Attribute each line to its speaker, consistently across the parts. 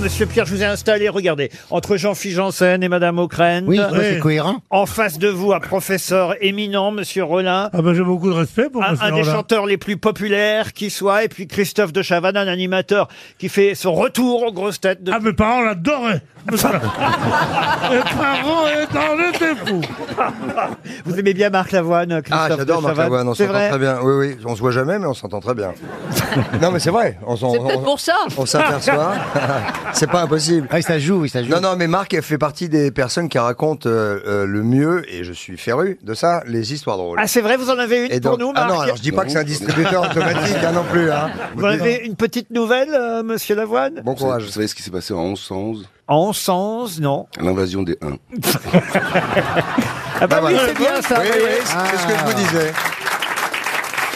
Speaker 1: monsieur Pierre, je vous ai installé, regardez, entre Jean-Philippe Janssen et madame O'Crane.
Speaker 2: Oui, bah, c'est cohérent.
Speaker 1: En face de vous, un professeur éminent, monsieur Rollin.
Speaker 3: Ah ben j'ai beaucoup de respect pour
Speaker 1: Un,
Speaker 3: monsieur
Speaker 1: un ah, des
Speaker 3: Rollin.
Speaker 1: chanteurs les plus populaires qui soit, et puis Christophe de Chavannes, un animateur qui fait son retour aux grosses têtes. De...
Speaker 3: Ah mes parents l'adoraient. mes parents étant étaient fous.
Speaker 1: Vous aimez bien Marc Lavoine, Christophe
Speaker 2: Ah, j'adore
Speaker 1: de
Speaker 2: Marc
Speaker 1: Chavannes
Speaker 2: Lavoine, on
Speaker 1: C'est
Speaker 2: s'entend
Speaker 1: vrai
Speaker 2: très bien. Oui, oui, on se voit jamais, mais on s'entend très bien. non, mais c'est vrai. On, s'en-
Speaker 4: C'est
Speaker 2: on-
Speaker 4: peut-être pour ça.
Speaker 2: on s'aperçoit. c'est pas impossible.
Speaker 5: Ah, ça joue, oui, ça joue.
Speaker 2: Non, non, mais Marc elle fait partie des personnes qui racontent euh, euh, le mieux, et je suis féru de ça, les histoires drôles.
Speaker 1: Ah, c'est vrai, vous en avez une
Speaker 2: et
Speaker 1: pour
Speaker 2: donc-
Speaker 1: nous,
Speaker 2: ah
Speaker 1: Marc
Speaker 2: non, alors je dis pas que c'est un distributeur automatique, hein, non plus. hein.
Speaker 1: Vous en avez une petite nouvelle, euh, monsieur Lavoine
Speaker 2: Bon
Speaker 6: Vous savez-
Speaker 2: courage.
Speaker 6: Vous savez ce qui s'est passé en 1111
Speaker 1: En sens, non.
Speaker 6: L'invasion des Huns.
Speaker 1: Ah bah, oui, c'est bien ça.
Speaker 2: Oui,
Speaker 1: vous voyez.
Speaker 2: oui, c'est c'est ce que je vous disais.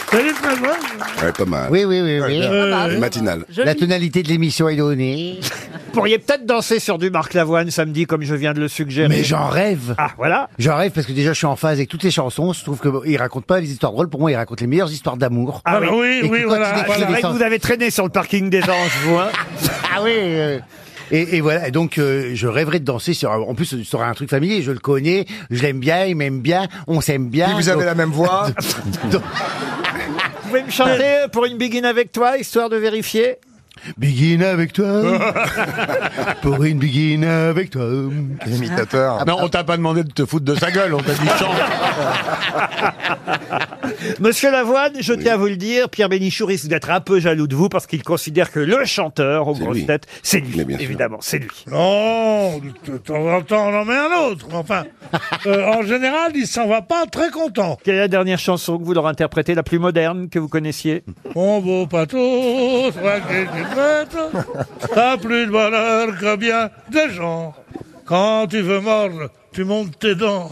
Speaker 3: Salut François.
Speaker 6: Ouais, pas mal.
Speaker 5: Oui, oui, oui, oui.
Speaker 3: Euh,
Speaker 6: Les matinales.
Speaker 5: La
Speaker 4: Joli.
Speaker 5: tonalité de l'émission est donnée.
Speaker 1: Vous pourriez peut-être danser sur du Marc Lavoine samedi, comme je viens de le suggérer.
Speaker 5: Mais j'en rêve.
Speaker 1: Ah, voilà.
Speaker 5: J'en rêve parce que déjà je suis en phase avec toutes les chansons. Je trouve qu'il raconte pas les histoires drôles. Pour moi, il raconte les meilleures histoires d'amour.
Speaker 1: Ah
Speaker 3: Ah
Speaker 1: oui.
Speaker 3: oui,
Speaker 5: Et
Speaker 3: oui,
Speaker 5: quand
Speaker 3: voilà.
Speaker 5: il
Speaker 1: Ah, c'est
Speaker 5: écrit
Speaker 3: voilà.
Speaker 5: des
Speaker 1: vrai que
Speaker 5: sens.
Speaker 1: vous avez traîné sur le parking des anges, vous, hein
Speaker 5: Ah oui. euh, Et, et voilà, et donc euh, je rêverais de danser sur. En plus, sur un truc familier, je le connais, je l'aime bien, il m'aime bien, on s'aime bien.
Speaker 2: Puis vous avez
Speaker 5: Donc-
Speaker 2: la même voix.
Speaker 5: donc-
Speaker 1: Vous pouvez me chanter pour une begin avec toi, histoire de vérifier
Speaker 5: Begin avec toi, pour une begin avec toi.
Speaker 2: L'imitateur.
Speaker 7: Non, on t'a pas demandé de te foutre de sa gueule, on t'a dit chante.
Speaker 1: Monsieur Lavoine, je tiens à vous le dire, Pierre Bénichou risque d'être un peu jaloux de vous parce qu'il considère que le chanteur aux
Speaker 6: C'est
Speaker 1: grosses
Speaker 6: lui.
Speaker 1: têtes, c'est lui.
Speaker 6: Mais bien sûr.
Speaker 1: Évidemment, c'est lui.
Speaker 3: Non, de temps en temps on en met un autre. Enfin, euh, en général, il s'en va pas très content.
Speaker 1: Quelle est la dernière chanson que vous leur interprétez, la plus moderne que vous connaissiez
Speaker 3: Mon beau pato, toi qui tu bête, t'as plus de valeur que bien des gens. Quand tu veux mordre, tu montes tes dents.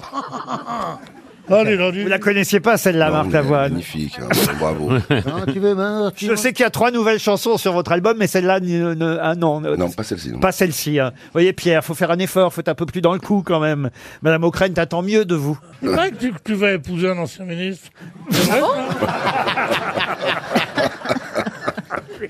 Speaker 3: Allez, Landu.
Speaker 1: Vous la connaissiez pas celle-là,
Speaker 6: Non,
Speaker 1: Marc
Speaker 6: mais
Speaker 1: Lavoine
Speaker 6: Magnifique, hein, bravo.
Speaker 5: Quand tu veux mort, tu
Speaker 1: Je sais qu'il y a trois nouvelles chansons sur votre album, mais celle-là, ne- ne- ah non, ne-
Speaker 6: Non, pas celle-ci. non.
Speaker 1: pas celle-ci. hein. Vous voyez, Pierre, faut faire un effort, faut être un peu plus dans le coup quand même. Madame O'Crane t'attend mieux de vous.
Speaker 3: C'est vrai que tu, que tu vas épouser un ancien ministre.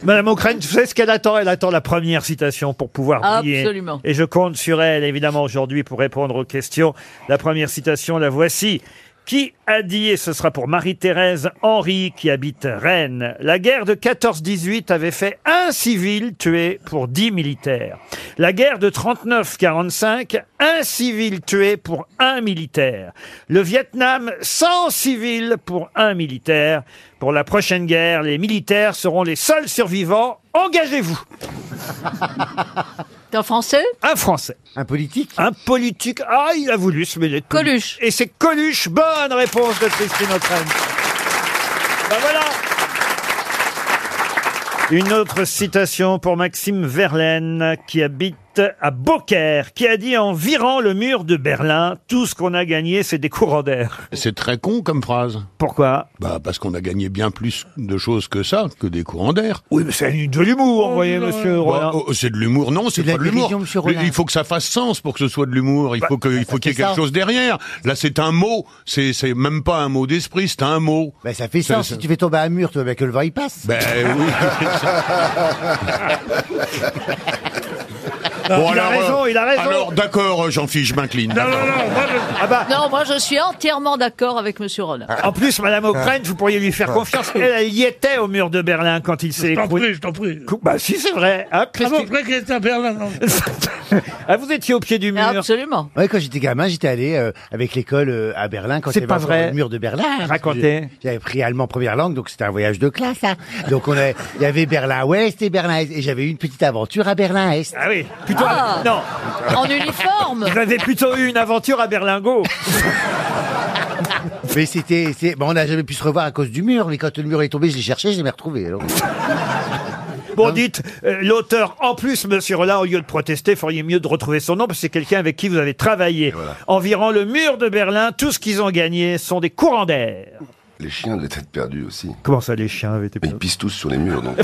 Speaker 1: Madame O'Crane, tu sais ce qu'elle attend Elle attend la première citation pour pouvoir briller.
Speaker 4: Absolument.
Speaker 1: Et je compte sur elle, évidemment, aujourd'hui pour répondre aux questions. La première citation, la voici. Qui a dit, et ce sera pour Marie-Thérèse Henry qui habite Rennes, la guerre de 14-18 avait fait un civil tué pour 10 militaires. La guerre de 39-45, un civil tué pour un militaire. Le Vietnam, 100 civils pour un militaire. Pour la prochaine guerre, les militaires seront les seuls survivants. Engagez-vous.
Speaker 4: T'es en français
Speaker 1: Un Français.
Speaker 5: Un politique.
Speaker 1: Un politique. Ah, il a voulu se mêler. de politique.
Speaker 4: Coluche.
Speaker 1: Et c'est Coluche. Bonne réponse de Christine O'Crane. Ben voilà. Une autre citation pour Maxime Verlaine, qui habite à Beaucaire, qui a dit en virant le mur de Berlin, tout ce qu'on a gagné, c'est des courants d'air.
Speaker 7: C'est très con comme phrase.
Speaker 1: Pourquoi
Speaker 7: Bah parce qu'on a gagné bien plus de choses que ça, que des courants d'air.
Speaker 1: Oui, mais c'est de l'humour, vous voyez, monsieur
Speaker 7: Bah, oh, c'est de l'humour, non, c'est
Speaker 5: de la
Speaker 7: pas de l'humour.
Speaker 5: dérision, monsieur Rollin.
Speaker 7: Il faut que ça fasse sens pour que ce soit de l'humour.
Speaker 1: Bah,
Speaker 7: Il faut que- il faut qu'il y ait
Speaker 5: fait ça.
Speaker 7: quelque chose derrière. Là, c'est un mot. C'est c'est même pas un mot d'esprit, c'est un mot.
Speaker 5: Bah, ça fait ça.
Speaker 7: Ça-
Speaker 5: Si tu fais tomber un mur, tu vois bien que le vent il passe.
Speaker 7: Ben oui. Bon,
Speaker 1: Il a raison, il a raison.
Speaker 7: Alors d'accord, jean philippe je m'incline.
Speaker 3: Non, non, non, moi, je-
Speaker 4: Non, moi je suis entièrement d'accord avec Monsieur Rollin.
Speaker 2: Ah,
Speaker 1: En plus, Madame O'Crane, vous pourriez lui faire confiance. Elle, elle y était au mur de Berlin quand il s'est
Speaker 3: je t'en
Speaker 1: écroulé.
Speaker 3: prie, je t'en prie.
Speaker 1: Bah si, c'est vrai. Hein,
Speaker 3: Ah bon,
Speaker 1: Christine-
Speaker 3: vrai qu'il était à Berlin, non
Speaker 1: ah, vous étiez au pied du mur.
Speaker 4: Absolument.
Speaker 5: Ouais, quand j'étais gamin, j'étais allé euh, avec l'école euh, à Berlin quand
Speaker 1: C'est
Speaker 5: il y avait
Speaker 1: pas
Speaker 5: encore
Speaker 1: vrai.
Speaker 5: le mur de Berlin. hein, parce que
Speaker 1: Racontez.
Speaker 5: j'ai- J'avais pris allemand première langue, donc c'était un voyage de classe. hein. Donc on avait, il y avait Berlin Ouest et Berlin Est, et j'avais eu une petite aventure à Berlin Est.
Speaker 1: Ah oui, plutôt.
Speaker 4: Ah.
Speaker 1: Non,
Speaker 4: En uniforme.
Speaker 1: vous avez plutôt eu une aventure à Berlingot.
Speaker 5: Mais c'était, c'est, bon, on n'a jamais pu se revoir à cause du mur. Mais quand le mur est tombé, je l'ai cherché, je l'ai retrouvé. alors.
Speaker 1: Bon, dites, euh, l'auteur, en plus, monsieur Rollin, au lieu de protester, feriez mieux de retrouver son nom, parce que c'est quelqu'un avec qui vous avez travaillé. Environ le mur de Berlin, tout ce qu'ils ont gagné sont des courants d'air.
Speaker 6: Les chiens avaient la tête perdue aussi.
Speaker 1: Comment ça, les chiens avaient été
Speaker 6: Mais ils pissent tous sur les murs, donc.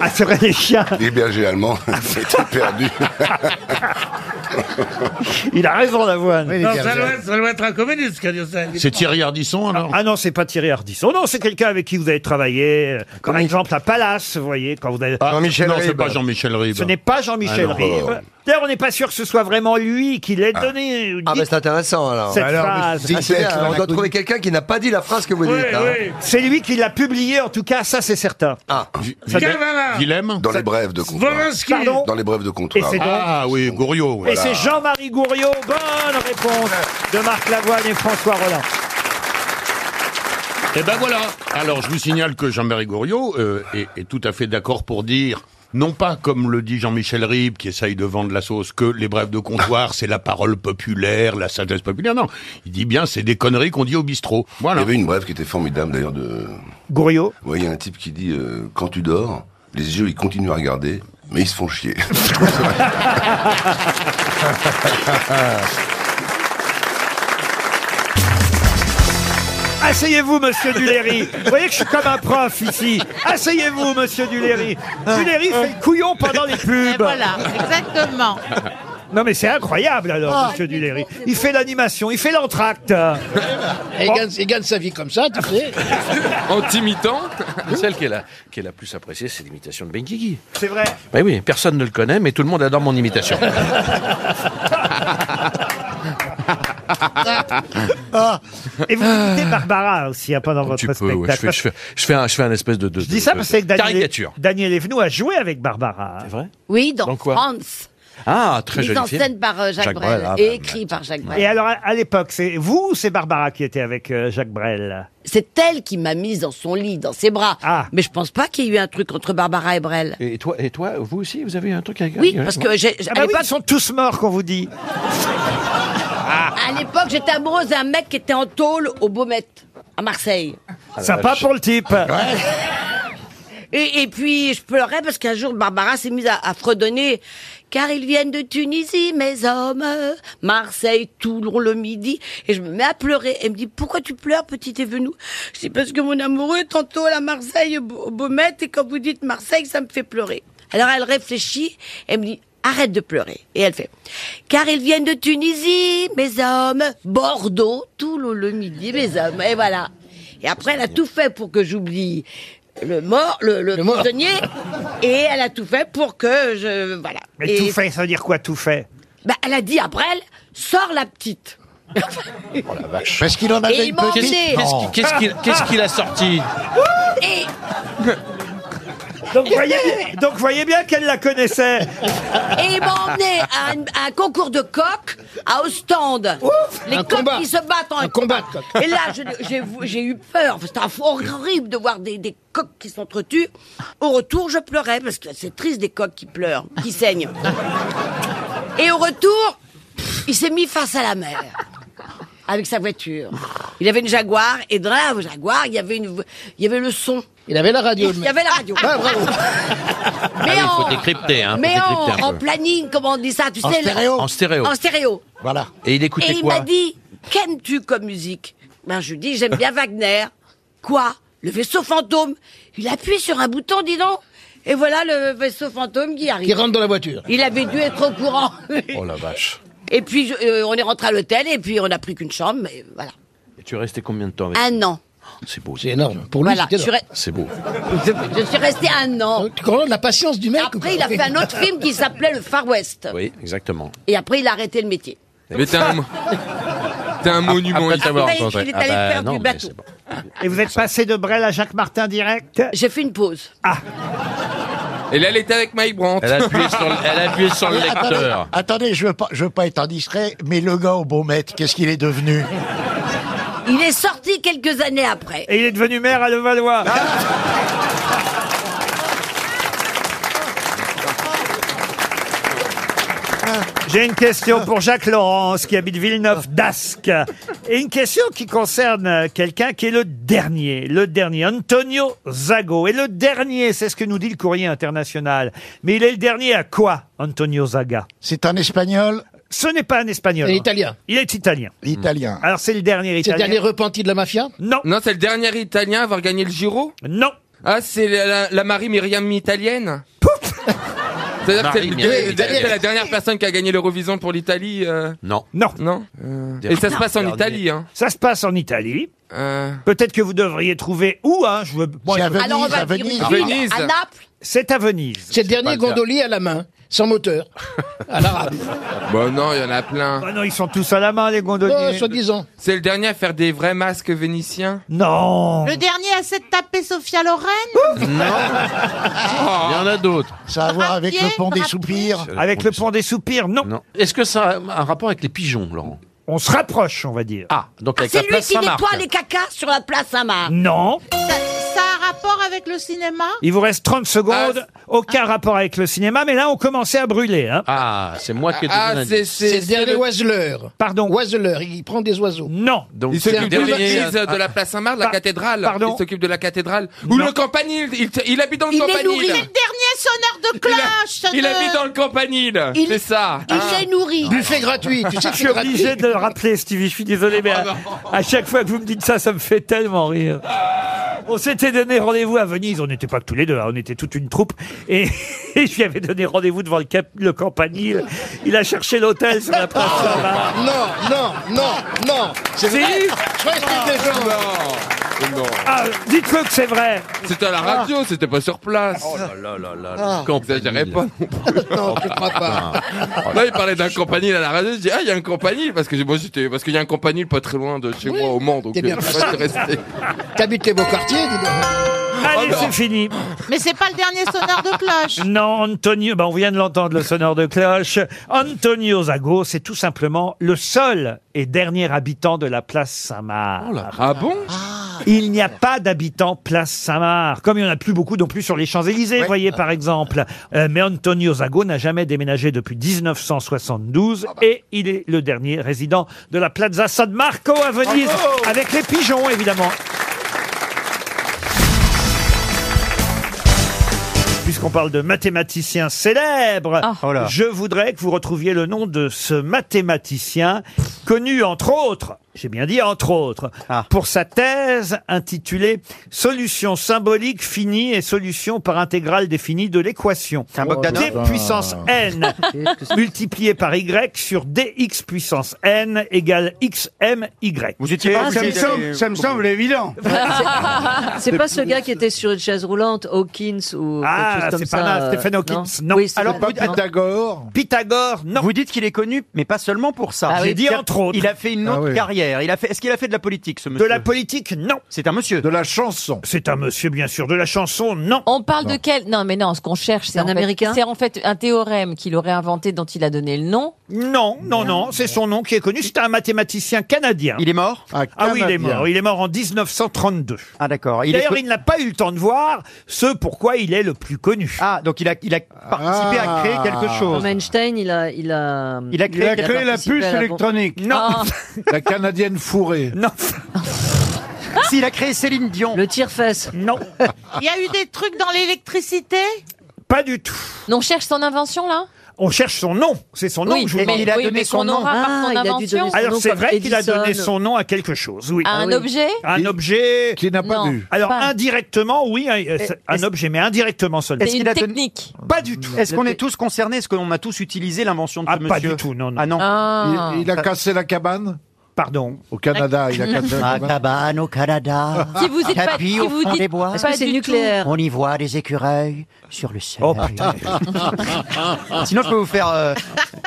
Speaker 1: Ah, c'est vrai, les Ah, chiens
Speaker 6: les bergers allemands étaient perdus.
Speaker 1: Il a raison, l'avoine.
Speaker 5: Oui, les
Speaker 3: Non,
Speaker 5: gars,
Speaker 3: ça
Speaker 5: vous
Speaker 3: doit,
Speaker 5: avez-
Speaker 3: être, ça doit être un communiste qui a dit ça.
Speaker 7: C'est Thierry Ardisson, alors
Speaker 1: Ah non, c'est pas Thierry Hardisson. Non, c'est quelqu'un avec qui vous avez travaillé. euh, Par
Speaker 2: Comme-
Speaker 1: exemple, à Palace, vous voyez, quand vous avez...
Speaker 7: Ah,
Speaker 2: Jean-Michel
Speaker 7: Non, c'est
Speaker 2: Ribes.
Speaker 7: pas Jean-Michel Ribes.
Speaker 1: Ce n'est pas
Speaker 7: Ah
Speaker 1: Jean-Michel
Speaker 7: non.
Speaker 1: Ribes. D'ailleurs, on n'est pas sûr que ce soit vraiment lui qui l'ait donné. euh,
Speaker 2: Ah,
Speaker 1: Dites
Speaker 2: bah c'est intéressant alors.
Speaker 1: cette
Speaker 5: alors,
Speaker 1: phrase.
Speaker 5: c'est-
Speaker 2: Ah, c'est bien,
Speaker 5: c'est-
Speaker 2: on doit trouver quelqu'un qui n'a pas dit la phrase que vous
Speaker 3: Oui,
Speaker 2: dites. hein.
Speaker 3: oui.
Speaker 1: C'est lui qui l'a publié, en tout cas, ça c'est certain.
Speaker 2: Ah,
Speaker 7: Vi-
Speaker 1: Ça
Speaker 7: Villem-
Speaker 3: doit-
Speaker 7: Villem
Speaker 6: Dans les brèves de contrat.
Speaker 3: Volinsky.
Speaker 1: Pardon
Speaker 6: Dans les brèves de contrat.
Speaker 1: Et c'est-
Speaker 7: Ah oui, Goriot.
Speaker 1: Et c'est Jean-Marie Gouriot. Bonne réponse de Marc Lavoine et François Rollin.
Speaker 7: Et ben voilà. Alors je vous signale que Jean-Marie Goriot euh, est, est tout à fait d'accord pour dire. Non pas comme le dit Jean-Michel Ribes qui essaye de vendre la sauce que les brèves de comptoir c'est la parole populaire, la sagesse populaire. Non, il dit bien c'est des conneries qu'on dit au bistrot.
Speaker 6: Il y
Speaker 7: Voilà.
Speaker 6: avait une brève qui était formidable d'ailleurs de.
Speaker 1: Gouriot.
Speaker 6: Vous voyez, il y a un type qui dit euh, quand tu dors, les yeux ils continuent à regarder, mais ils se font chier.
Speaker 1: Asseyez-vous, monsieur Duléry. Vous voyez que je suis comme un prof ici. Asseyez-vous, monsieur Duléry. Duléry fait le couillon pendant les pubs.
Speaker 8: Et voilà, exactement.
Speaker 1: Non, mais c'est incroyable
Speaker 8: Oh.
Speaker 1: alors, monsieur Duléry. Il fait l'animation, il fait l'entracte.
Speaker 9: Et il gagne, il gagne sa vie comme ça, tu sais.
Speaker 10: En t'imitant, celle qui est, la, qui est la plus appréciée, c'est l'imitation de Benguigui.
Speaker 1: C'est vrai.
Speaker 10: Mais oui, personne ne le connaît, mais tout le monde adore mon imitation. Ah.
Speaker 1: Et vous imitez Barbara aussi hein, pendant votre
Speaker 10: tu peux,
Speaker 1: spectacle.
Speaker 10: ouais, je, fais, je, fais, je, fais un, je fais un espèce de, de-
Speaker 1: Je dis ça
Speaker 10: de-
Speaker 1: parce que
Speaker 10: de
Speaker 1: Daniel,
Speaker 10: caricature.
Speaker 1: Daniel Evenou a joué avec Barbara.
Speaker 10: C'est vrai
Speaker 8: Oui, dans,
Speaker 10: Dans quoi
Speaker 8: France,
Speaker 10: Ah, très
Speaker 8: mise
Speaker 10: joli
Speaker 8: en
Speaker 10: film.
Speaker 8: scène par euh, Jacques,
Speaker 10: Jacques
Speaker 8: Brel,
Speaker 10: Brel, ah,
Speaker 8: et
Speaker 10: bah,
Speaker 8: écrit par Jacques Brel.
Speaker 1: Et alors, à- à l'époque, c'est vous ou c'est Barbara qui était avec euh, Jacques Brel
Speaker 8: C'est elle qui m'a mise dans son lit, dans ses bras.
Speaker 1: Ah.
Speaker 8: Mais je pense pas qu'il y ait eu un truc entre Barbara et Brel.
Speaker 10: Et toi, et toi, vous aussi, vous avez eu un truc avec
Speaker 8: Oui,
Speaker 10: avec-
Speaker 8: parce que j'ai- j'ai-
Speaker 1: Ah
Speaker 8: à
Speaker 1: bah oui,
Speaker 8: l'époque,
Speaker 1: ils sont tous morts, qu'on vous dit.
Speaker 10: Ah.
Speaker 8: à l'époque, j'étais amoureuse d'un mec qui était en tôle au Baumette, à Marseille.
Speaker 10: Ah,
Speaker 1: Sympa pour Oh, le type.
Speaker 8: Et, et puis, je pleurais parce qu'un jour, Barbara s'est mise à, à fredonner. Car ils viennent de Tunisie, mes hommes, Marseille, Toulon, le midi. Et je me mets à pleurer. Elle me dit, pourquoi tu pleures, petite Evenou Je dis, parce que mon amoureux, tantôt, à la Marseille, au Beau- au Baumette, et quand vous dites Marseille, ça me fait pleurer. Alors, elle réfléchit, elle me dit, arrête de pleurer. Et elle fait, car ils viennent de Tunisie, mes hommes, Bordeaux, Toulon, le midi, mes hommes. Et voilà. Et après, elle a tout fait pour que j'oublie le mort, le, le, prisonnier, et elle a tout fait pour que je, voilà.
Speaker 1: Mais
Speaker 8: et
Speaker 1: tout fait, ça veut dire quoi, tout fait
Speaker 8: Bah, elle a dit après elle, sors la petite.
Speaker 10: Oh,
Speaker 5: Parce qu'il en
Speaker 8: Et
Speaker 5: avait
Speaker 8: il
Speaker 5: une
Speaker 8: m'a
Speaker 5: petite.
Speaker 8: emmené.
Speaker 5: Non.
Speaker 10: Qu'est-ce qu'il- qu'est-ce qu'il qu'est-ce qu'il a sorti
Speaker 8: Et
Speaker 1: Donc voyez bien, donc voyez bien qu'elle la connaissait.
Speaker 8: Et ils m'ont emmené à un, à un concours de coq à Ostende. Les
Speaker 5: Un
Speaker 8: coqs
Speaker 5: combat.
Speaker 8: qui se battent en
Speaker 5: Un combat de coqs.
Speaker 8: Et là, je- j'ai j'ai eu peur. C'était un- horrible de voir des, des coqs qui s'entretuent. Au retour, je pleurais parce que c'est triste des coqs qui pleurent, qui saignent. Et au retour, il s'est mis face à la mer. Avec sa voiture. Il avait une Jaguar, et dans la Jaguar, il y avait, une, vo- il y avait le son.
Speaker 9: Il avait la radio, le
Speaker 8: Il y
Speaker 9: mec. Ah,
Speaker 8: avait la radio. Mais
Speaker 10: Il faut
Speaker 8: en-
Speaker 10: décrypter, hein, faut
Speaker 8: mais en,
Speaker 10: décrypter un
Speaker 8: en
Speaker 10: peu.
Speaker 8: planning, comment on dit ça, tu
Speaker 5: En
Speaker 8: sais, le-
Speaker 5: stéréo.
Speaker 10: En stéréo.
Speaker 8: En stéréo.
Speaker 5: Voilà.
Speaker 10: Et il
Speaker 8: Et
Speaker 10: écoutait
Speaker 8: il m'a
Speaker 10: quoi
Speaker 8: dit, qu'aimes-tu comme musique Ben je lui dis, j'aime bien Wagner. Quoi Le vaisseau fantôme Il appuie sur un bouton, dis donc. Et voilà le vaisseau fantôme qui
Speaker 9: Qui
Speaker 8: arrive.
Speaker 9: rentre dans la voiture.
Speaker 8: Il avait dû être au courant.
Speaker 10: Oh la vache.
Speaker 8: et puis je- euh, on est rentré à l'hôtel et puis on n'a pris qu'une chambre, mais voilà.
Speaker 10: Et tu es resté combien de temps avec
Speaker 8: Un an.
Speaker 10: C'est beau.
Speaker 9: C'est énorme. Pour lui,
Speaker 8: voilà. Je
Speaker 9: c'était
Speaker 8: suis,
Speaker 9: énorme.
Speaker 8: re-
Speaker 10: C'est beau.
Speaker 8: je suis restée un an.
Speaker 9: Donc, Euh, Tu comprends la patience du mec ou pas
Speaker 8: Après, il a fait un autre film qui s'appelait Le Far West.
Speaker 10: Oui, exactement.
Speaker 8: Et après, il a arrêté le métier.
Speaker 10: Mais t'es un, monument
Speaker 8: il t'avoir Après, rencontré. il est allé
Speaker 10: ah, Euh, bah,
Speaker 8: faire du bateau.
Speaker 1: Et vous êtes passé de Brel à Jacques Martin direct Ah.
Speaker 8: J'ai fait une pause.
Speaker 10: Et là, elle était avec Mike Brandt. Elle a appuyé sur, le- elle a appuyé sur le
Speaker 5: Mais
Speaker 10: lecteur.
Speaker 5: Attendez, attendez, je veux pas, je veux pas être indiscret, mais le gars au beau maître, qu'est-ce qu'il est devenu
Speaker 8: Il est sorti quelques années après.
Speaker 1: et il est devenu maire à Levallois.
Speaker 8: Ah.
Speaker 1: J'ai une question pour Jacques Laurence qui habite Villeneuve d'Ascq. Et une question qui concerne euh, quelqu'un qui est le dernier, le dernier, Antonio Zago. Et le dernier, c'est ce que nous dit le courrier international. Mais il est le dernier à quoi, Antonio Zaga
Speaker 5: C'est un espagnol,
Speaker 1: Ce n'est pas un espagnol.
Speaker 9: Un Italien.
Speaker 1: Il est italien. Mmh.
Speaker 5: italien.
Speaker 1: Alors c'est le dernier
Speaker 9: C'est le
Speaker 1: italien.
Speaker 9: dernier repenti de la mafia
Speaker 1: Non,
Speaker 10: Non, c'est le dernier Italien à avoir gagné le Giro
Speaker 1: non.
Speaker 10: Ah, c'est la, Marie Myriam italienne
Speaker 2: C'est-à-dire que c'est
Speaker 11: Marie,
Speaker 2: le-
Speaker 11: bien
Speaker 2: c'est-
Speaker 11: évidemment.
Speaker 2: c'est la dernière personne qui a gagné l'Eurovision pour l'Italie euh,
Speaker 11: Non.
Speaker 1: Non.
Speaker 2: Non. Et ça se passe en Italie. Hein. Euh.
Speaker 1: Ça se passe en Italie. Peut-être que vous devriez trouver où, hein, je veux... moi, je veux-
Speaker 6: Venise, Alors, on va à dire Venise. une ville, à Naples.
Speaker 1: C'est à Venise.
Speaker 6: C'est le dernier
Speaker 2: le cas.
Speaker 6: gondolier à la main, sans moteur, à l'arabe.
Speaker 2: Bon, non, il y en a plein.
Speaker 1: Ah non, ils sont tous à la main, les
Speaker 6: Oh, soi-disant.
Speaker 2: C'est le dernier à faire des vrais masques vénitiens
Speaker 1: Non
Speaker 12: Le dernier à s'être tapé Sophia Lorraine
Speaker 11: Il y en a d'autres.
Speaker 6: Ça a à voir avec
Speaker 12: le pont des soupirs.
Speaker 1: Avec le pont des soupirs, non.
Speaker 13: Est-ce que ça a un rapport avec les pigeons, Laurent
Speaker 1: On se rapproche, on va dire.
Speaker 13: Ah, donc avec
Speaker 8: C'est
Speaker 13: la
Speaker 8: lui
Speaker 13: place
Speaker 8: qui
Speaker 13: Saint-Marc.
Speaker 8: nettoie les cacas sur la place Saint-Marc.
Speaker 1: Non.
Speaker 12: Ça a un rapport avec le cinéma
Speaker 1: Il vous reste 30
Speaker 6: Ah,
Speaker 1: secondes, aucun rapport avec le cinéma, mais là, on commençait à brûler. Hein.
Speaker 13: Ah, c'est moi qui ai donné l'indice.
Speaker 6: C'est le dernier oiseleur.
Speaker 1: Pardon
Speaker 6: Oiseleur, il prend des oiseaux.
Speaker 1: Non.
Speaker 13: Donc
Speaker 2: Il
Speaker 6: c'est
Speaker 2: s'occupe de
Speaker 6: le dernier
Speaker 2: l'église
Speaker 6: à-
Speaker 2: de la place Saint-Marc, la
Speaker 6: Par-
Speaker 2: cathédrale.
Speaker 6: pardon
Speaker 2: Il s'occupe de la cathédrale. Ou le campanile. Il, il habite dans le
Speaker 12: Il est
Speaker 2: campanile.
Speaker 12: nourri. C'est le dernier sonneur de
Speaker 2: Il a-
Speaker 12: cloche
Speaker 2: Il
Speaker 12: de-
Speaker 2: habite dans le campanile.
Speaker 12: Il-
Speaker 2: C'est ça.
Speaker 12: il
Speaker 2: hein.
Speaker 13: Ah.
Speaker 12: est nourri.
Speaker 6: Buffet gratuit, tu sais que
Speaker 1: je
Speaker 6: c'est
Speaker 1: suis
Speaker 6: gratuit. Ah,
Speaker 1: obligé de le rappeler, Stevie. Je suis désolé, mais à, à chaque fois que vous me dites ça, ça me fait tellement rire. On s'était donné rendez-vous à Venise. On n'était pas que tous les deux, hein, on était toute une troupe. Et, et je lui avais donné rendez-vous devant le, cap- le campanile. Il a cherché l'hôtel sur la place
Speaker 2: Ah,
Speaker 1: Saint-Marc.
Speaker 6: Non, non, non, non. C'est
Speaker 1: Si.
Speaker 6: vrai. Je crois que c'était des gens.
Speaker 2: Non.
Speaker 1: Ah, dites-le que c'est vrai.
Speaker 2: C'était à la radio, c'était pas sur place.
Speaker 13: Oh là là là là.
Speaker 2: Ah. Exagérez pas non plus. Là, il parlait d'un campanile à la radio. Je dis, ah, il y a un campanile. Parce que moi, j'étais, parce qu'il y a un campanile pas très loin de chez moi, au Mans. Donc,
Speaker 6: t'es
Speaker 2: euh,
Speaker 6: bien
Speaker 2: moi,
Speaker 6: placé.
Speaker 2: j'étais resté.
Speaker 6: T'habites les beaux quartiers, dis donc.
Speaker 1: Allez, c'est fini.
Speaker 12: Mais c'est pas le dernier sonneur de cloche.
Speaker 1: Non, Antonio, ben on vient de l'entendre, le sonneur de cloche. Antonio Zago, c'est tout simplement le seul et dernier habitant de la place Saint-Marc.
Speaker 2: Ah bon
Speaker 1: Il n'y a pas d'habitants place Saint-Marc, comme il n'y en a plus beaucoup non plus sur les Champs-Élysées, vous voyez par exemple. Euh, mais Antonio Zago n'a jamais déménagé depuis
Speaker 2: Ah
Speaker 1: 1972
Speaker 2: bah.
Speaker 1: et il est le dernier résident de la Plaza San Marco à Venise, avec les pigeons évidemment. Puisqu'on parle de mathématiciens célèbres,
Speaker 14: Ah. Oh
Speaker 1: je voudrais que vous retrouviez le nom de ce mathématicien connu entre autres, j'ai bien dit entre autres,
Speaker 14: Ah.
Speaker 1: pour sa thèse intitulée Solution symbolique finie et solution par intégrale définie de l'équation. D
Speaker 15: Bogdanov.
Speaker 1: puissance n multiplié par y sur dx puissance n égale xmy. Vous
Speaker 14: Ah, ça, me semble, ça me semble évident.
Speaker 4: Ah, C'est pas ce gars qui était sur une chaise roulante, Hawkins ou quelque
Speaker 1: Ah,
Speaker 4: chose comme
Speaker 1: c'est
Speaker 4: ça.
Speaker 1: pas mal,
Speaker 4: euh,
Speaker 1: Stephen Hawkins. Non.
Speaker 4: Oui, c'est pas- non.
Speaker 14: Pythagore.
Speaker 1: Pythagore, non.
Speaker 14: Vous dites qu'il est connu, mais pas seulement pour ça.
Speaker 1: Ah oui. J'ai dit
Speaker 14: C'est-à-dire,
Speaker 1: entre autres.
Speaker 14: Il a fait une
Speaker 1: Ah
Speaker 14: autre
Speaker 1: oui.
Speaker 14: carrière. Il a fait. Est-ce qu'il a fait de la politique, ce
Speaker 1: De
Speaker 14: monsieur
Speaker 1: la politique, non.
Speaker 14: C'est un monsieur.
Speaker 1: De la chanson. C'est un monsieur, bien sûr. De la chanson, non.
Speaker 16: On parle de quel Non, mais non, ce qu'on cherche, c'est
Speaker 4: un
Speaker 16: en fait-
Speaker 4: Américain
Speaker 16: C'est en fait un théorème qu'il aurait inventé dont il a donné le nom.
Speaker 1: Non, non, non, c'est son nom qui est connu. C'est un mathématicien canadien.
Speaker 14: Il est mort
Speaker 1: Ah oui, il est
Speaker 14: Canadien.
Speaker 1: mort. Il est mort en 1932.
Speaker 14: Ah d'accord. Il est
Speaker 1: D'ailleurs,
Speaker 14: co-
Speaker 1: il n'a pas eu le temps de voir ce pourquoi il est le plus connu.
Speaker 14: Ah donc il a il a
Speaker 2: Ah.
Speaker 14: participé à créer quelque
Speaker 1: Ah.
Speaker 14: chose.
Speaker 4: Comme Einstein, il a, il a,
Speaker 14: Il a créé- Il a créé la
Speaker 4: participé
Speaker 14: puce
Speaker 4: à la-
Speaker 14: électronique.
Speaker 1: Non.
Speaker 4: Ah.
Speaker 1: La canadienne fourrée. Non.
Speaker 14: S'il a créé Céline Dion.
Speaker 4: Ah Le tire-fesse.
Speaker 1: Non.
Speaker 12: Il y a eu des trucs dans l'électricité
Speaker 1: Pas du tout.
Speaker 16: On cherche son invention là
Speaker 1: On cherche son nom. C'est son nom
Speaker 16: Oui,
Speaker 1: que je
Speaker 16: mais-
Speaker 1: vous demande.
Speaker 16: il a Oui, donné mais son qu'on nom. aura par son
Speaker 4: Ah, il a dû
Speaker 16: invention.
Speaker 4: donner son
Speaker 1: Alors
Speaker 4: nom
Speaker 1: c'est
Speaker 4: comme
Speaker 1: vrai qu'il a donné
Speaker 4: Edison.
Speaker 1: son nom à quelque chose, oui.
Speaker 16: À un Ah oui. objet
Speaker 1: À un objet
Speaker 11: Qui n'a pas Non, vu.
Speaker 1: Alors
Speaker 16: pas.
Speaker 1: indirectement, oui, un, euh, un
Speaker 14: est-ce-
Speaker 1: objet, mais indirectement seulement.
Speaker 14: Est-ce qu'il a donné-
Speaker 1: Pas du tout.
Speaker 14: Est-ce qu'on est tous concernés Est-ce qu'on a tous utilisé l'invention de ce monsieur
Speaker 1: Pas du tout, non, non.
Speaker 14: Ah non.
Speaker 16: Ah.
Speaker 11: Il, a cassé la cabane
Speaker 1: Pardon.
Speaker 11: Au Canada, il a cassé la
Speaker 17: Ma
Speaker 11: cabane.
Speaker 17: cabane au Canada.
Speaker 16: Si vous dites pas-
Speaker 17: tapis
Speaker 16: si
Speaker 17: au
Speaker 16: vous
Speaker 17: fond
Speaker 16: dites
Speaker 17: des bois.
Speaker 16: Est-ce que pas c'est du nucléaire tout.
Speaker 17: On y voit des écureuils sur le soleil.
Speaker 1: Oh,
Speaker 14: Sinon je peux vous faire euh,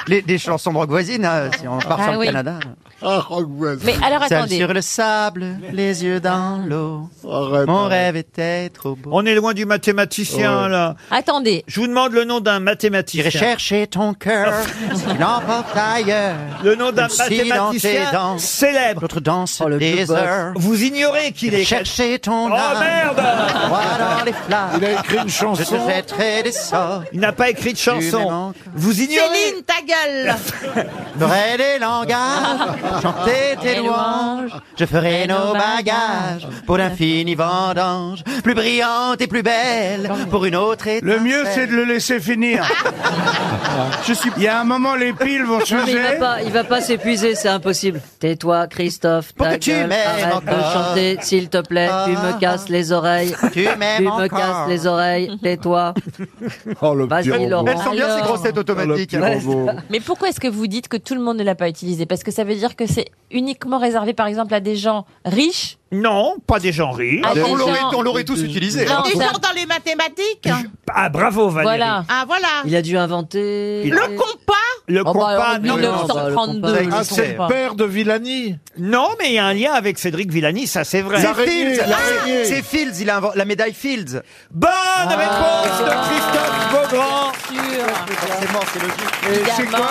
Speaker 14: les, des chansons de rock voisine hein, si on part
Speaker 16: Ah
Speaker 14: sur le
Speaker 16: oui.
Speaker 14: Canada.
Speaker 6: Ah, oh,
Speaker 16: Mais alors
Speaker 14: Celle
Speaker 16: attendez.
Speaker 14: Sur le sable, les yeux dans l'eau.
Speaker 11: hein.
Speaker 14: Mon rêve était trop beau.
Speaker 1: On est loin du mathématicien
Speaker 14: Ouais.
Speaker 1: là.
Speaker 16: Attendez.
Speaker 1: Je vous demande le nom d'un mathématicien.
Speaker 14: J'irai chercher ton cœur, si tu l'emportes ailleurs.
Speaker 1: Le nom d'un
Speaker 14: Même si dans
Speaker 1: mathématicien
Speaker 14: tes danses,
Speaker 1: célèbre.
Speaker 14: L'autre danse des
Speaker 1: Vous
Speaker 14: heures.
Speaker 1: Vous ignorez qu'il est.
Speaker 14: Chercher ton
Speaker 1: Oh
Speaker 14: âme.
Speaker 1: merde
Speaker 14: Droit dans les flammes.
Speaker 11: Il a écrit une
Speaker 14: Je
Speaker 11: chanson.
Speaker 14: te jetterai des sorts.
Speaker 1: Il n'a pas écrit de chanson.
Speaker 14: m'aimes
Speaker 1: Vous ignorez.
Speaker 12: Céline, ta gueule
Speaker 14: Ferai les langages, chanter tes
Speaker 4: Les
Speaker 14: louanges. Je ferai nos bagages pour l'infini vendange. Plus brillante et plus belle pour une autre étincelle.
Speaker 12: Le
Speaker 14: mieux,
Speaker 12: c'est
Speaker 14: de le laisser finir. Je suis... Il y a un moment, les piles vont
Speaker 4: Non, mais il va pas, il va pas s'épuiser, c'est impossible. Tais-toi, Christophe.
Speaker 14: Pour
Speaker 4: ta
Speaker 14: que tu
Speaker 4: gueule,
Speaker 14: m'aimes
Speaker 4: arrête de
Speaker 14: encore. Ah.
Speaker 4: chanter, s'il te plaît. tu me casses les oreilles.
Speaker 14: Tu m'aimes
Speaker 4: me
Speaker 18: me
Speaker 14: encore.
Speaker 18: casses les oreilles, tais-toi.
Speaker 2: Oh, le
Speaker 18: Vas-y, Laurent.
Speaker 14: Elles sont bien ces
Speaker 18: Alors.
Speaker 14: grossettes automatiques.
Speaker 4: Mais pourquoi est-ce que vous dites que tout le monde ne l'a pas utilisé Parce que ça veut dire que c'est uniquement réservé, par exemple, à des gens riches
Speaker 1: Non, pas des gens riches.
Speaker 4: Ah, des
Speaker 14: on l'aurait-
Speaker 4: gens-
Speaker 14: on l'aurait tous utilisé.
Speaker 4: Non,
Speaker 12: Des
Speaker 4: ça-
Speaker 12: gens dans les mathématiques.
Speaker 1: Ah, bravo, Valérie.
Speaker 12: Voilà. Ah, voilà.
Speaker 18: Il a dû inventer.
Speaker 1: Il-
Speaker 12: Le compas
Speaker 1: Le
Speaker 18: Oh, bah,
Speaker 1: compas
Speaker 18: alors, 1932,
Speaker 1: non, non,
Speaker 18: Ah, c'est
Speaker 1: non,
Speaker 18: le
Speaker 1: non.
Speaker 18: père
Speaker 16: de Villani.
Speaker 1: Non, mais il y a un lien avec Cédric Villani, ça c'est vrai.
Speaker 14: C'est Fields. Ah, C'est Fields. Il a invo- la médaille Fields.
Speaker 1: Bonne
Speaker 14: Ah.
Speaker 6: Ah,
Speaker 1: réponse de Christophe Beaugrand.
Speaker 14: Forcément, c'est logique.
Speaker 4: Évidemment.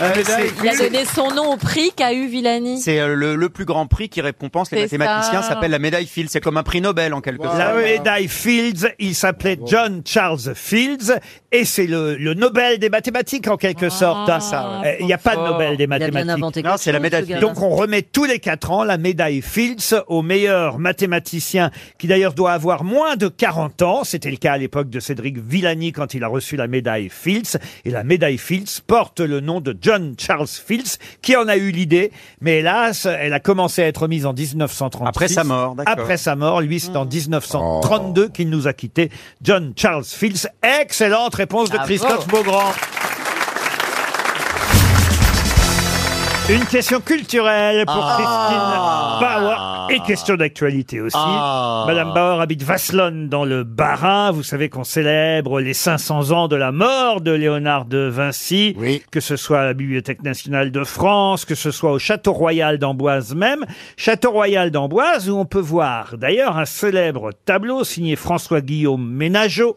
Speaker 14: Euh, c'est-
Speaker 4: Il a donné son nom au prix qu'a eu Villani.
Speaker 14: C'est euh, le, le plus grand prix qui récompense les
Speaker 4: C'est
Speaker 14: mathématiciens.
Speaker 4: ça.
Speaker 14: s'appelle la médaille Fields. C'est comme un prix Nobel en quelque sorte.
Speaker 19: Ah
Speaker 18: hein.
Speaker 1: La médaille Fields, il s'appelait John Charles Fields, et c'est le, le Nobel des mathématiques en quelque sorte. hein.
Speaker 18: ça,
Speaker 1: Euh, Il n'y a pas de Nobel des
Speaker 18: Ah. bien
Speaker 1: mathématiques.
Speaker 18: inventé Non, quelque c'est la chose, médaille ce Fields. gars-là.
Speaker 1: Donc on remet tous les quatre ans la médaille Fields au meilleur mathématicien, qui d'ailleurs doit avoir moins de 40 ans. C'était le cas à l'époque de Cédric Villani quand il a reçu la médaille Fields. Et la médaille Fields porte le nom de John Charles Fields, qui en a eu l'idée. Mais hélas, elle a commencé à être mise en 1936.
Speaker 14: Après sa mort, d'accord.
Speaker 1: Après sa mort, lui, c'est en 1932 qu'il nous a quitté. John Charles Fields. Excellente réponse de
Speaker 14: Bravo.
Speaker 1: Christophe Beaugrand. Une question culturelle pour
Speaker 14: Ah.
Speaker 1: Christine Bauer et question d'actualité aussi.
Speaker 14: Ah.
Speaker 1: Madame Bauer habite Vasselonne dans le Bas-Rhin. Vous savez qu'on célèbre les 500 ans de la mort de Léonard de Vinci, que ce soit à la Bibliothèque nationale de France, que ce soit au Château Royal d'Amboise même. Château Royal d'Amboise où on peut voir d'ailleurs un célèbre tableau signé François-Guillaume Ménageot.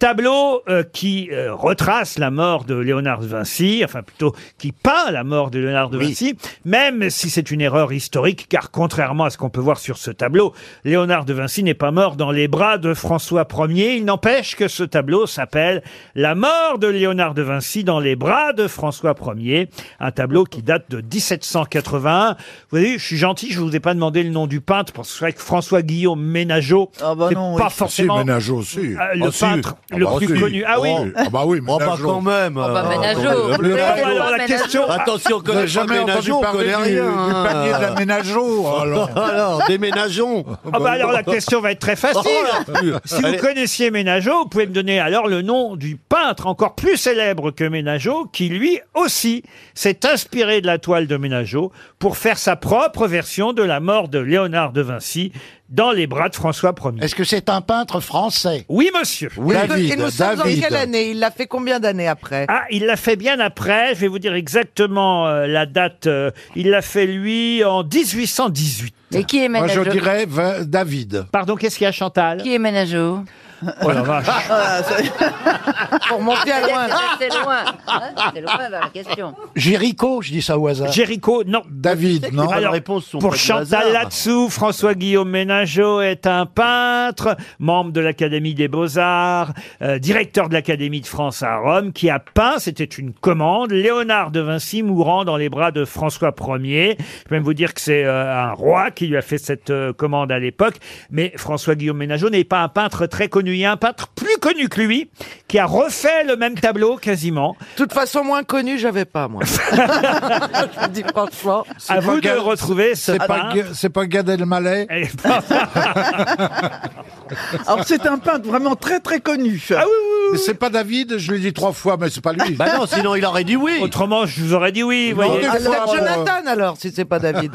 Speaker 1: Tableau euh, qui euh, retrace la mort de Léonard de Vinci, enfin plutôt qui peint la mort de Léonard de Vinci, même si c'est une erreur historique, car contrairement à ce qu'on peut voir sur ce tableau, Léonard de Vinci n'est pas mort dans les bras de François Ier. Il n'empêche que ce tableau s'appelle La mort de Léonard de Vinci dans les bras de François Ier, un tableau qui date de 1781. Vous voyez, je suis gentil, je vous ai pas demandé le nom du peintre, parce que c'est vrai que François-Guillaume Ménageot,
Speaker 16: Bah
Speaker 1: c'est pas forcément...
Speaker 16: Ménageot, si. bah
Speaker 1: Ah, le peintre le plus connu. Ah oui.
Speaker 16: Ah bah oui,
Speaker 1: Oh, bah,
Speaker 16: Ménageot.
Speaker 1: quand même. Oh, bah,
Speaker 16: Ah,
Speaker 1: Ménageot.
Speaker 16: quand même.
Speaker 1: Ménageot. Alors, alors, la question- Attention, on connaît
Speaker 16: Vous
Speaker 1: pas
Speaker 16: avez jamais entendu
Speaker 1: Ménageot, on
Speaker 16: parler
Speaker 1: connaît
Speaker 16: du,
Speaker 1: rien.
Speaker 16: du panier de la Ménageot. Oh, Alors,
Speaker 1: déménageons. hein. Ah bah alors la question va être très facile.
Speaker 16: Oh là.
Speaker 1: si vous
Speaker 16: Allez.
Speaker 1: connaissiez Ménageot, vous pouvez me donner alors le nom du peintre encore plus célèbre que Ménageot, qui lui aussi s'est inspiré de la toile de Ménageot pour faire sa propre version de la mort de Léonard de Vinci dans les bras de François Ier.
Speaker 16: Est-ce que c'est un peintre français
Speaker 1: Oui, monsieur.
Speaker 20: et nous sommes en quelle année Il l'a fait combien d'années après
Speaker 1: Ah, il l'a fait bien après, je vais vous dire exactement euh, la date. euh, il l'a fait lui en 1818.
Speaker 21: Et qui est
Speaker 16: Moi, je
Speaker 21: Ménageot
Speaker 16: dirais v- David.
Speaker 1: Pardon, qu'est-ce qu'il y a, Chantal
Speaker 21: Qui est Ménageot
Speaker 1: Oh la vache.
Speaker 20: Pour monter à loin.
Speaker 21: C'est loin. Hein, C'est loin vers la question.
Speaker 16: Jéricho, je dis ça au hasard.
Speaker 1: Jéricho, non.
Speaker 16: David, non.
Speaker 1: Alors, pour Chantal Latsou, François-Guillaume Ménageot est un peintre, membre de l'Académie des Beaux-Arts, euh, directeur de l'Académie de France à Rome, qui a peint, c'était une commande, Léonard de Vinci mourant dans les bras de François Ier. Je peux même vous dire que c'est euh, un roi qui lui a fait cette euh, commande à l'époque, mais François-Guillaume Ménageot n'est pas un peintre très connu. Il y a un peintre plus connu que lui, qui a refait le même tableau quasiment.
Speaker 20: De toute façon, moins connu, j'avais pas, moi. je vous dis franchement.
Speaker 1: À vous de retrouver ce
Speaker 16: C'est pas,
Speaker 1: peintre.
Speaker 16: Gu- c'est pas Gad Elmaleh
Speaker 1: Eh, Alors, c'est
Speaker 16: un peintre vraiment très très connu.
Speaker 1: Ah oui,
Speaker 16: C'est pas David, je l'ai dit trois fois, mais c'est pas lui.
Speaker 20: Bah non, sinon, il aurait dit oui.
Speaker 1: Autrement, je vous aurais dit oui.
Speaker 16: Non,
Speaker 20: Ah,
Speaker 16: des
Speaker 20: c'est
Speaker 16: fois,
Speaker 20: peut-être
Speaker 16: euh,
Speaker 20: Jonathan, alors, si c'est pas David.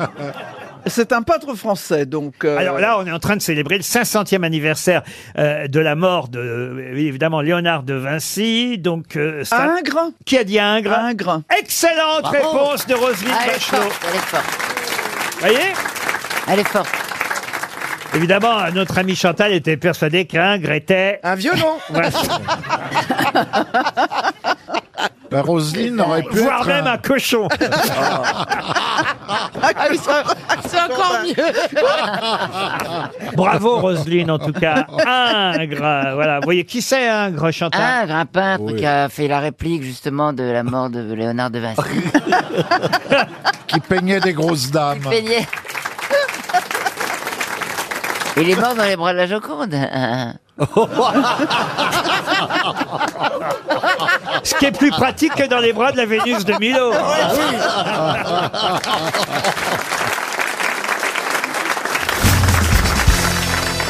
Speaker 1: C'est un peintre français, donc.
Speaker 21: euh,
Speaker 1: Alors là, on est en train de célébrer le 500e anniversaire euh, de la mort de, euh, évidemment, Léonard de Vinci. Donc, euh, ça-
Speaker 20: Ingres
Speaker 1: Qui a dit Ingres Ingres. Excellente
Speaker 21: Bravo.
Speaker 1: réponse de Roselyne
Speaker 21: Ah, elle est
Speaker 1: Bachelot.
Speaker 21: forte, Elle est forte.
Speaker 1: Vous voyez
Speaker 21: Elle est forte.
Speaker 1: Évidemment, notre amie Chantal était persuadée qu'Ingres était.
Speaker 20: Un violon
Speaker 16: Bah, Roselyne aurait pu
Speaker 1: Voire
Speaker 16: être
Speaker 1: même
Speaker 16: un-
Speaker 1: un cochon.
Speaker 20: Ah. C'est encore
Speaker 21: mieux.
Speaker 1: Bravo Roselyne en tout cas. Ingres, voilà. Vous voyez qui c'est Ingres, Chantal
Speaker 21: Ingres, un peintre qui a fait la réplique justement de la mort de Léonard de Vinci.
Speaker 16: qui peignait des grosses dames.
Speaker 21: Peignet. Il est mort dans les bras de la Joconde. hein.
Speaker 1: Ce qui est plus pratique que dans les bras de la Vénus de Milo.
Speaker 20: Ah
Speaker 1: Alors,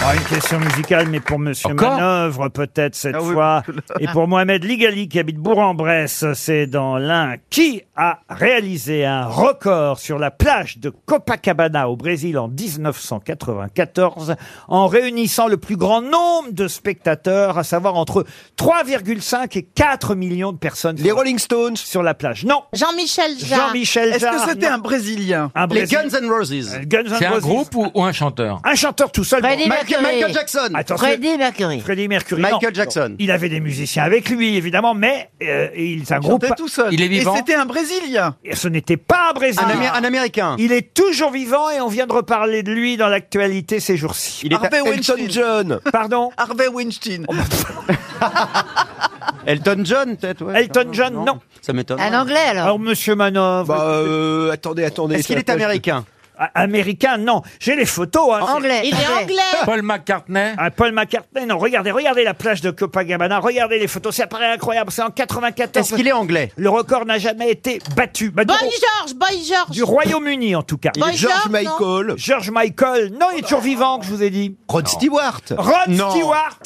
Speaker 1: Ah, une question musicale, mais pour Monsieur Manœuvre, peut-être cette fois. Et pour Mohamed Ligali, qui habite Bourg-en-Bresse, c'est dans l'un qui a réalisé un record sur la plage de Copacabana au Brésil en 1994 en réunissant le plus grand nombre de spectateurs, à savoir entre 3,5 et 4 millions de personnes. Les Rolling Stones Sur la plage. Non.
Speaker 12: Jean-Michel Jarre.
Speaker 1: Jean-Michel
Speaker 12: Est-ce que
Speaker 1: Jarre,
Speaker 12: c'était
Speaker 1: non.
Speaker 12: un Brésilien
Speaker 1: Un
Speaker 14: Les
Speaker 1: Brésil-
Speaker 14: Guns N' Roses.
Speaker 1: Euh, Guns N'
Speaker 22: C'est un
Speaker 1: Roses. Ah,
Speaker 22: groupe ou, ou un chanteur
Speaker 1: Un chanteur tout seul.
Speaker 14: Freddie Mercury.
Speaker 1: Attention.
Speaker 14: Freddie
Speaker 1: Mercury. Freddie Mercury.
Speaker 14: Michael
Speaker 1: non.
Speaker 14: Jackson.
Speaker 1: Il avait des musiciens avec lui, évidemment, mais euh, il c'est un groupe.
Speaker 14: chantait tout seul. Il est vivant Et c'était un Brésilien.
Speaker 1: Et ce n'était pas un Brésilien.
Speaker 14: Un Amé- un
Speaker 1: Américain. Il est toujours vivant et on vient de reparler de lui dans l'actualité ces jours-ci.
Speaker 14: Il est à Harvey Winston Elton. John.
Speaker 1: Pardon
Speaker 14: Harvey Weinstein.
Speaker 1: Elton John, peut-être. Elton John, non.
Speaker 14: Ça m'étonne.
Speaker 1: Un anglais alors. Alors Monsieur euh, Manov.
Speaker 14: Bah, euh, attendez, attendez. Est-ce qu'il est
Speaker 1: ça,
Speaker 14: américain
Speaker 1: Ah, Américain, non. J'ai les photos. hein.
Speaker 12: Anglais. Il est anglais.
Speaker 1: Paul McCartney. Ah, Paul McCartney, non. Regardez, regardez la plage de Copacabana. Regardez les photos. Ça paraît incroyable. C'est en 94.
Speaker 14: Est-ce qu'il est anglais
Speaker 1: Le record n'a jamais été battu. Bah, du,
Speaker 12: Boy
Speaker 1: Ro-
Speaker 12: George, Boy George.
Speaker 1: du Royaume-Uni, en tout cas.
Speaker 12: Il est Boy George George, Michael.
Speaker 1: George Michael. Non, il est toujours vivant, que je vous ai dit.
Speaker 14: Rod Stewart.
Speaker 1: Rod
Speaker 14: Non.
Speaker 1: Stewart.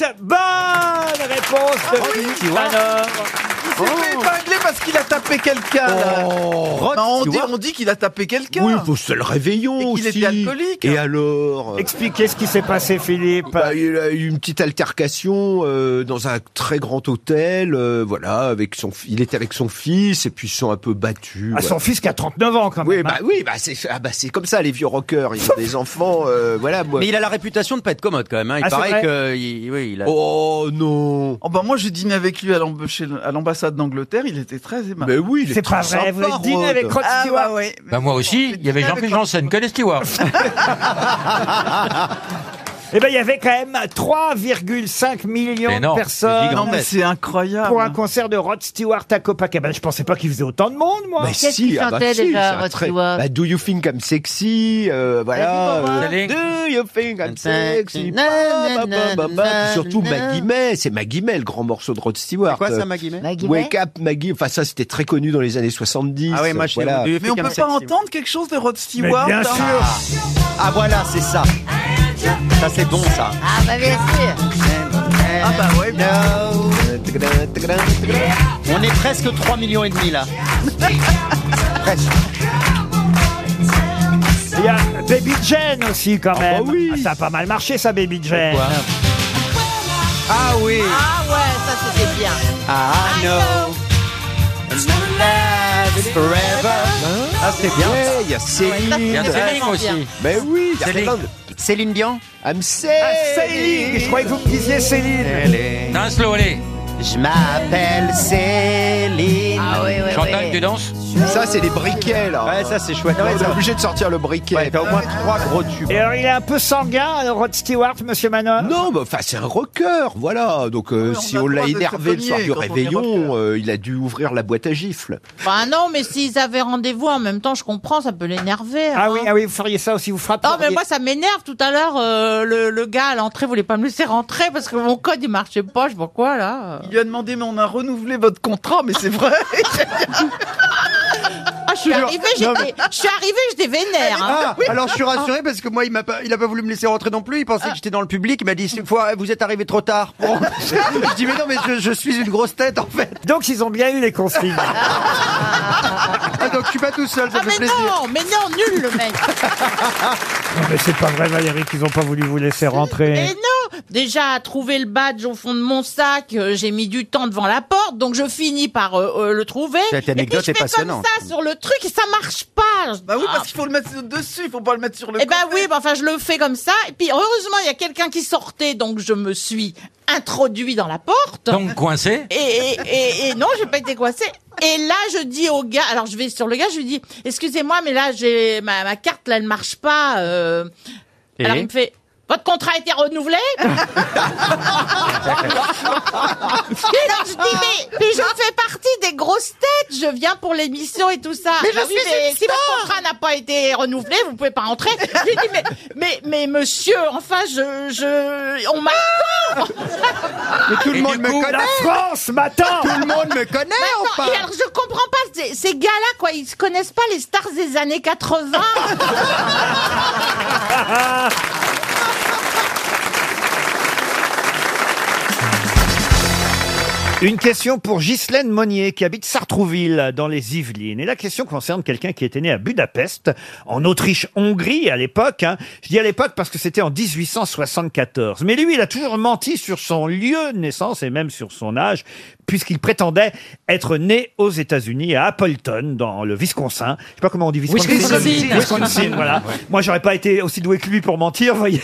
Speaker 1: Bonne réponse de
Speaker 12: Ah,
Speaker 1: Philippe Manœuvre.
Speaker 14: Il s'est fait épingler parce qu'il a tapé quelqu'un.
Speaker 19: Ah.
Speaker 14: là.
Speaker 1: Rod
Speaker 14: Oh,
Speaker 19: Bah,
Speaker 14: Non, on, dit,
Speaker 1: Stewart.
Speaker 14: on dit qu'il a tapé quelqu'un. Oui,
Speaker 1: c'est le réveillon
Speaker 14: Et qu'il était alcoolique.
Speaker 1: Et alors Expliquez ce qui s'est passé, Philippe.
Speaker 19: euh, Bah, il a eu une petite altercation euh, dans un très grand hôtel, euh, voilà, avec son, fi- il était avec son fils et puis ils se sont un peu battus.
Speaker 1: à
Speaker 19: voilà.
Speaker 1: Ah, son fils qui a 39 ans, quand même. hein.
Speaker 19: Oui, bah oui, bah c'est ah, bah, c'est comme ça les vieux rockers, ils ont des enfants, euh, voilà. moi-
Speaker 14: Mais il a la réputation de pas être commode quand même. hein. Il
Speaker 19: Ah, c'est
Speaker 14: paraît
Speaker 19: vrai
Speaker 14: que. il- oui, il a...
Speaker 19: Oh non
Speaker 23: Oh bah moi j'ai dîné avec lui à l'amb- chez- à l'ambassade d'Angleterre, il était très aimable.
Speaker 19: Mais oui, il est C'est très pas vrai, sympa, vous avez dîné Rod. avec Rod
Speaker 23: Ah
Speaker 1: Stewart
Speaker 23: bah ouais.
Speaker 22: Bah moi aussi, il y avait Jean-Pierre Janssen, que les Stewart.
Speaker 1: Eh ben, il y avait quand même 3,5 millions
Speaker 22: C'est énorme.
Speaker 1: de personnes.
Speaker 23: Non, mais c'est incroyable.
Speaker 1: Pour un concert de Rod Stewart à Copacabana. Je pensais pas qu'il faisait autant de monde, moi.
Speaker 19: Bah si, ah bah si, c'est un très- bah, Do you think I'm sexy euh, Voilà.
Speaker 1: Vas-y,
Speaker 19: euh, do you think I'm sexy Bah, Ba, ba, ba, ba, ba. Puis Surtout Maggie May, c'est Maggie May, le grand morceau de Rod Stewart.
Speaker 14: C'est quoi, ça,
Speaker 19: Euh,
Speaker 14: Maggie May Maggie May
Speaker 19: Wake up, Maggie. Enfin, ça, c'était très connu dans les années 70.
Speaker 14: Ah ouais, moi, je-
Speaker 19: voilà.
Speaker 14: Do you
Speaker 23: Mais on peut pas entendre quelque chose de Rod Stewart
Speaker 19: bien
Speaker 23: hein
Speaker 19: sûr.
Speaker 14: Ah voilà, c'est ça. Ça c'est bon ça.
Speaker 21: Ah bah bien sûr.
Speaker 14: Ah bah ouais. On est presque 3 millions et demi là.
Speaker 1: Il y a Baby Jane aussi, quand
Speaker 19: bah
Speaker 1: même. Ah, Ça a pas mal marché, ça, Baby Jane.
Speaker 14: Ah oui.
Speaker 12: Ah ouais, ça c'était bien.
Speaker 14: Ah, I know. Forever. Ah c'est bien.
Speaker 19: Ouais, il y a
Speaker 14: Ouais, ça,
Speaker 19: Céline.
Speaker 14: c'est Il y a Céline vraiment aussi. Ben bien.
Speaker 19: Mais oui, il y a
Speaker 14: Céline.
Speaker 19: plein de-
Speaker 14: Céline Dion. Ah,
Speaker 19: I'm sailing.
Speaker 1: Je croyais que vous me disiez Céline.
Speaker 22: Danse-le, allez.
Speaker 14: Je m'appelle Céline.
Speaker 21: Ah oui, oui,
Speaker 22: Chantal,
Speaker 21: oui.
Speaker 22: tu danses
Speaker 19: Ça, c'est des briquets, là.
Speaker 14: Ouais, ça c'est chouette.
Speaker 19: On
Speaker 14: Ouais,
Speaker 19: est
Speaker 14: ça-
Speaker 19: obligé de sortir le briquet.
Speaker 14: Ouais, t'as au moins
Speaker 19: trois gros tubes.
Speaker 1: Et alors, il est un peu sanguin, alors, Rod Stewart, monsieur Manon
Speaker 19: Non, mais enfin, c'est un rocker, voilà. Donc, euh, si
Speaker 23: a
Speaker 19: on
Speaker 23: le
Speaker 19: l'a
Speaker 23: droit de se
Speaker 19: énervé le soir
Speaker 23: cogner
Speaker 19: du
Speaker 23: quand on est
Speaker 19: réveillon, euh, il a dû ouvrir la boîte à gifles.
Speaker 12: Bah non, mais s'ils avaient rendez-vous en même temps, je comprends, ça peut l'énerver.
Speaker 1: Ah
Speaker 12: hein.
Speaker 1: oui, ah oui, vous feriez ça aussi, vous frappez.
Speaker 12: Oh mais moi ça m'énerve tout à l'heure euh, le, le gars à l'entrée voulait pas me laisser rentrer parce que mon code il marchait pas je vois quoi là
Speaker 23: Il lui a demandé mais on a renouvelé votre contrat mais c'est vrai.
Speaker 12: ah, je suis arrivée j'étais je suis arrivée j'étais vénère hein.
Speaker 14: Ah, alors je suis rassuré parce que moi il m'a pas, il a pas voulu me laisser rentrer non plus. Il
Speaker 12: Ah.
Speaker 14: pensait que j'étais dans le public. Il m'a dit une fois vous êtes arrivé trop tard. Bon. je dis mais non mais je, je suis une grosse tête en fait.
Speaker 1: Donc, ils ont bien eu les consignes.
Speaker 14: Ah, donc je suis pas tout seul. Ça
Speaker 12: Ah,
Speaker 14: fait
Speaker 12: mais
Speaker 14: plaisir.
Speaker 12: non mais non nul le mec
Speaker 1: Non, mais c'est pas vrai, Valérie, qu'ils ont pas voulu vous laisser
Speaker 12: mais
Speaker 1: rentrer.
Speaker 12: non déjà à trouver le badge au fond de mon sac euh, j'ai mis du temps devant la porte donc je finis par euh, euh, le trouver
Speaker 14: Cette
Speaker 12: et
Speaker 14: anecdote
Speaker 12: puis je
Speaker 14: est
Speaker 12: fais
Speaker 14: passionnante.
Speaker 12: comme ça sur le truc et ça marche pas Alors, je-
Speaker 23: bah oui
Speaker 12: Ah,
Speaker 23: parce qu'il faut le mettre dessus, il faut pas le mettre sur le.
Speaker 12: Eh ben oui, ben enfin je le fais comme ça. Et puis heureusement il y a quelqu'un qui sortait, donc je me suis introduit dans la porte.
Speaker 22: Donc coincé
Speaker 12: Et, et, et, et non, j'ai pas été coincée. Et là je dis au gars, alors je vais sur le gars, je lui dis excusez-moi, mais là j'ai ma, ma carte là elle marche pas. euh.
Speaker 14: Et
Speaker 12: alors il me fait votre contrat a été renouvelé Et alors je dis mais, mais je fais partie des grosses têtes, je viens pour l'émission et tout ça.
Speaker 14: Mais
Speaker 12: Ah
Speaker 14: je suis une
Speaker 12: si votre contrat n'a pas été renouvelé, vous pouvez pas rentrer. Je lui dis mais mais mais monsieur, enfin je je on m'a
Speaker 14: Mais tout le monde me
Speaker 1: La
Speaker 14: connaît.
Speaker 1: France m'attend
Speaker 14: Tout le monde me connaît
Speaker 12: Attends,
Speaker 14: enfin.
Speaker 12: et alors je comprends pas ces, ces gars-là quoi, ils se connaissent pas les stars des années 80.
Speaker 1: Une question pour Ghislaine Monnier qui habite Sartrouville dans les Yvelines. Et la question concerne quelqu'un qui était né à Budapest, en Autriche-Hongrie à l'époque. hein. Je dis à l'époque parce que c'était en 1874. Mais lui, il a toujours menti sur son lieu de naissance et même sur son âge, puisqu'il prétendait être né aux États-Unis à Appleton, dans le Wisconsin. Je sais pas comment on dit Wisconsin.
Speaker 22: Wisconsin.
Speaker 1: Wisconsin, voilà.
Speaker 22: Ouais.
Speaker 1: Moi, j'aurais pas été aussi doué que lui pour mentir, voyez.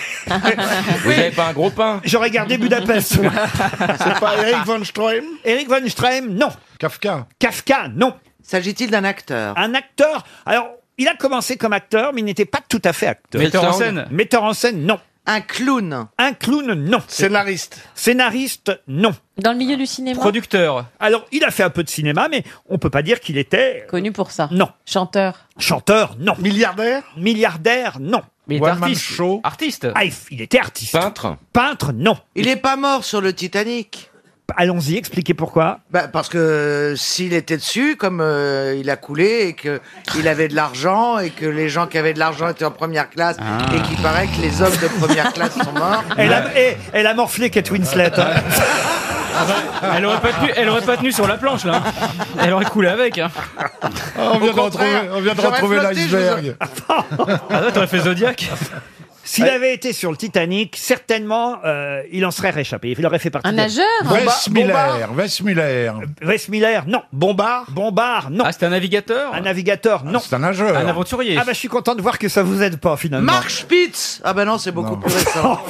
Speaker 22: Vous n'avez pas un gros pain
Speaker 1: J'aurais gardé Budapest.
Speaker 22: C'est pas Eric
Speaker 1: von Stroheim Eric von Stroheim, non. Kafka Kafka, non.
Speaker 20: S'agit-il d'un acteur
Speaker 1: Un acteur Alors, il a commencé comme acteur, mais il n'était pas tout à fait acteur.
Speaker 20: Metteur en scène
Speaker 1: Metteur en scène, non. Un clown Un clown, non. Scénariste Scénariste, non.
Speaker 4: Dans le milieu du cinéma.
Speaker 1: Producteur Alors, il a fait un peu de cinéma, mais on peut pas dire qu'il était...
Speaker 4: Connu pour ça.
Speaker 1: Non.
Speaker 4: Chanteur.
Speaker 1: Chanteur, non. Milliardaire Milliardaire, non. Mais
Speaker 20: il est One man artiste.
Speaker 1: Artiste Il était artiste. Peintre Peintre, non.
Speaker 20: Il n'est pas mort sur le Titanic.
Speaker 1: Allons-y, expliquez pourquoi.
Speaker 20: Bah, parce que euh, s'il était dessus, comme euh, il a coulé et que il avait de l'argent et que les gens qui avaient de l'argent étaient en première classe
Speaker 1: Ah.
Speaker 20: et qu'il paraît que les hommes de première classe sont morts.
Speaker 1: Elle a, eh, elle a morflé Kate Winslet. hein.
Speaker 3: Elle aurait, pas tenu, elle aurait pas tenu sur la planche, là. Elle aurait coulé avec. Hein.
Speaker 1: Oh,
Speaker 16: Ah, on vient de retrouver, on vient de retrouver l'iceberg.
Speaker 3: Ah ouais, t'aurais fait Zodiac.
Speaker 1: S'il avait été sur le Titanic, certainement, euh, il en serait réchappé. Il aurait fait partie.
Speaker 4: Un
Speaker 1: de-
Speaker 4: nageur
Speaker 16: Westmiller, Westmiller.
Speaker 1: Westmiller, non. Bombard Bombard, non. Ah, c'est un navigateur Un navigateur, non.
Speaker 16: Ah, C'est un nageur.
Speaker 3: Un aventurier.
Speaker 1: Ah bah je suis content de voir que ça vous aide pas finalement.
Speaker 20: Marc Spitz Ah ben non, c'est beaucoup plus récent.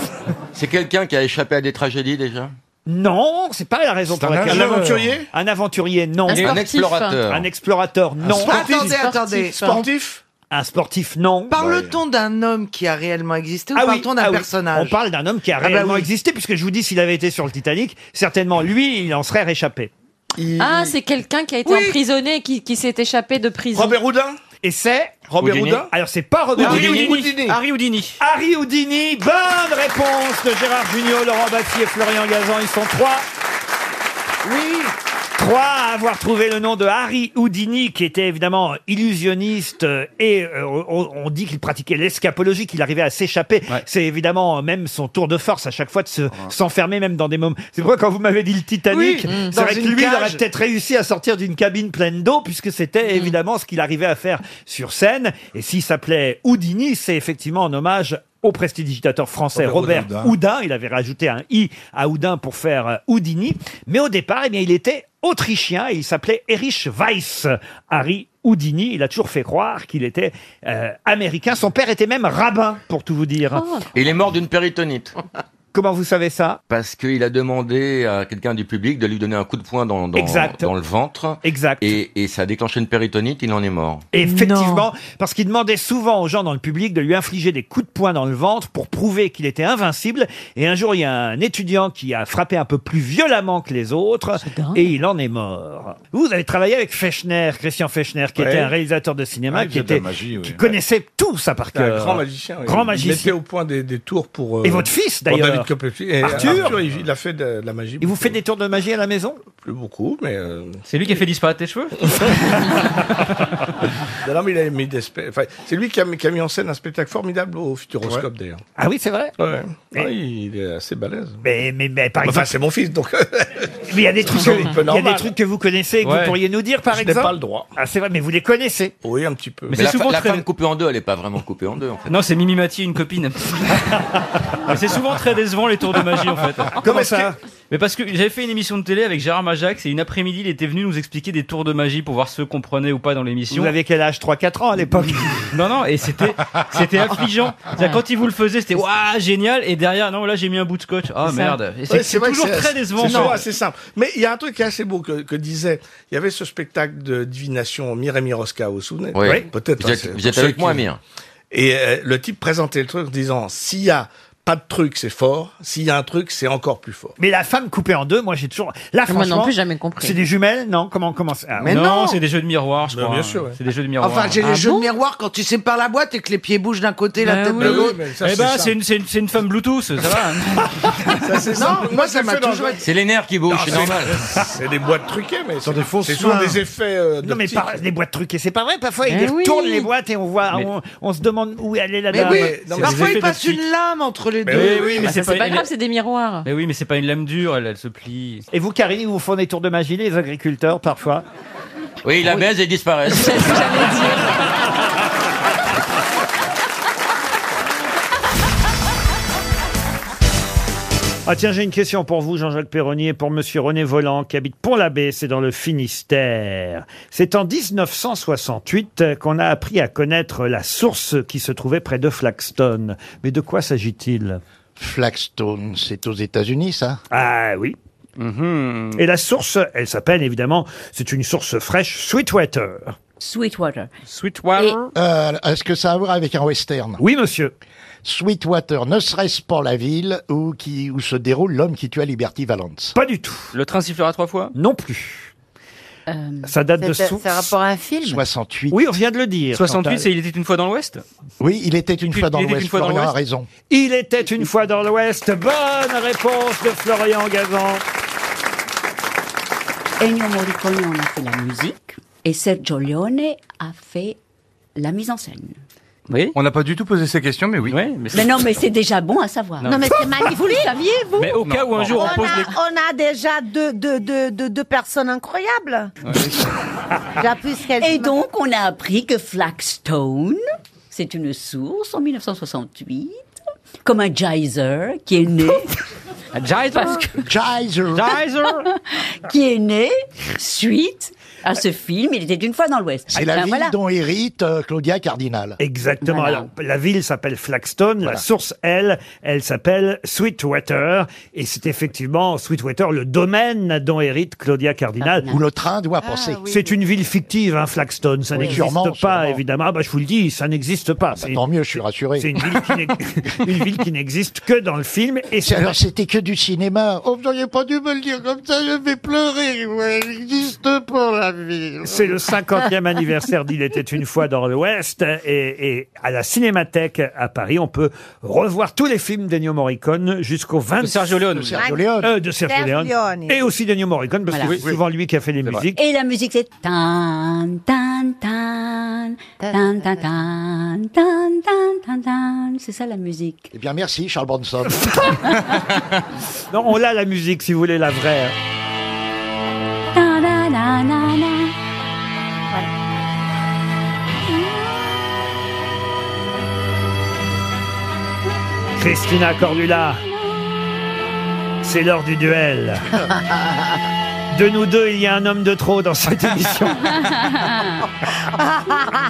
Speaker 24: C'est quelqu'un qui a échappé à des tragédies déjà
Speaker 1: Non, c'est pas la raison
Speaker 24: C'est
Speaker 1: pour
Speaker 24: un
Speaker 1: laquelle.
Speaker 24: nageur. Un aventurier
Speaker 1: Un aventurier, non.
Speaker 24: Un Un sportif. explorateur.
Speaker 1: Un explorateur, non.
Speaker 20: sportif. Attendez, attendez. Sportif
Speaker 1: Un sportif, non.
Speaker 20: Parle-t-on d'un homme qui a réellement existé ou
Speaker 1: Ah oui,
Speaker 20: parle-t-on d'un
Speaker 1: ah oui.
Speaker 20: personnage
Speaker 1: On parle d'un homme qui a
Speaker 20: Ah bah
Speaker 1: réellement
Speaker 20: oui.
Speaker 1: existé, puisque je vous dis, s'il avait été sur le Titanic, certainement lui, il en serait réchappé.
Speaker 4: Ah, c'est quelqu'un qui a été
Speaker 1: Oui.
Speaker 4: emprisonné et qui, qui s'est échappé de prison.
Speaker 1: Houdin Et c'est
Speaker 3: Robert Houdini. Houdin
Speaker 1: Alors c'est pas Robert
Speaker 3: Harry
Speaker 1: Houdini.
Speaker 3: Houdini. Harry Houdini.
Speaker 1: Harry Houdini, bonne réponse de Gérard Junior, Laurent Baffi et Florian Gazan, ils sont trois. Oui Trois à avoir trouvé le nom de Harry Houdini, qui était évidemment illusionniste euh, et euh, on, on dit qu'il pratiquait l'escapologie, qu'il arrivait à s'échapper. C'est évidemment euh, même son tour de force à chaque fois de se- s'enfermer, même dans des moments. C'est pourquoi quand vous m'avez dit le Titanic,
Speaker 20: Oui,
Speaker 1: c'est
Speaker 20: dans
Speaker 1: vrai que
Speaker 20: une
Speaker 1: lui, il aurait
Speaker 20: cage.
Speaker 1: peut-être réussi à sortir d'une cabine pleine d'eau, puisque c'était évidemment ce qu'il arrivait à faire sur scène. Et s'il s'appelait Houdini, c'est effectivement en hommage au prestidigitateur français Robert,
Speaker 16: Robert
Speaker 1: Houdin. Il avait rajouté un i à Houdin pour faire euh, Houdini. Mais au départ, eh bien, il était autrichien et il s'appelait Erich Weiss. Harry Houdini, il a toujours fait croire qu'il était euh, américain. Son père était même rabbin, pour tout vous dire.
Speaker 24: Il est mort d'une péritonite.
Speaker 1: Comment vous savez ça
Speaker 24: Parce qu'il a demandé à quelqu'un du public de lui donner un coup de poing dans, dans,
Speaker 1: Exact.
Speaker 24: dans le ventre.
Speaker 1: Exact.
Speaker 24: Et, et ça a déclenché une péritonite, il en est mort.
Speaker 1: Effectivement, parce qu'il demandait souvent aux gens dans le public de lui infliger des coups de poing dans le ventre pour prouver qu'il était invincible. Et un jour, il y a un étudiant qui a frappé un peu plus violemment que les autres et il en est mort. Vous avez travaillé avec Fechner, Christian Fechner, qui
Speaker 6: Ouais.
Speaker 1: était un réalisateur de cinéma,
Speaker 6: Ouais, il
Speaker 1: qui,
Speaker 6: faisait de la
Speaker 1: était,
Speaker 6: magie, oui.
Speaker 1: qui connaissait tout ça par
Speaker 6: C'était un
Speaker 1: cœur.
Speaker 6: grand magicien. oui.
Speaker 1: euh, Grand
Speaker 6: Il mettait
Speaker 1: magicien.
Speaker 6: au point des, des tours pour. euh,
Speaker 1: Et votre fils,
Speaker 6: pour
Speaker 1: d'ailleurs.
Speaker 6: David Copperfield. Et euh,
Speaker 1: Arthur.
Speaker 6: il, il a fait de, de la magie.
Speaker 1: Il vous fait des tours de magie à la maison
Speaker 6: Plus beaucoup, mais. euh,
Speaker 3: C'est lui qui a fait disparaître tes cheveux
Speaker 6: Non, non, mais il a mis des. spe- Enfin, c'est lui qui a, mis- qui a mis en scène un spectacle formidable au Futuroscope, d'ailleurs.
Speaker 1: Ah oui, c'est vrai
Speaker 6: Ouais. Ouais, il est assez balèze.
Speaker 1: Mais, mais, mais par
Speaker 6: Enfin,
Speaker 1: exemple-
Speaker 6: c'est mon fils, donc. euh,
Speaker 1: Mais il y a des trucs,
Speaker 6: C'est un
Speaker 1: que,
Speaker 6: peu
Speaker 1: il y a des
Speaker 6: normal.
Speaker 1: trucs que vous connaissez et que
Speaker 6: Ouais.
Speaker 1: vous pourriez nous dire, par
Speaker 6: Je n'ai
Speaker 1: exemple.
Speaker 6: pas le droit.
Speaker 1: Ah, c'est vrai, mais vous les connaissez.
Speaker 6: Oui, un petit peu.
Speaker 3: Mais
Speaker 24: Mais,
Speaker 3: c'est
Speaker 24: la, fa-
Speaker 3: souvent
Speaker 24: la
Speaker 3: très-
Speaker 24: femme coupée en deux, elle n'est pas vraiment coupée en deux. En fait.
Speaker 3: Non, c'est Mimi Mati, une copine. Mais c'est souvent très décevant les tours de magie en fait.
Speaker 1: Comment ça
Speaker 3: Mais parce que j'avais fait une émission de télé avec Gérard Majax et une après-midi, il était venu nous expliquer des tours de magie pour voir ceux qu'on prenait ou pas dans l'émission.
Speaker 1: Vous avez quel âge 3-4 ans à l'époque
Speaker 3: Non, non, et c'était, c'était affligeant. C'est-à-dire, Quand il vous le faisait, c'était waouh, génial. Et derrière, non, là, j'ai mis un bout de scotch. Ah
Speaker 6: C'est ça.
Speaker 3: merde. Et c'est,
Speaker 6: Ouais,
Speaker 3: c'est
Speaker 6: vrai que
Speaker 3: toujours
Speaker 6: c'est-
Speaker 3: très décevant.
Speaker 6: C'est souvent
Speaker 3: Non.
Speaker 6: assez simple. Mais il y a un truc qui est assez beau que, que disait. Il y avait ce spectacle de divination Mireille Miroska, vous vous souvenez
Speaker 24: Oui. Oui.
Speaker 6: Peut-être. hein,
Speaker 24: Vous êtes-
Speaker 6: c'est-
Speaker 24: vous êtes
Speaker 6: ceux
Speaker 24: avec moi, Amir.
Speaker 6: Et euh, le type présentait le truc en disant s'il y a pas de truc, c'est fort. S'il y a un truc, c'est encore plus fort.
Speaker 1: Mais la femme coupée en deux, moi j'ai toujours. Là,
Speaker 4: Moi non
Speaker 1: franchement,
Speaker 4: plus, jamais compris.
Speaker 1: C'est des jumelles, non Comment comment c'est- ah,
Speaker 3: non, c'est des jeux de miroir, je
Speaker 6: Ben,
Speaker 3: crois.
Speaker 6: bien sûr, ouais.
Speaker 3: C'est des jeux de miroir.
Speaker 20: Enfin, j'ai
Speaker 3: Ah
Speaker 20: les jeux
Speaker 3: bon
Speaker 20: de miroir quand tu sépares la boîte et que les pieds bougent d'un côté, la
Speaker 3: Ben
Speaker 1: Bah
Speaker 20: tête
Speaker 3: oui.
Speaker 20: de l'autre.
Speaker 3: eh ben, c'est une, c'est, une, c'est une femme Bluetooth, ça va. hein.
Speaker 20: Non, moi ça m'a toujours été.
Speaker 24: C'est les nerfs qui bougent,
Speaker 6: Ah,
Speaker 24: c'est
Speaker 6: c'est-
Speaker 24: normal.
Speaker 6: C'est des boîtes truquées, mais c'est
Speaker 1: des fausses
Speaker 6: C'est souvent
Speaker 1: mains.
Speaker 6: des effets. euh,
Speaker 1: Non mais
Speaker 6: d'optique.
Speaker 1: par, les boîtes truquées, c'est pas vrai. Parfois ils
Speaker 20: Mais
Speaker 1: les retournent
Speaker 20: oui.
Speaker 1: les boîtes et on voit,
Speaker 20: Mais-
Speaker 1: on, on se demande où elle est la
Speaker 20: Mais
Speaker 1: dame. Bah,
Speaker 20: oui, parfois il passe une lame entre entre les
Speaker 3: Mais
Speaker 20: deux.
Speaker 3: oui, mais c'est
Speaker 4: C'est pas
Speaker 3: une-
Speaker 4: grave, c'est des miroirs.
Speaker 3: Mais oui, mais c'est pas une lame dure, elle, elle se plie.
Speaker 1: Et vous, Karine, vous font des tours de magie, les agriculteurs, parfois
Speaker 24: Oui, la baise et disparaissent.
Speaker 1: Ah tiens, j'ai une question pour vous, Jean-Jacques Perronnier, pour Monsieur René Volant, qui habite Pont-l'Abbé, c'est dans le Finistère. C'est en 1968 euh, qu'on a appris à connaître la source qui se trouvait près de Flaxton. Mais de quoi s'agit-il
Speaker 5: Flagstone, c'est aux États-Unis, ça
Speaker 1: Ah oui.
Speaker 3: Mm-hmm.
Speaker 1: Et la source, elle s'appelle évidemment, c'est une source fraîche, Sweetwater.
Speaker 5: Sweetwater.
Speaker 1: Sweetwater
Speaker 5: Euh, Est-ce que ça a à voir avec un western
Speaker 1: Oui, monsieur.
Speaker 5: Sweetwater, ne serait-ce pas la ville où, qui, où se déroule l'homme qui tua Liberty Valance
Speaker 1: Pas du tout.
Speaker 3: Le train sifflera trois fois
Speaker 1: Non plus.
Speaker 9: Euh,
Speaker 1: Ça date de
Speaker 21: c'est-
Speaker 1: source.
Speaker 21: c'est rapport à un film
Speaker 5: 68.
Speaker 1: Oui, on vient de le dire.
Speaker 3: 68,
Speaker 1: Chantal.
Speaker 3: c'est il était une fois dans l'Ouest
Speaker 5: Oui, il était une
Speaker 3: Il-
Speaker 5: fois dans
Speaker 3: il était
Speaker 5: l'Ouest.
Speaker 3: une fois dans
Speaker 5: Florian a
Speaker 3: l'Ouest
Speaker 5: raison.
Speaker 1: Il était une fois dans l'Ouest. Bonne réponse de Florian Gazan.
Speaker 10: Ennio Morricone en a fait la musique et Sergio Leone a fait la mise en scène.
Speaker 3: Oui.
Speaker 25: On n'a pas du tout posé ces questions, mais oui.
Speaker 10: Mais non, mais c'est déjà bon à savoir.
Speaker 25: Non, mais c'est magnifique.
Speaker 10: Vous le saviez, vous
Speaker 25: Mais au cas où un jour, on
Speaker 10: a-
Speaker 25: pose des-
Speaker 10: on a déjà deux, deux, deux, deux, deux personnes incroyables. Et donc, on a appris que Flagstone, c'est une source en 1968, comme un geyser qui est né. un
Speaker 3: geyser
Speaker 5: Geyser
Speaker 10: Qui est né suite à ce film, il était une fois dans l'Ouest.
Speaker 5: C'est
Speaker 10: Eh
Speaker 5: la
Speaker 10: ben
Speaker 5: ville
Speaker 10: voilà.
Speaker 5: dont hérite euh, Claudia Cardinal.
Speaker 1: Exactement.
Speaker 5: Voilà.
Speaker 1: Alors, la ville s'appelle Flagstone. La source, elle, elle s'appelle Sweetwater. Et c'est effectivement Sweetwater, le domaine dont hérite Claudia Cardinal.
Speaker 5: Où le train doit passer.
Speaker 10: Ah,
Speaker 1: C'est une ville fictive, hein, Flagstone. Ça
Speaker 5: Oui.
Speaker 1: n'existe
Speaker 5: Sûrement, Bah,
Speaker 1: pas, évidemment. Ah, bah, je vous le dis, ça n'existe pas. tant
Speaker 5: mieux, je suis rassuré.
Speaker 1: C'est une ville qui n'ex- une ville qui n'existe que dans le film. Et c'est-
Speaker 5: Alors c'était que du cinéma. Oh, vous n'auriez pas dû me le dire comme ça, je vais pleurer. Ouais, il n'existe pas la ville.
Speaker 1: C'est le 50e anniversaire d'Il était une fois dans l'Ouest. Et, et à la Cinémathèque à Paris, on peut revoir tous les films d'Ennio Morricone jusqu'au 20...
Speaker 3: De Sergio Leone.
Speaker 1: De Sergio Leone. Euh, de Sergio
Speaker 10: Sergio
Speaker 1: Leone.
Speaker 10: Leone.
Speaker 1: Et aussi d'Ennio Morricone, parce
Speaker 10: Voilà.
Speaker 1: que c'est souvent lui qui a fait les musiques.
Speaker 10: Et la musique, c'est tan, tan, tan, tan, tan, tan, tan, tan, tan, tan. C'est ça la musique.
Speaker 5: Eh bien merci Charles Bronson.
Speaker 1: Non, on l'a la musique, si vous voulez, la vraie.
Speaker 10: Ta, na, na, na, na. Voilà.
Speaker 1: Christina Cordula. C'est l'heure du duel. De nous deux, il y a un homme de trop dans cette émission.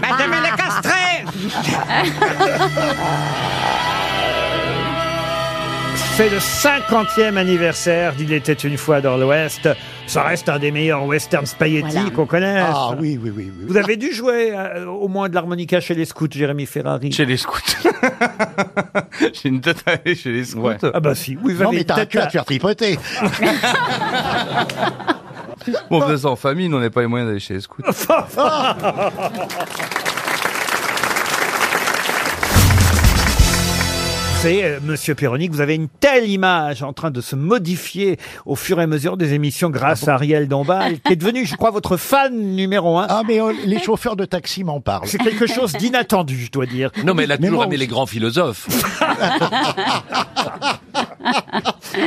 Speaker 10: Madame la
Speaker 1: C'est le 50e anniversaire d'Il était une fois dans l'Ouest. Ça reste un des meilleurs westerns spaghetti
Speaker 5: Voilà.
Speaker 1: qu'on connaisse.
Speaker 5: Ah oui, oui, oui. oui.
Speaker 1: Vous avez dû jouer euh, au moins de l'harmonica chez les scouts, Jérémy Ferrari. Chez
Speaker 25: les scouts. J'ai une tête à aller chez les scouts.
Speaker 1: Ah bah si, oui, vous
Speaker 5: non
Speaker 1: avez
Speaker 5: mais t'as un
Speaker 1: peut-être
Speaker 5: cul à
Speaker 1: un-
Speaker 5: te faire tripoter.
Speaker 25: Bon, on faisait ça en famille, nous, on n'avait pas les moyens d'aller chez les scouts.
Speaker 1: C'est, euh, monsieur Pironi, que vous avez une telle image en train de se modifier au fur et à mesure des émissions
Speaker 5: Ah
Speaker 1: grâce à Ariel Dombal, qui est devenu, je crois, votre fan numéro un.
Speaker 5: Ah, mais les chauffeurs de taxi m'en parlent.
Speaker 1: C'est quelque chose d'inattendu, je dois dire.
Speaker 25: Non, Ah, mais elle a toujours
Speaker 1: moi
Speaker 25: aimé les grands philosophes.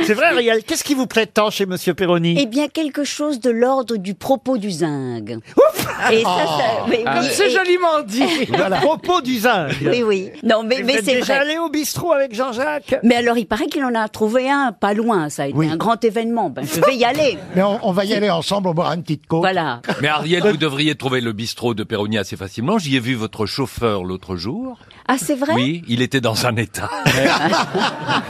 Speaker 1: C'est vrai, Ariel, qu'est-ce qui vous plaît tant chez monsieur Pironi
Speaker 10: Eh bien, quelque chose de l'ordre du propos du zinc. Et ça,
Speaker 1: Oh.
Speaker 10: ça- oui,
Speaker 1: Ah,
Speaker 10: oui, et-
Speaker 1: À propos du zinc.
Speaker 10: Oui, oui. Non, mais,
Speaker 1: Et vous
Speaker 10: mais
Speaker 1: êtes
Speaker 10: c'est
Speaker 1: déjà
Speaker 10: vrai.
Speaker 1: allé au bistrot avec Jean-Jacques
Speaker 10: Mais alors, il paraît qu'il en a trouvé un pas loin. Ça a été un grand événement. Ben, je vais y aller.
Speaker 5: Mais on, on va y aller ensemble, on boira une petite côte.
Speaker 10: Voilà.
Speaker 25: Mais Ariel, vous devriez trouver le bistrot de Perroni assez facilement. J'y ai vu votre chauffeur l'autre jour.
Speaker 10: Ah, c'est vrai
Speaker 25: Oui, il était dans un état.
Speaker 10: Ah,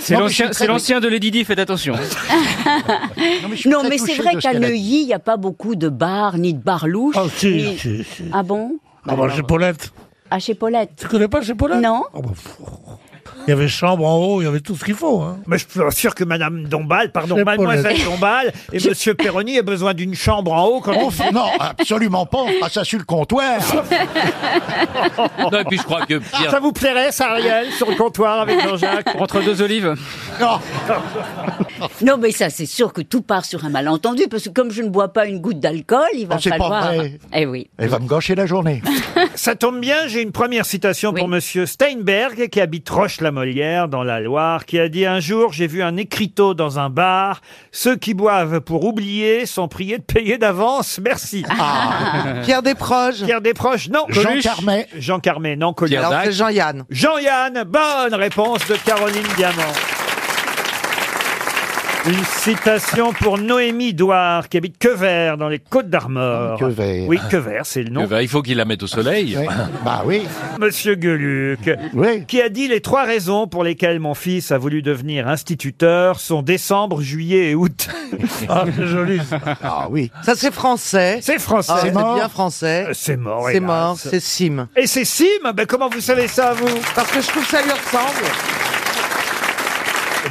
Speaker 3: C'est
Speaker 25: Non, mais je
Speaker 3: l'ancien-
Speaker 25: suis
Speaker 3: c'est
Speaker 25: très-
Speaker 3: l'ancien de Lady Di, faites attention.
Speaker 10: Non,
Speaker 3: très
Speaker 10: mais
Speaker 3: touché
Speaker 10: c'est vrai
Speaker 3: de ce
Speaker 10: qu'à
Speaker 3: qu'elle a dit.
Speaker 10: Neuilly, il n'y a pas beaucoup de bars, ni de bars louches.
Speaker 26: Ah, si,
Speaker 10: ni-
Speaker 26: si, si.
Speaker 10: Ah bon
Speaker 26: Ah bah, chez Paulette.
Speaker 10: Ah, chez Paulette. Tu connais pas chez Paulette Non.
Speaker 6: Oh, bah,
Speaker 26: Il y avait chambre en haut, il y avait tout ce qu'il faut. Hein.
Speaker 1: Mais je suis sûr que Madame Dombal, pardon,
Speaker 26: Chez
Speaker 1: Mademoiselle
Speaker 26: Paulette.
Speaker 1: Dombal et Monsieur Perroni aient besoin d'une chambre en haut. Quand
Speaker 5: On f- non, absolument pas, on fera ça sur le comptoir.
Speaker 25: Non, et puis je crois que Pierre...
Speaker 1: Ça vous plairait, ça, Ariel, sur le comptoir avec Jean-Jacques
Speaker 25: Entre deux olives
Speaker 10: Non, mais ça, c'est sûr que tout part sur un malentendu, parce que comme je ne bois pas une goutte d'alcool, il va
Speaker 5: Non, c'est pas
Speaker 10: falloir.
Speaker 5: vrai.
Speaker 10: Eh oui.
Speaker 5: Elle va me gâcher la journée.
Speaker 1: Ça tombe bien, j'ai une première citation pour Monsieur Steinberg qui habite roche la Molière dans la Loire qui a dit un jour j'ai vu un écriteau dans un bar. Ceux qui boivent pour oublier sont priés de payer d'avance. Merci. Ah.
Speaker 20: Pierre Desproges.
Speaker 1: Pierre Desproges, non.
Speaker 20: Jean
Speaker 1: Coluche.
Speaker 20: Carmet.
Speaker 1: Jean Carmet, non. Coluche.
Speaker 20: Alors, c'est Jean-Yann.
Speaker 1: Jean-Yann, bonne réponse de Caroline Diamant. Une citation pour Noémie Douard, qui habite Quevert, dans les Côtes d'Armor.
Speaker 25: Quevert.
Speaker 1: Oui, Quevert, c'est le nom.
Speaker 25: Eh ben, il faut qu'il la mette au soleil.
Speaker 1: Bah oui. Monsieur Gueluc, qui a dit les trois raisons pour lesquelles mon fils a voulu devenir instituteur sont décembre, juillet et août.
Speaker 20: Ah, c'est
Speaker 1: joli.
Speaker 20: Ah oui. Ça, c'est français.
Speaker 1: C'est français.
Speaker 20: Ah, c'est
Speaker 1: C'est mort.
Speaker 20: bien français.
Speaker 1: Euh, C'est mort.
Speaker 20: C'est
Speaker 1: hélas.
Speaker 20: mort, c'est Sim.
Speaker 1: Et c'est Sim ben, Comment vous savez ça, vous
Speaker 20: Parce que je trouve que ça lui ressemble.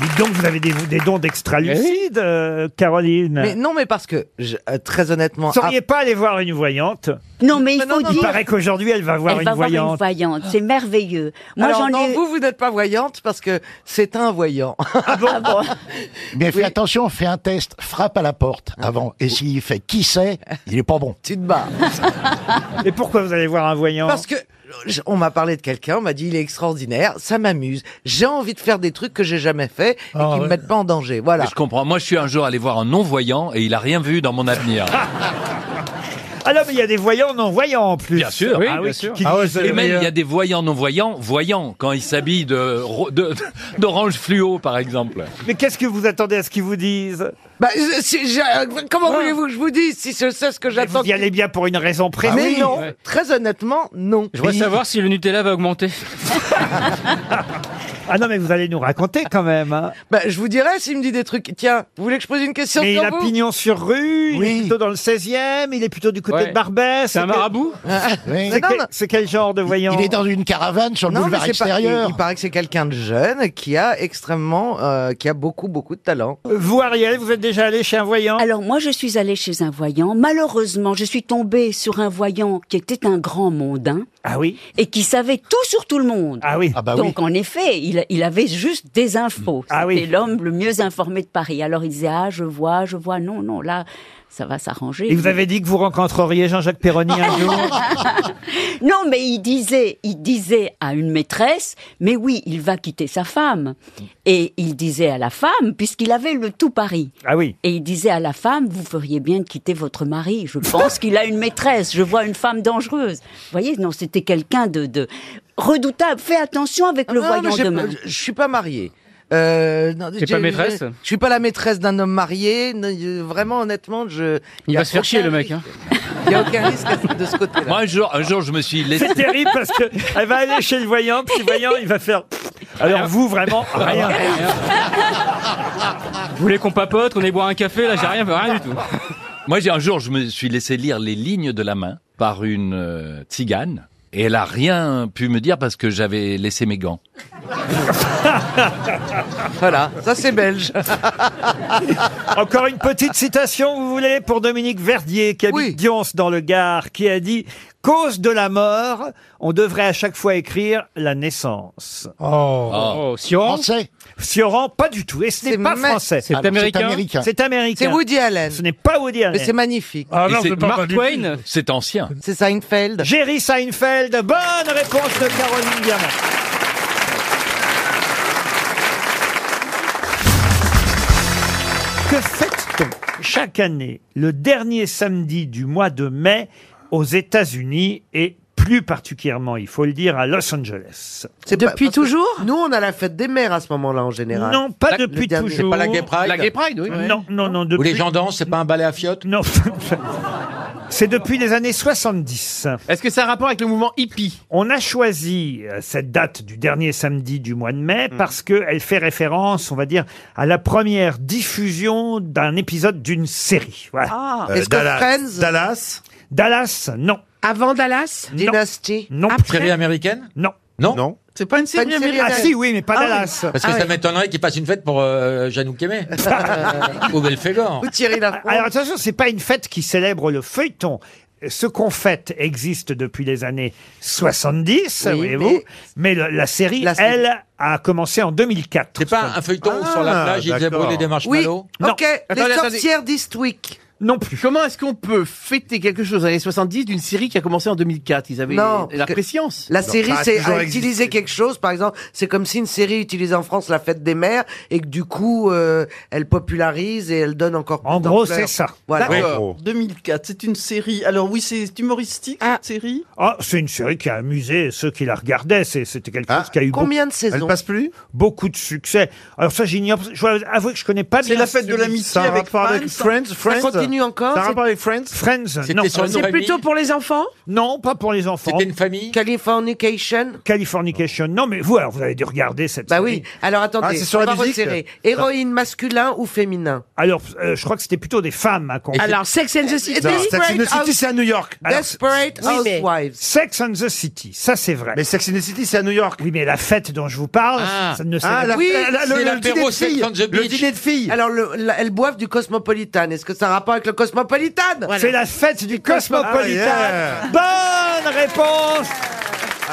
Speaker 1: Dites donc, vous avez des, des dons d'extra-lucide, euh, Caroline.
Speaker 20: Eh Mais non, mais parce que, je- euh, très honnêtement...
Speaker 1: Vous sauriez pas aller voir une voyante
Speaker 10: Non, mais il faut
Speaker 1: Il
Speaker 10: dire.
Speaker 1: paraît qu'aujourd'hui, elle va voir
Speaker 10: Elle
Speaker 1: une
Speaker 10: va voir
Speaker 1: voyante.
Speaker 10: une voyante. C'est merveilleux. Moi,
Speaker 20: Alors,
Speaker 10: j'en
Speaker 20: non,
Speaker 10: ai.
Speaker 20: vous, vous n'êtes pas voyante parce que c'est un voyant. Ah
Speaker 10: bon,
Speaker 16: Mais fais attention, fais un test, frappe à la porte avant. Et s'il fait qui sait, il est pas bon.
Speaker 20: Tu te bats.
Speaker 1: Et pourquoi vous allez voir un voyant
Speaker 20: Parce que je- on m'a parlé de quelqu'un, on m'a dit il est extraordinaire, ça m'amuse. J'ai envie de faire des trucs que j'ai jamais fait et qui me mettent pas en danger. Voilà.
Speaker 25: Mais Je comprends. Moi, je suis un jour allé voir un non-voyant et il a rien vu dans mon avenir.
Speaker 1: Alors, Ah mais il y a des voyants non-voyants en plus.
Speaker 25: Bien sûr.
Speaker 1: Ah oui, qui-
Speaker 25: et même, il y a des voyants non-voyants, voyants, quand ils s'habillent de ro- de- d'orange fluo, par exemple.
Speaker 1: Mais qu'est-ce que vous attendez à ce qu'ils vous disent
Speaker 20: Bah, je- si- j'ai- euh, comment voulez-vous que je vous dise si je sais ce que j'attends
Speaker 1: Ah. Vous y allez bien pour une raison
Speaker 16: Ah
Speaker 1: précise.
Speaker 20: Mais non, très honnêtement, non.
Speaker 3: Je voudrais
Speaker 20: Mais-
Speaker 3: savoir si le Nutella va augmenter.
Speaker 1: Ah non, mais vous allez nous raconter quand même. hein.
Speaker 20: Bah, je vous dirais s'il me dit des trucs. Tiens, vous voulez que je pose une question
Speaker 1: Mais
Speaker 20: sur
Speaker 1: il a
Speaker 20: vous
Speaker 1: pignon sur rue, il est plutôt dans le 16e, il est plutôt du côté
Speaker 20: Ouais.
Speaker 1: de Barbès.
Speaker 20: C'est un marabout
Speaker 1: C'est
Speaker 20: Mais non,
Speaker 1: quel-
Speaker 20: non.
Speaker 1: C'est quel genre de voyant
Speaker 16: Il est dans une caravane sur le
Speaker 20: Non, mais
Speaker 16: boulevard
Speaker 20: c'est pas-
Speaker 16: extérieur.
Speaker 20: il, il paraît que c'est quelqu'un de jeune qui a extrêmement, euh, qui a beaucoup, beaucoup de talent.
Speaker 1: Vous, Ariel, vous êtes déjà allé chez un voyant
Speaker 10: Alors moi, je suis allée chez un voyant. Malheureusement, je suis tombée sur un voyant qui était un grand mondain.
Speaker 1: Ah oui.
Speaker 10: Et qui savait tout sur tout le monde.
Speaker 1: Ah oui.
Speaker 16: bah
Speaker 10: Donc en effet, il, il avait juste des infos.
Speaker 1: Ah oui.
Speaker 10: C'était l'homme le mieux informé de Paris. Alors il disait ah je vois, je vois. Non non là, ça va s'arranger.
Speaker 1: Et vous avez dit que vous rencontreriez Jean-Jacques Perroni un jour
Speaker 10: Non, mais il disait, il disait à une maîtresse, mais oui, il va quitter sa femme. Et il disait à la femme, puisqu'il avait le tout Paris.
Speaker 1: Ah oui.
Speaker 10: Et il disait à la femme, vous feriez bien de quitter votre mari. Je pense qu'il a une maîtresse. Je vois une femme dangereuse. Vous voyez, non, c'était quelqu'un de, de redoutable. Fais attention avec le
Speaker 20: Non, Ah, mais
Speaker 10: voyant
Speaker 20: j'ai-
Speaker 10: demain.
Speaker 20: Je, je suis pas marié. Euh, non,
Speaker 3: T'es
Speaker 20: j'ai-
Speaker 3: pas maîtresse
Speaker 20: Je je suis pas la maîtresse d'un homme marié. Non, je- Vraiment, honnêtement, je.
Speaker 3: Il
Speaker 20: y a
Speaker 3: va se faire
Speaker 20: aucun
Speaker 3: chier, le mec, hein.
Speaker 20: risque. Il y a aucun risque à ce- de ce côté-là.
Speaker 25: Moi, un jour, un jour, je me suis laissé.
Speaker 1: C'est terrible parce que elle va aller chez le voyant, puis le voyant, il va faire. pfff. Alors vous, vraiment, rien.
Speaker 3: Vous voulez qu'on papote, qu'on aille boire un café Là, j'ai rien, rien du tout.
Speaker 25: Moi, j'ai un jour, je me suis laissé lire les lignes de la main par une euh, tzigane. Et elle a rien pu me dire parce que j'avais laissé mes gants.
Speaker 20: Voilà, ça c'est belge.
Speaker 1: Encore une petite citation, vous voulez, pour Dominique Verdier, qui habite Dions dans le Gard, qui a dit Cause de la mort, on devrait à chaque fois écrire la naissance.
Speaker 26: Oh.
Speaker 1: Sioran
Speaker 16: Français
Speaker 1: Sioran, pas du tout. Et ce n'est
Speaker 20: C'est
Speaker 1: pas
Speaker 20: ma- Ah,
Speaker 1: français.
Speaker 20: C'est Alors, américain c'est américain.
Speaker 1: C'est américain.
Speaker 20: C'est Woody Allen.
Speaker 1: Ce n'est pas Woody Allen.
Speaker 20: Mais c'est magnifique.
Speaker 1: Ah
Speaker 25: Et Mark Twain, c'est ancien.
Speaker 20: C'est Seinfeld.
Speaker 1: Jerry Seinfeld, bonne réponse de Caroline Diamant. Que fait-on chaque année le dernier samedi du mois de mai aux États-Unis et plus particulièrement, il faut le dire, à Los Angeles
Speaker 20: C'est depuis toujours Nous, on a la fête des mères à ce moment-là en général.
Speaker 1: Non, pas depuis toujours. Non, non, non. Depuis...
Speaker 20: les gens
Speaker 1: dansent, c'est pas un ballet à fiottes Non. c'est depuis les années 70.
Speaker 7: Est-ce que ça a un rapport avec le mouvement hippie
Speaker 1: On a choisi euh, cette date du dernier samedi du mois de mai
Speaker 7: Mm.
Speaker 1: parce qu'elle fait référence, on va dire, à la première diffusion d'un épisode d'une série. Voilà.
Speaker 7: Euh,
Speaker 20: Ah. Est-ce que Dallas- Friends
Speaker 1: Dallas Dallas, non. Avant Dallas
Speaker 20: Dynasty
Speaker 1: Non.
Speaker 24: Série américaine
Speaker 1: Non.
Speaker 24: Non Non.
Speaker 20: C'est pas une
Speaker 1: série américaine. Ah si, oui, mais pas Dallas.
Speaker 24: Parce que
Speaker 1: Ah
Speaker 24: ça
Speaker 1: oui.
Speaker 24: m'étonnerait qu'il fasse une fête pour euh, Jeannot Kémé. Ou Belphégor.
Speaker 1: Ah, Alors attention, c'est pas une fête qui célèbre le feuilleton. Ce qu'on fête existe depuis les années 70,
Speaker 24: Oui,
Speaker 1: voyez-vous, mais, le- la, série, elle, a commencé en 2004. C'est
Speaker 24: pas un feuilleton où sur la plage, ils faisaient brûler des marshmallows
Speaker 20: Ok, les
Speaker 24: attendez.
Speaker 20: sorcières d'Eastwick.
Speaker 1: Non plus.
Speaker 23: Comment est-ce qu'on peut fêter quelque chose dans les années 70 d'une série qui a commencé en 2004 Ils avaient
Speaker 20: Non,
Speaker 23: la
Speaker 20: parce que
Speaker 23: préscience.
Speaker 20: La série, c'est à utiliser quelque chose. Par exemple, c'est comme si une série utilisait en France la fête des mères et que du coup, euh, elle popularise et elle donne encore plus
Speaker 1: En gros,
Speaker 20: d'ampleur.
Speaker 1: c'est ça.
Speaker 20: Voilà.
Speaker 23: D'accord. 2004, c'est une série. Alors oui, c'est humoristique, cette série.
Speaker 1: Ah, c'est une série qui a amusé ceux qui la regardaient. C'est- C'était quelque
Speaker 6: Ah.
Speaker 1: chose qui a eu
Speaker 23: Combien
Speaker 1: beaucoup-
Speaker 23: de saisons Elle passe
Speaker 1: plus Beaucoup de succès. Alors ça, j'ignore. Je dois avouer que je connais pas
Speaker 6: C'est
Speaker 1: bien.
Speaker 6: la fête de
Speaker 1: celui-
Speaker 6: l'amitié Ça a avec rapport avec Friends. Friends, Ça Friends. continue encore, Ça a c'est- rapport avec Friends
Speaker 1: Friends.
Speaker 6: C'était
Speaker 1: non.
Speaker 6: sur une C'est famille. plutôt
Speaker 1: pour les enfants Non, pas pour les enfants. C'était une famille
Speaker 20: Californication
Speaker 1: Californication. Non, mais vous, alors vous avez dû regarder cette. Bah
Speaker 20: oui. Alors
Speaker 6: Ah,
Speaker 20: attendez, on va resserrer. Héroïne masculin ou féminin
Speaker 1: Alors, euh, je crois que c'était plutôt des femmes. hein, qu'on-
Speaker 20: Sex and the City.
Speaker 1: à New York.
Speaker 20: Desperate Housewives.
Speaker 1: Sex and the City, ça c'est vrai. Mais Sex and the City, c'est à New York. Ah. Oui, mais la fête dont je vous parle,
Speaker 20: Ah,
Speaker 1: ça ne sert à
Speaker 20: oui,
Speaker 1: de filles.
Speaker 20: Alors, le- la- elles boivent du Cosmopolitan. Est-ce que ça a rapport avec le Cosmopolitan
Speaker 1: C'est la fête du Cosmopolitan. Bonne réponse Ah,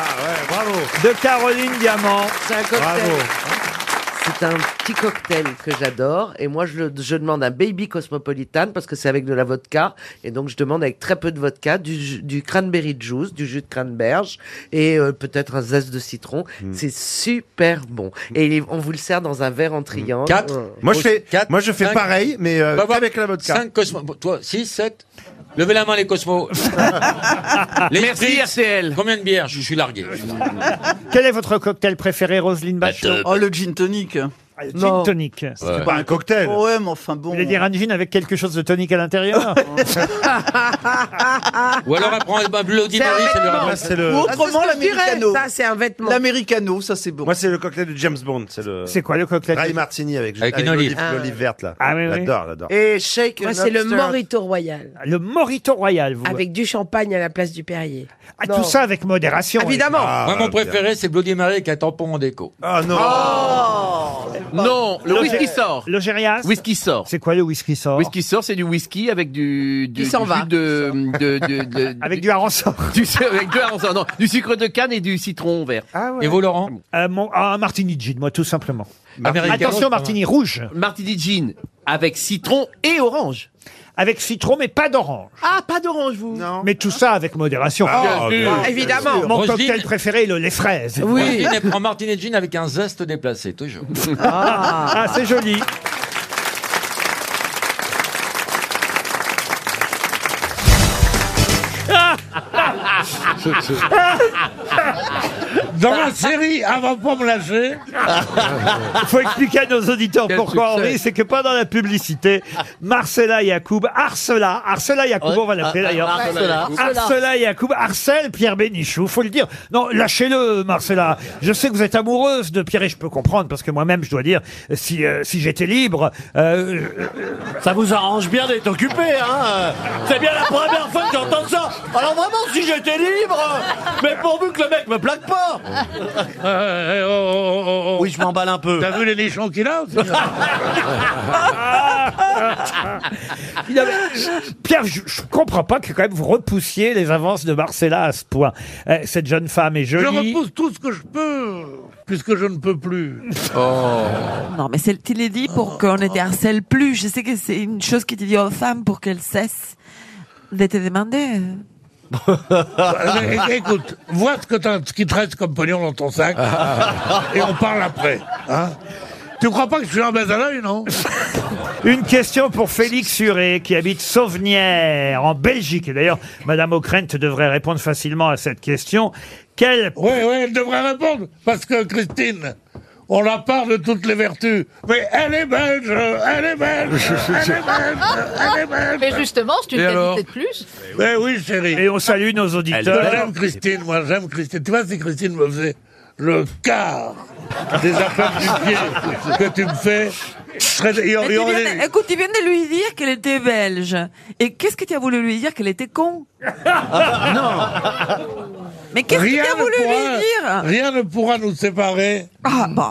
Speaker 20: bravo.
Speaker 1: de Caroline Diamant.
Speaker 20: C'est un cocktail.
Speaker 1: Bravo.
Speaker 20: C'est un petit cocktail que j'adore et moi je, le- je demande un baby cosmopolitan parce que c'est avec de la vodka et donc je demande avec très peu de vodka du, ju- du cranberry juice, du jus de cranberge et euh, peut-être un zeste de citron.
Speaker 6: Mm.
Speaker 20: C'est super bon et il est- on vous le sert dans un verre en triangle.
Speaker 6: Mm. Quatre.
Speaker 20: Euh,
Speaker 6: Moi, je fais- moi, je fais pareil, mais, euh,
Speaker 20: avec la vodka.
Speaker 6: 5 Cosmo. Toi, 6, 7. Levez la main, les Cosmos. Merci, RCL. Combien de bières je, suis largué.
Speaker 1: Quel est votre cocktail préféré, Roselyne Bachelot Ah,
Speaker 23: Oh, le gin tonic.
Speaker 1: Le Gin tonic.
Speaker 23: Ouais. pas un cocktail. Ouais, mais enfin bon.
Speaker 1: Vous voulez dire un gin avec quelque chose de tonique à l'intérieur
Speaker 6: Ou alors, elle prend un Bloody
Speaker 23: C'est un
Speaker 6: Mary, ça lui
Speaker 23: vêtement.
Speaker 6: rappelle-
Speaker 23: Ah, c'est le- Ou autrement, Ah, c'est ce que je l'américano. dirais, ça, c'est un vêtement. L'américano, ça c'est bon.
Speaker 8: Moi, c'est le cocktail de James Bond. C'est le.
Speaker 1: C'est quoi le cocktail
Speaker 8: Dry martini avec,
Speaker 6: Avec une olive. Ah.
Speaker 8: l'olive verte là.
Speaker 1: Ah, oui, oui.
Speaker 8: J'adore, j'adore.
Speaker 9: Et shake
Speaker 1: an
Speaker 9: c'est le
Speaker 1: lobster.
Speaker 9: Morito Royal.
Speaker 1: Le Morito Royal, vous.
Speaker 9: Avec du champagne à la place du Perrier.
Speaker 1: Ah, tout ça avec modération.
Speaker 9: Évidemment.
Speaker 1: Ah,
Speaker 6: Moi, mon préféré, c'est Bloody Mary avec un tampon en déco.
Speaker 8: Ah non
Speaker 23: Non, le whisky sort.
Speaker 1: Le gérias
Speaker 23: Whisky sort.
Speaker 1: C'est quoi le whisky sort
Speaker 23: Whisky sort, c'est du whisky avec du, du,
Speaker 9: Il s'en
Speaker 23: du
Speaker 9: va.
Speaker 23: jus de, de, de- de-
Speaker 1: Avec du hareng sort.
Speaker 23: du, avec du hareng sort, non, du sucre de canne et du citron vert.
Speaker 6: Et vous, Laurent
Speaker 1: Euh, mon- ah, un martini gin, moi, tout simplement.
Speaker 23: Américano, c'est
Speaker 1: Attention,
Speaker 23: pas
Speaker 1: martini rouge.
Speaker 23: Martini gin avec citron et orange.
Speaker 1: Avec citron, mais pas d'orange.
Speaker 23: Ah, pas d'orange vous.
Speaker 1: Mais tout ça avec modération.
Speaker 6: Ah, Bien sûr. Évidemment.
Speaker 1: Mon
Speaker 6: Roselyne-
Speaker 1: cocktail préféré, le lait fraise.
Speaker 6: Oui. Martine prend Martine Jean avec un zeste déplacé, toujours.
Speaker 1: Ah, c'est joli.
Speaker 26: Dans la série, avant pas me lâcher.
Speaker 1: Il faut expliquer à nos auditeurs
Speaker 26: Quel
Speaker 1: pourquoi
Speaker 26: succès.
Speaker 1: Henri, c'est que pendant la publicité, Marcella Yacoub, Arcela, Arcela Yacoub,
Speaker 26: Ouais.
Speaker 1: on va l'appeler
Speaker 26: Ah,
Speaker 1: d'ailleurs.
Speaker 26: ah, Arcella.
Speaker 1: Arcela Yacoub, Arcel Pierre Bénichou, faut le dire. Non, lâchez-le, Marcella. Je sais que vous êtes amoureuse de Pierre et je peux comprendre parce que moi-même, je dois dire, si, euh, si j'étais libre. euh, Ça vous arrange bien d'être occupé, hein
Speaker 26: C'est bien la première fois que j'entends ça. Alors vraiment, si j'étais libre, mais pourvu que le mec me plaque pas. Oui, je m'emballe un peu. T'as vu les nichons qu'il a hein.
Speaker 1: Il avait- Pierre, je, je comprends pas que quand même vous repoussiez les avances de Marcella à ce point. Euh, Cette jeune femme est
Speaker 26: Je
Speaker 1: jolie.
Speaker 26: repousse tout ce que je peux, puisque je ne peux plus.
Speaker 27: Non, mais c'est le qu'il est dit
Speaker 1: Ah.
Speaker 27: pour qu'on ne te harcèle plus. Je sais que c'est une chose qui te dit aux femmes pour qu'elles cessent de te demander.
Speaker 26: Mais, é- Euh, écoute, vois ce, que t'as- ce qui te reste comme pognon dans ton sac et on parle après. hein. tu crois pas que je suis un baise à l'œil, non
Speaker 1: Une question pour Félix Huré, qui habite Sauvenière, en Belgique. Et d'ailleurs, Madame O'Krent devrait répondre facilement à cette question. Quelle...
Speaker 26: Oui, oui, elle devrait répondre, parce que Christine, on la parle de toutes les vertus, mais elle est belge, elle est belge, elle est belge, elle est belge.
Speaker 28: Mais justement, c'est une
Speaker 26: Et alors
Speaker 28: qualité de plus.
Speaker 26: Mais oui, chérie.
Speaker 1: Et on salue nos auditeurs.
Speaker 26: J'aime Christine, moi, j'aime Christine. Tu vois, si Christine me faisait le quart des affaires du pied que tu me fais, je serais- il
Speaker 27: Mais
Speaker 26: y aurait-
Speaker 27: tu
Speaker 26: il y
Speaker 27: viens
Speaker 26: aurait-
Speaker 27: de- écoute, tu viens de lui dire qu'elle était belge. Et qu'est-ce que tu as voulu lui dire qu'elle était con
Speaker 2: Ah,
Speaker 27: Mais qu'est-ce que
Speaker 26: Rien
Speaker 27: t'as
Speaker 26: ne
Speaker 27: voulu lui
Speaker 26: pourra-
Speaker 27: dire
Speaker 26: Rien ne pourra nous séparer,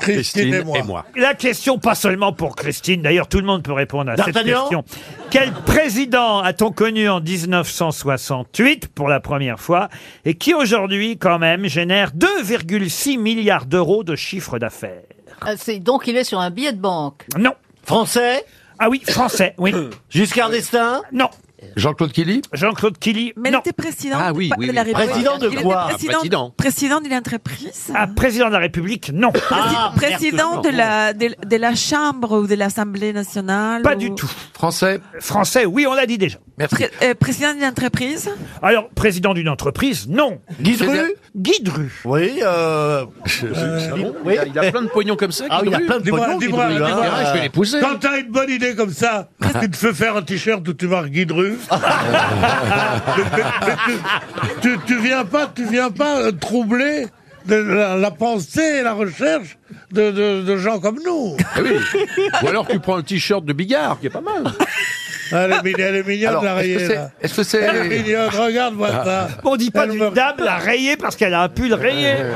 Speaker 26: Christine et
Speaker 1: Christine
Speaker 26: moi.
Speaker 1: et La question, pas seulement pour Christine, d'ailleurs tout le monde peut répondre à cette
Speaker 26: D'Artagnan
Speaker 1: question. Quel président a-t-on connu en 1968 pour la première fois et qui aujourd'hui quand même génère 2,6 milliards d'euros de chiffre d'affaires
Speaker 12: Euh,
Speaker 28: Ah, c'est- donc il est sur un billet de banque.
Speaker 1: Non.
Speaker 26: Français
Speaker 1: Ah oui, français, oui.
Speaker 2: Giscard d'Estaing
Speaker 1: Non.
Speaker 2: Jean-Claude Killy
Speaker 1: Jean-Claude Killy
Speaker 27: Mais il était président
Speaker 2: Ah oui,
Speaker 27: de-
Speaker 2: oui,
Speaker 27: de la
Speaker 2: oui.
Speaker 27: République.
Speaker 2: Président de
Speaker 27: Il était
Speaker 2: quoi
Speaker 27: président,
Speaker 2: Président.
Speaker 27: président d'une entreprise
Speaker 1: Ah, président de la République, non.
Speaker 2: Ah,
Speaker 27: Prési- Président de la, de, de la Chambre ou de l'Assemblée nationale
Speaker 1: Pas
Speaker 27: ou-
Speaker 1: du tout. Français Français, oui, on l'a dit déjà. Merci.
Speaker 27: Pré- euh, président d'une entreprise
Speaker 1: Alors, président d'une entreprise, non.
Speaker 2: Guidru
Speaker 1: Guidru.
Speaker 2: Oui, euh...
Speaker 23: Oui. Il a plein de pognon comme ça.
Speaker 2: Ah, il a
Speaker 23: Guidru.
Speaker 2: plein de
Speaker 23: Dis-moi,
Speaker 2: pognon,
Speaker 23: dis-moi,
Speaker 2: Guidru,
Speaker 23: dis-moi.
Speaker 2: hein. Je vais Ah. l'épouser.
Speaker 26: Quand t'as une bonne idée comme ça, tu te fais faire un t-shirt où tu marques Guidru. tu, tu viens pas, tu viens pas euh, troubler de la, la pensée et la recherche de, de- de gens comme nous.
Speaker 2: Ah Ou alors tu prends le t-shirt de Bigard, qui est pas mal.
Speaker 26: Ah, Elle est, mi- elle est mignonne,
Speaker 2: Alors,
Speaker 26: la
Speaker 2: est-ce que
Speaker 26: rayée,
Speaker 2: c'est-
Speaker 26: là.
Speaker 2: est-ce que c'est- Ah.
Speaker 26: Elle est mignonne, regarde-moi ça.
Speaker 1: On dit pas
Speaker 26: Elle
Speaker 1: d'une
Speaker 26: me-
Speaker 1: dame la rayée parce qu'elle a un pull rayé.
Speaker 2: Euh,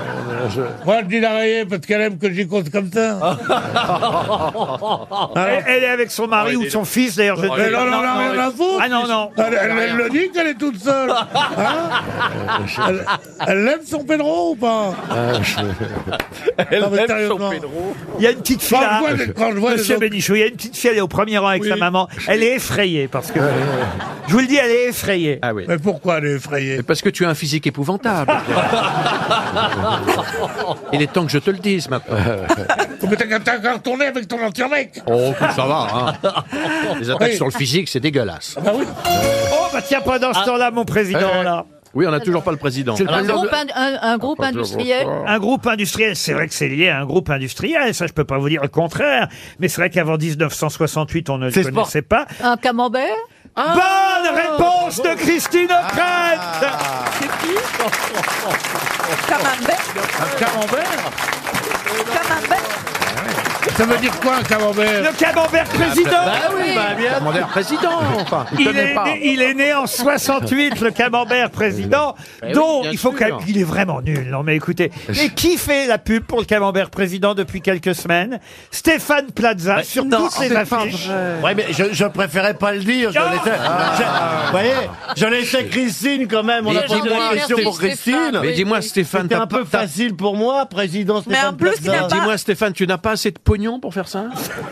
Speaker 26: Moi, je dis la rayée parce qu'elle aime que j'y compte comme ça. Ah.
Speaker 2: Ah.
Speaker 1: Elle, elle Ah, est avec son mari ou son fils, d'ailleurs. Je...
Speaker 26: Mais non, non, non, rien à foutre.
Speaker 1: Ah non, non.
Speaker 26: Elle, elle- elle le dit qu'elle est toute seule. Hein elle, elle aime son Pedro ou pas Elle
Speaker 1: Non, mais sérieusement. Il y a une petite fille
Speaker 26: Quand
Speaker 1: là.
Speaker 26: je vois les- quand je vois les
Speaker 1: Monsieur
Speaker 26: autres-
Speaker 1: Bénichou, il y a une petite fille, elle est au premier rang avec
Speaker 26: Oui.
Speaker 1: sa maman. Elle est effrayée parce que. Je vous le dis, elle est effrayée.
Speaker 2: Ah oui.
Speaker 26: Mais pourquoi elle est effrayée
Speaker 2: Parce que tu as un physique épouvantable. Il est temps que je te le dise maintenant.
Speaker 26: Faut que t'as t'as encore tourné avec ton ancien mec.
Speaker 2: Oh, ça va, hein. Les attaques
Speaker 26: Oui.
Speaker 2: sur le physique, c'est dégueulasse. Ah.
Speaker 26: Ah bah oui.
Speaker 1: Oh, bah tiens, pendant ce temps-là, mon président,
Speaker 2: Eh,
Speaker 1: là.
Speaker 2: Oui, on n'a toujours pas le président.
Speaker 1: C'est le
Speaker 2: Alors,
Speaker 1: président de-
Speaker 28: groupe industriel.
Speaker 1: Un groupe industriel, c'est vrai que c'est lié à un groupe industriel, ça je peux pas vous dire le contraire, mais c'est vrai qu'avant 1968 on ne le
Speaker 28: C'est sport.
Speaker 1: connaissait pas.
Speaker 28: Un camembert
Speaker 9: Ah,
Speaker 1: Bonne réponse de Christine O'Krent
Speaker 28: C'est
Speaker 26: Un camembert Ça veut dire quoi un camembert
Speaker 1: Le camembert président
Speaker 2: Bah oui, bah bien. Camembert président, enfin.
Speaker 1: Il
Speaker 2: connaît
Speaker 1: est,
Speaker 2: pas.
Speaker 1: né, il est né en 68, le camembert président,
Speaker 2: Eh oui,
Speaker 1: dont
Speaker 2: bien
Speaker 1: il faut
Speaker 2: sûr.
Speaker 1: quand même qu'il est vraiment nul. Non mais écoutez, et qui fait la pub pour le camembert président depuis quelques semaines Stéphane Plaza, sur toutes les affiches. Ah.
Speaker 18: Ouais, mais je, je préférais pas le dire. Je laissais, je- vous voyez, je laissais Christine quand même. On
Speaker 2: bah, Mais
Speaker 18: a posé
Speaker 2: dis-moi,
Speaker 18: la question
Speaker 2: Sté-
Speaker 18: pour Christine.
Speaker 2: Mais dis-moi, Stéphane,
Speaker 18: c'était
Speaker 2: t'as
Speaker 18: un peu
Speaker 2: pas- t'as-
Speaker 18: facile pour moi, président Stéphane. Plaza.
Speaker 2: Dis-moi, Stéphane, tu n'as pas assez de pognon pour faire ça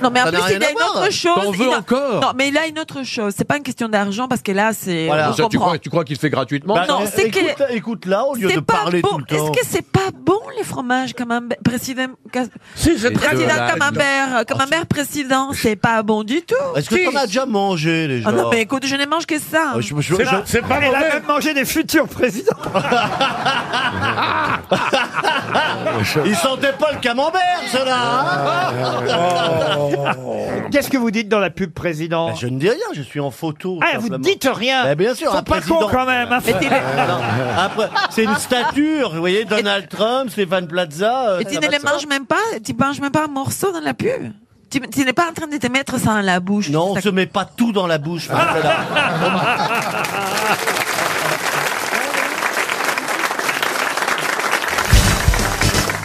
Speaker 27: Non, mais en
Speaker 2: Ça
Speaker 27: plus,
Speaker 2: n'a
Speaker 27: il y
Speaker 2: rien
Speaker 27: a
Speaker 2: à
Speaker 27: une
Speaker 2: voir.
Speaker 27: autre chose.
Speaker 2: T'en veux
Speaker 27: il a-
Speaker 2: encore
Speaker 27: Non, mais il a une autre chose. C'est pas une question d'argent parce que là, c'est. on
Speaker 2: Voilà. Ça, tu
Speaker 27: comprend.
Speaker 2: crois, tu crois qu'il fait gratuitement
Speaker 27: Bah, non, c'est
Speaker 18: eh, écoute, écoute là, au lieu
Speaker 27: C'est
Speaker 18: de
Speaker 27: pas
Speaker 18: parler
Speaker 27: bon.
Speaker 18: tout le temps.
Speaker 27: Est-ce que c'est pas bon les fromages camembert président ca- président
Speaker 18: dégueulasse.
Speaker 27: camembert
Speaker 18: Ah,
Speaker 27: euh, camembert président c'est pas bon du tout.
Speaker 18: Est-ce que t'en as déjà mangé déjà
Speaker 27: Ah non mais écoute je ne mange que ça. hein.
Speaker 18: Ah, je- je- C'est je- pas- c'est pas
Speaker 1: Elle a
Speaker 18: mauvais.
Speaker 1: même mangé des futurs présidents.
Speaker 18: Ils sentaient pas le camembert, ceux-là hein
Speaker 1: Qu'est-ce que vous dites dans la pub président
Speaker 18: Ben, Je ne dis rien, je suis en photo.
Speaker 1: Ah, vous dites rien.
Speaker 18: Bah, Bien sûr,
Speaker 1: Faut
Speaker 18: un
Speaker 1: pas
Speaker 18: président.
Speaker 1: con quand même, hein. Ah.
Speaker 18: Mais t'es- Non, après, C'est une stature, vous voyez, Donald Trump, Stéphane Plaza. euh,
Speaker 27: Et tu
Speaker 18: ça
Speaker 27: ne
Speaker 18: va
Speaker 27: les
Speaker 18: de soi.
Speaker 27: manges même pas tu manges même pas un morceau dans la pub. Tu, tu n'es pas en train de te mettre ça dans la bouche.
Speaker 18: Non, on se met pas tout dans la bouche. Marcella.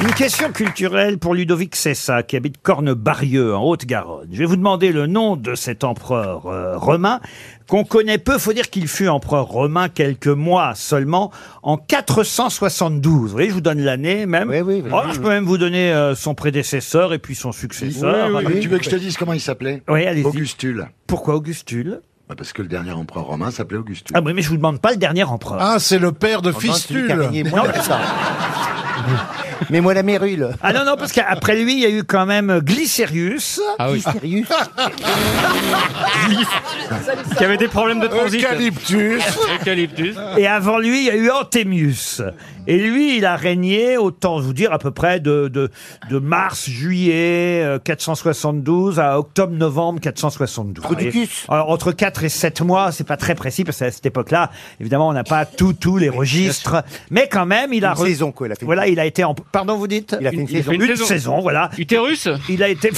Speaker 1: Une question culturelle pour Ludovic Cessa, qui habite Cornebarieux, en Haute-Garonne. Je vais vous demander le nom de cet empereur euh, romain, qu'on connaît peu. faut dire qu'il fut empereur romain quelques mois seulement, en 472. Vous voyez, je vous donne l'année même. Oh, je peux même vous donner euh, son prédécesseur et puis son successeur.
Speaker 19: Tu veux que je te dise comment il s'appelait
Speaker 1: Oui, allez-y.
Speaker 19: Augustule.
Speaker 1: Pourquoi Augustule
Speaker 19: Bah, Parce que le dernier empereur romain s'appelait Augustule.
Speaker 1: Ah oui, mais je vous demande pas le dernier empereur.
Speaker 19: Ah, c'est le père de Fistule.
Speaker 1: Non,
Speaker 19: Mais moi la mérule.
Speaker 1: Ah non, non, parce qu'après lui, il y a eu quand même Glycérius.
Speaker 19: Ah oui.
Speaker 1: Glycérius.
Speaker 3: Qui avait des problèmes de transit.
Speaker 19: Eucalyptus.
Speaker 3: Eucalyptus.
Speaker 1: Et avant lui, il y a eu Antémius. Et lui, il a régné, autant vous dire, à peu près de, de, de mars, juillet euh, 472 à octobre, novembre 472.
Speaker 19: Prodicus.
Speaker 1: Alors, entre 4 et 7 mois, c'est pas très précis, parce qu'à cette époque-là, évidemment, on n'a pas tout, tous les registres. Mais quand même, il a...
Speaker 19: Une saison, quoi, il a fait une
Speaker 1: Voilà, il a été en... Pardon, vous dites Il a fait une,
Speaker 19: saison.
Speaker 1: Une saison, voilà.
Speaker 3: Utérus
Speaker 1: Il a été...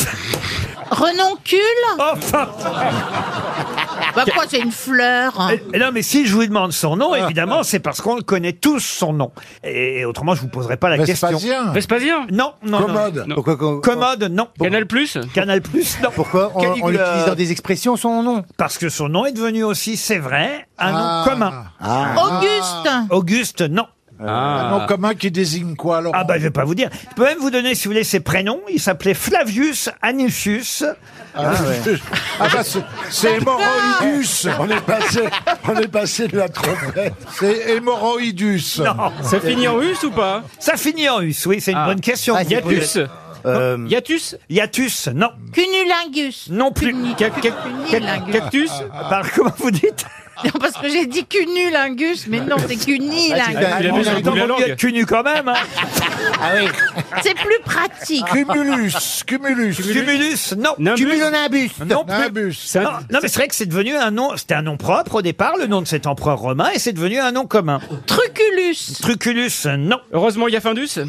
Speaker 12: Renoncule
Speaker 1: Enfin
Speaker 14: Ah.
Speaker 12: Bah quoi, c'est une fleur hein.
Speaker 1: Et- et Non, mais si je vous demande son nom, évidemment, c'est parce qu'on le connaît tous son nom. Et, et autrement, je vous poserai pas la question.
Speaker 3: Vespasien. Vespasien
Speaker 1: Non, non. non.
Speaker 19: Commode.
Speaker 1: Non.
Speaker 19: Pourquoi com-
Speaker 1: Commode, non.
Speaker 3: Canal Plus
Speaker 1: Canal Plus, non. Pourquoi
Speaker 19: on- on Caligula. l'utilise dans des
Speaker 1: expressions son nom Parce que son nom est devenu aussi, c'est vrai, un
Speaker 19: Ah.
Speaker 1: nom commun.
Speaker 19: Ah.
Speaker 12: Auguste
Speaker 1: Auguste, non. Ah.
Speaker 4: Un nom commun qui désigne quoi alors
Speaker 1: Ah bah je vais pas vous dire. Je peux même vous donner, si vous voulez, ses prénoms. Il s'appelait Flavius Anusius.
Speaker 4: Ah, ouais. Ah bah, c'est- c'est hémorroïdus. On est passé, on est passé de la trompette. C'est hémorroïdus.
Speaker 1: Non.
Speaker 3: Ça finit en us ou pas
Speaker 1: Ça finit en us, oui, c'est une bonne question.
Speaker 3: Ah, hiatus.
Speaker 1: Non. Hiatus Hiatus, non.
Speaker 12: Cunilingus.
Speaker 1: Non plus.
Speaker 12: Cunilingus.
Speaker 1: Cactus
Speaker 3: Ah,
Speaker 1: Par- Comment vous dites
Speaker 12: Non, parce que j'ai dit cunilingus, mais non, c'est
Speaker 1: Ah,
Speaker 12: cunilingus.
Speaker 1: on a dans mon milieu de cunu quand même. hein.
Speaker 3: Ah
Speaker 12: C'est plus pratique.
Speaker 4: Cumulus, cumulus.
Speaker 1: Cumulus, non.
Speaker 4: Cumulonimbus.
Speaker 1: Non, plus. Non, non, mais c'est vrai que c'est devenu un nom. C'était un nom propre au départ, le nom de cet empereur romain, et c'est devenu un nom commun.
Speaker 12: Truculus.
Speaker 1: Truculus, non. Heureusement, il y a Findus.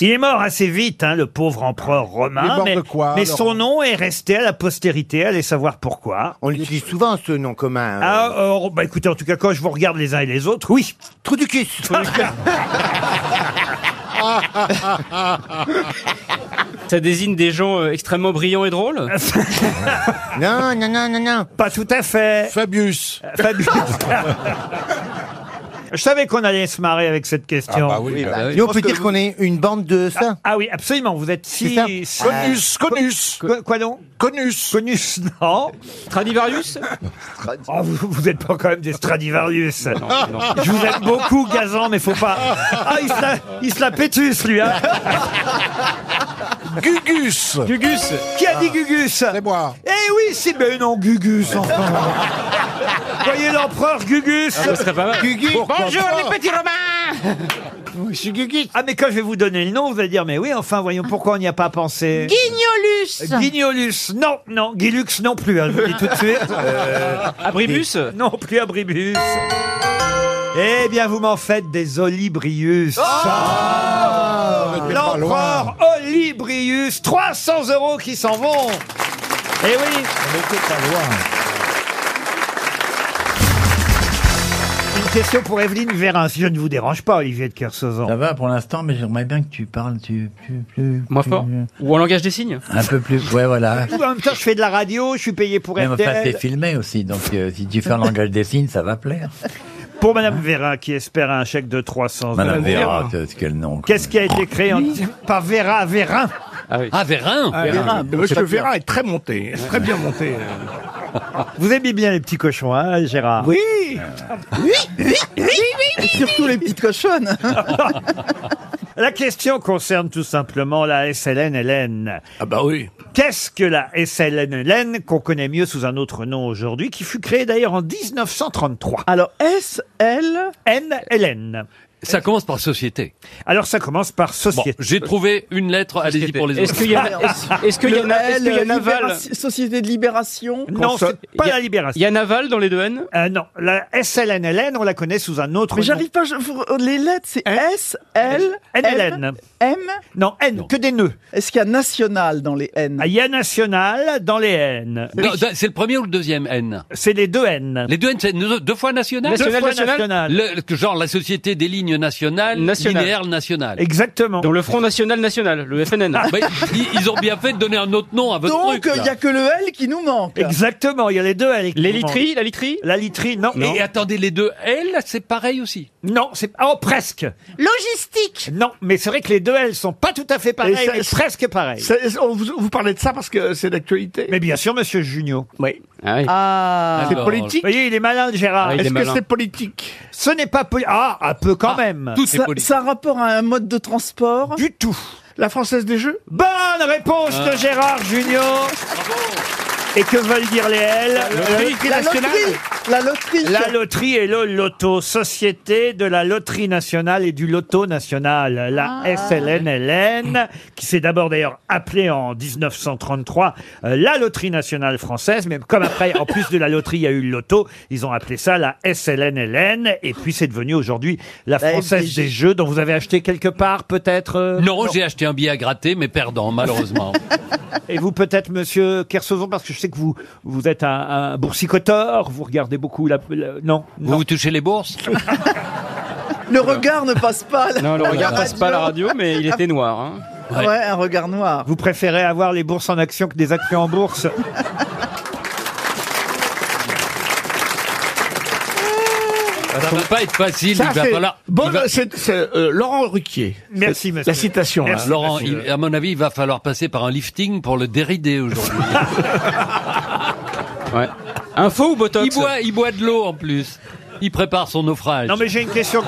Speaker 1: il est mort assez vite, hein, le pauvre empereur romain.
Speaker 4: Il est mort
Speaker 1: mais,
Speaker 4: de quoi,
Speaker 1: mais
Speaker 4: Laurent
Speaker 1: son nom est resté à la postérité. Allez savoir pourquoi.
Speaker 19: On l'utilise souvent ce nom commun.
Speaker 1: Ah, euh, bah écoutez, en tout cas, quand je vous regarde les uns et les autres, oui. Truducus.
Speaker 3: Ça désigne des gens euh, extrêmement brillants et drôles
Speaker 1: Non, non, Ah, non, non, non. Pas tout à fait. Euh,
Speaker 4: Fabius.
Speaker 1: Fabius. Je savais qu'on allait se marrer avec cette question.
Speaker 4: Ah bah oui, Oui, bah bah oui. oui.
Speaker 1: Nous,
Speaker 4: Je pense que vous-
Speaker 1: est une bande de ça. Ah, ah oui, absolument. Vous êtes si.
Speaker 4: C'est ça. Conus,
Speaker 1: conus. Quoi, quoi donc Conus. Conus, non. Stradivarius oh, Vous vous êtes pas quand même des Stradivarius.
Speaker 5: non.
Speaker 1: Je vous aime beaucoup, Gazan, mais faut pas. Ah, il se la, il se la pétus, lui. Hein.
Speaker 4: Gugus.
Speaker 1: Gugus. Qui a dit Gugus C'est moi. Eh oui, c'est ben non, Gugus. Enfin. Voyez l'empereur Gugus.
Speaker 5: Ah, ça serait pas mal. Gugus, Pourquoi bonjour pas les petits
Speaker 1: Romains. Oui, je suis Gugus. Ah mais quand je vais vous donner le nom, vous allez dire mais oui, enfin voyons pourquoi on n'y a pas pensé.
Speaker 12: Guignolus.
Speaker 1: Euh, Guignolus, non, non, Guilux non plus, hein, je vous le dis tout de suite.
Speaker 5: Euh,
Speaker 1: Abribus Non plus Abribus. Eh bien, vous m'en faites des Olibrius. Ah. L'empereur Olibrius, 300 euros qui s'en vont. Eh oui. Une question pour Evelyne Vérin, si je ne vous dérange pas, Olivier de Kersauzon.
Speaker 14: Ça va pour l'instant, mais j'aimerais bien que tu parles tu, plus, plus,
Speaker 3: Moins
Speaker 14: plus-
Speaker 3: fort Ou en langage des signes
Speaker 14: Un peu plus, ouais, voilà.
Speaker 1: En même temps, je fais de la radio, je suis payé pour
Speaker 14: Mais enfin,
Speaker 1: RTL.
Speaker 14: c'est filmé aussi, donc euh, si tu fais en langage des signes, ça va plaire.
Speaker 1: Pour Madame Vérin, qui espère un chèque de 300 euros.
Speaker 14: Madame euh, Vera, c'est- quel nom. quoi.
Speaker 1: Qu'est-ce qui a été créé en... par Vera à Vérin
Speaker 14: Ah oui. Ah, Vérin. Ah, Vérin. Vérin. Bon,
Speaker 6: Monsieur
Speaker 14: ça
Speaker 6: Vérin
Speaker 14: tient.
Speaker 6: est très monté, est très bien monté. euh.
Speaker 1: Vous aimez bien les petits cochons, hein, Gérard
Speaker 14: Oui.
Speaker 1: Oui, Ah oui, oui, oui
Speaker 14: Surtout les petites cochonnes
Speaker 1: La question concerne tout simplement la SLN-LN. Ah bah oui. Qu'est-ce que la SLN-LN, qu'on connaît mieux sous un autre nom aujourd'hui, qui fut créée d'ailleurs en 1933 Alors SLN-LN.
Speaker 25: Ça commence par société.
Speaker 1: Alors ça commence par société.
Speaker 25: J'ai trouvé une lettre, allez-y pour les autres.
Speaker 1: Est-ce qu'il y a- est-ce- est-ce qu'il y a-
Speaker 14: Le
Speaker 1: est-ce qu'il y a Naval
Speaker 14: Libération- Société de Libération
Speaker 1: Non, c'est pas
Speaker 14: Y a-
Speaker 1: la libération. Il y a Naval dans les deux N Non, la SLN-LN, on la connaît sous un autre
Speaker 14: Mais
Speaker 1: nom. Hein
Speaker 14: j'arrive pas, je- vous- euh, les lettres, c'est S, L,
Speaker 1: NLN.
Speaker 14: M.
Speaker 1: Non, N, que des nœuds. Ah,
Speaker 14: Est-ce qu'il y a national dans les N
Speaker 1: Il y a national dans les N.
Speaker 25: Non, C'est le premier ou le deuxième N
Speaker 1: C'est les deux N.
Speaker 25: Les deux N, c'est deux, deux fois national
Speaker 1: Deux National, fois national. national.
Speaker 25: Le- Genre la société des lignes nationales,
Speaker 3: National.
Speaker 25: linéaires nationales.
Speaker 1: Exactement.
Speaker 3: Dans le Front National National, le FNN.
Speaker 25: Bah, ils, ils ont bien fait de donner un autre nom à votre
Speaker 14: Donc,
Speaker 25: truc.
Speaker 14: il n'y a que le L qui nous manque.
Speaker 1: Exactement, il y a les deux L.
Speaker 25: Les literies,
Speaker 1: la literie La literie, non.
Speaker 25: Et attendez, les deux L, c'est pareil aussi
Speaker 1: Non, c'est... Oh, presque
Speaker 12: Logistique
Speaker 1: Non, mais c'est vrai que les deux L sont pas tout à fait pareils,
Speaker 6: Et ça-
Speaker 1: mais presque pareils.
Speaker 6: C'est- on vous, vous parlez de ça parce que c'est d'actualité.
Speaker 1: Mais bien sûr, monsieur Junio.
Speaker 6: Oui.
Speaker 14: Ah.
Speaker 6: C'est politique
Speaker 1: Vous voyez, il est malin, Gérard.
Speaker 6: Ah, il est Est-ce que malin. c'est politique
Speaker 1: Ce n'est pas politique. Ah, un peu quand même.
Speaker 14: ça, ça a rapport à un mode de transport
Speaker 1: Du tout.
Speaker 6: La Française des Jeux
Speaker 1: Bonne réponse
Speaker 23: Ah.
Speaker 1: de Gérard Junio. Et que veulent dire les L
Speaker 14: La loterie. Euh, La loterie.
Speaker 1: La loterie et le loto, société de la loterie nationale et du loto national, la
Speaker 14: Ah.
Speaker 1: SLNLN, qui s'est d'abord d'ailleurs appelée en 1933 euh, la loterie nationale française, mais comme après, en plus de la loterie, il y a eu le loto, ils ont appelé ça la SLNLN, et puis c'est devenu aujourd'hui la française des jeux, dont vous avez acheté quelque part peut-être euh,
Speaker 25: Non, j'ai acheté un billet à gratter, mais perdant, malheureusement.
Speaker 1: Et vous peut-être, monsieur Kersauzon, parce que je sais que vous, vous êtes un, un boursicoteur, vous regardez beaucoup la... la- non,
Speaker 25: vous vous touchez les bourses
Speaker 14: Le regard ne passe pas. à la-
Speaker 3: Non, le
Speaker 14: à la
Speaker 3: regard passe pas à Ah, la radio, mais il était noir. hein.
Speaker 14: Ouais. un regard noir.
Speaker 1: Vous préférez avoir les bourses en action que des actions en bourse
Speaker 25: Ça va pas être facile.
Speaker 1: Ça,
Speaker 25: il va
Speaker 1: c'est
Speaker 25: falloir-
Speaker 1: bonne-
Speaker 25: il va-
Speaker 1: c'est-
Speaker 25: Laurent Ruquier.
Speaker 1: Merci, monsieur.
Speaker 25: La citation. hein.
Speaker 1: Merci, monsieur.
Speaker 25: Laurent, il- à mon avis, il va falloir passer par un lifting pour le dérider aujourd'hui. ouais. Info ou botox il boit, il boit de l'eau en plus. Il prépare son naufrage.
Speaker 1: Non, mais j'ai une question.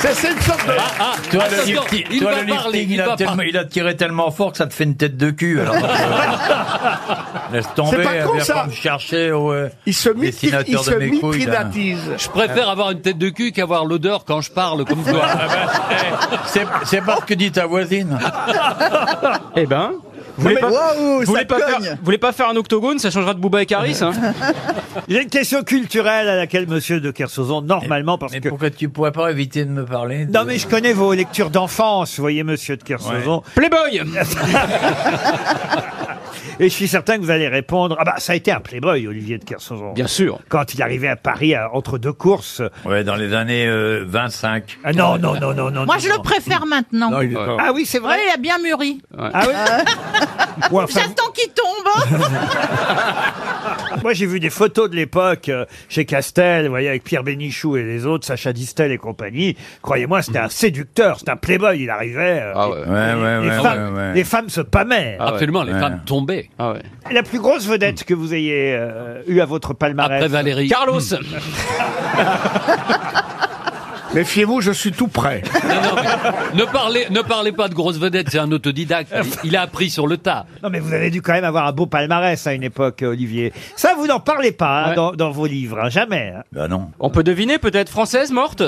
Speaker 4: Ça, c'est une
Speaker 25: Ah,
Speaker 4: sorte de.
Speaker 10: Toi,
Speaker 4: Attends,
Speaker 10: Ah, le lifting,
Speaker 4: il
Speaker 10: toi,
Speaker 4: va
Speaker 10: le
Speaker 4: parler,
Speaker 10: lifting,
Speaker 4: il
Speaker 10: il, a
Speaker 4: va
Speaker 10: tellement-
Speaker 4: parler.
Speaker 10: il a tiré tellement fort que ça te fait une tête de cul. Alors, euh, laisse tomber,
Speaker 4: C'est pas con,
Speaker 10: elle vient
Speaker 4: ça.
Speaker 10: pas me chercher au euh,
Speaker 25: Il se
Speaker 10: dessinateur de mes couilles, là.
Speaker 25: Je préfère avoir une tête de cul qu'avoir l'odeur quand je parle comme toi.
Speaker 10: Ah ben, C'est- C'est pas ce que dit ta voisine.
Speaker 3: Eh ben. Vous
Speaker 10: Non,
Speaker 3: voulez,
Speaker 10: mais-
Speaker 3: pas,
Speaker 10: Waouh,
Speaker 3: vous
Speaker 10: ça
Speaker 3: voulez pas
Speaker 10: cogne.
Speaker 3: faire, vous voulez pas faire un octogone Ça changera de Booba et Caris. Hein.
Speaker 1: J'ai une question culturelle à laquelle monsieur de Kersauzon, normalement, parce que...
Speaker 10: pourquoi tu pourrais pas éviter de me parler
Speaker 1: Non, mais je connais vos lectures d'enfance, vous voyez, monsieur de Kersauzon.
Speaker 3: Playboy
Speaker 1: Et je suis certain que vous allez répondre. Ah bah, ça a été un playboy, Olivier de Kersauzon.
Speaker 10: Bien sûr.
Speaker 1: Quand il arrivait à Paris, à- entre deux courses.
Speaker 10: Ah, Ouais, dans les années euh, 25.
Speaker 1: Ah non, non, non, non, non.
Speaker 12: Moi,
Speaker 1: non,
Speaker 12: je le
Speaker 1: non.
Speaker 12: préfère maintenant.
Speaker 10: Non, il est pas-
Speaker 1: Ah oui, c'est vrai.
Speaker 12: Ouais, il a bien mûri.
Speaker 1: Ah oui Ou enfin,
Speaker 12: J'attends qu'il tombe.
Speaker 1: Moi, j'ai vu des photos de l'époque euh, chez Castel, vous voyez, avec Pierre Bénichou et les autres, Sacha Distel et compagnie. Croyez-moi, c'était un séducteur, c'était un playboy. Il arrivait. euh,
Speaker 25: Ah
Speaker 1: et-
Speaker 10: Ouais, ouais,
Speaker 1: les,
Speaker 10: ouais,
Speaker 1: femmes,
Speaker 10: ouais, ouais.
Speaker 1: les femmes se pâmaient.
Speaker 25: Absolument, les femmes tombaient.
Speaker 1: La plus grosse vedette que vous ayez euh, eue à votre palmarès. Après
Speaker 25: Valérie. Hmm.
Speaker 1: Carlos.
Speaker 10: Méfiez-vous, je suis tout prêt.
Speaker 25: Ne parlez, ne parlez pas de grosses vedettes, c'est un autodidacte. Il, il a appris sur le tas.
Speaker 1: Non, mais vous avez dû quand même avoir un beau palmarès à une époque, euh, Olivier. Ça, vous n'en parlez pas hein, dans, dans vos livres, hein, jamais. hein.
Speaker 10: Bah non.
Speaker 3: On peut deviner peut-être française morte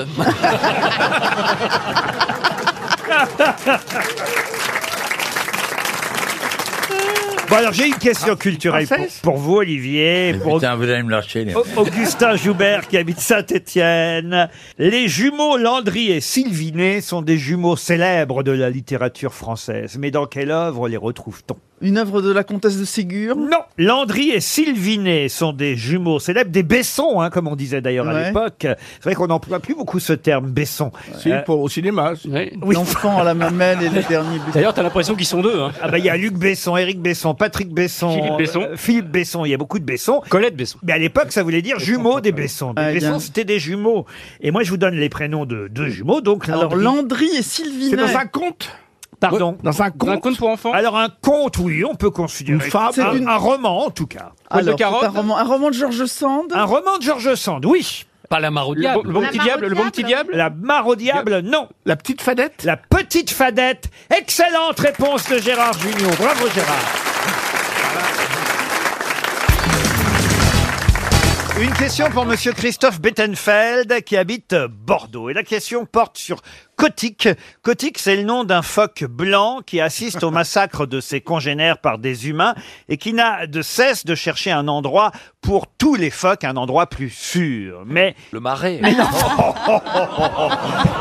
Speaker 1: Bon, alors j'ai une question culturelle pour, pour vous, Olivier. Pour
Speaker 10: Putain, vous allez me lâcher. les-
Speaker 1: Au- Augustin Joubert qui habite Saint-Étienne. Les jumeaux Landry et Sylvinet sont des jumeaux célèbres de la littérature française. Mais dans quelle œuvre les retrouve-t-on
Speaker 14: Une œuvre de la comtesse de Ségur
Speaker 1: Non. Landry et Sylvinet sont des jumeaux célèbres, des Bessons, hein, comme on disait d'ailleurs à
Speaker 14: Ouais.
Speaker 1: l'époque. C'est vrai qu'on n'emploie plus beaucoup ce terme Besson. Euh,
Speaker 2: Si, pour- au cinéma.
Speaker 14: L'enfant à la mamelle et le dernier baiser.
Speaker 1: D'ailleurs, t'as l'impression qu'ils sont deux. Ah bah il y a Luc Besson, Éric Besson, Patrick Besson,
Speaker 3: Philippe Besson.
Speaker 1: euh, Philippe Besson. Il y a beaucoup de Besson. Colette Besson. Mais à l'époque, ça voulait dire jumeaux des Bessons. Des
Speaker 14: Ah, bien.
Speaker 1: Bessons, c'était des jumeaux. Et moi, je vous donne les prénoms de deux jumeaux. Donc
Speaker 14: Alors Landry et Sylvie.
Speaker 1: conte. Pardon. Dans un conte.
Speaker 14: Dans un conte
Speaker 1: pour enfants. Alors un conte, oui, on peut considérer.
Speaker 14: Une fable. C'est
Speaker 1: un,
Speaker 14: une- Ah,
Speaker 1: un roman en tout cas.
Speaker 14: Alors, c'est un roman, un roman de George Sand.
Speaker 1: Un roman de George Sand, oui.
Speaker 25: Pas la mare au
Speaker 1: diable.
Speaker 25: diable.
Speaker 1: La mare au diable, non. La petite fadette La petite fadette. Excellente réponse de Gérard Junior. Bravo Gérard. Une question pour Monsieur Christophe Bettenfeld qui habite Bordeaux. Et la question porte sur Kotick. Kotick, c'est le nom d'un phoque blanc qui assiste au massacre de ses congénères par des humains et qui n'a de cesse de chercher un endroit pour tous les phoques, un endroit plus sûr. Mais le marais.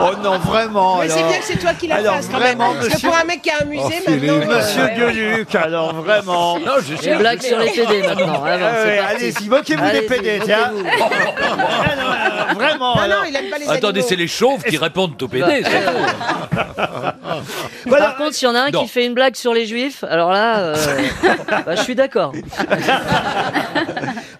Speaker 1: Oh non, vraiment.
Speaker 9: Mais c'est
Speaker 1: alors.
Speaker 9: bien que c'est toi qui la
Speaker 1: Alors,
Speaker 9: fasses quand même. hein,
Speaker 1: vraiment,
Speaker 9: Parce que
Speaker 1: monsieur-
Speaker 9: pour un mec qui a un musée,
Speaker 1: Oh,
Speaker 9: maintenant. euh,
Speaker 1: Philippe. Monsieur Gueluc, alors vraiment.
Speaker 9: Non, je suis- Les blagues sur les PD maintenant, alors,
Speaker 1: Ah
Speaker 9: c'est
Speaker 1: ouais,
Speaker 9: parti.
Speaker 1: Allez-y, moquez-vous des
Speaker 9: Allez-y,
Speaker 1: PD, tiens.
Speaker 9: moquez-vous.
Speaker 1: Ah non, Vraiment.
Speaker 9: Non,
Speaker 1: alors.
Speaker 9: non, il aime pas les
Speaker 10: Attendez,
Speaker 9: animaux.
Speaker 10: c'est les chauves qui répondent aux PD. c'est
Speaker 16: Par contre, s'il y en a un
Speaker 10: Non.
Speaker 16: qui fait une blague sur les juifs, alors là, euh, bah, je suis d'accord.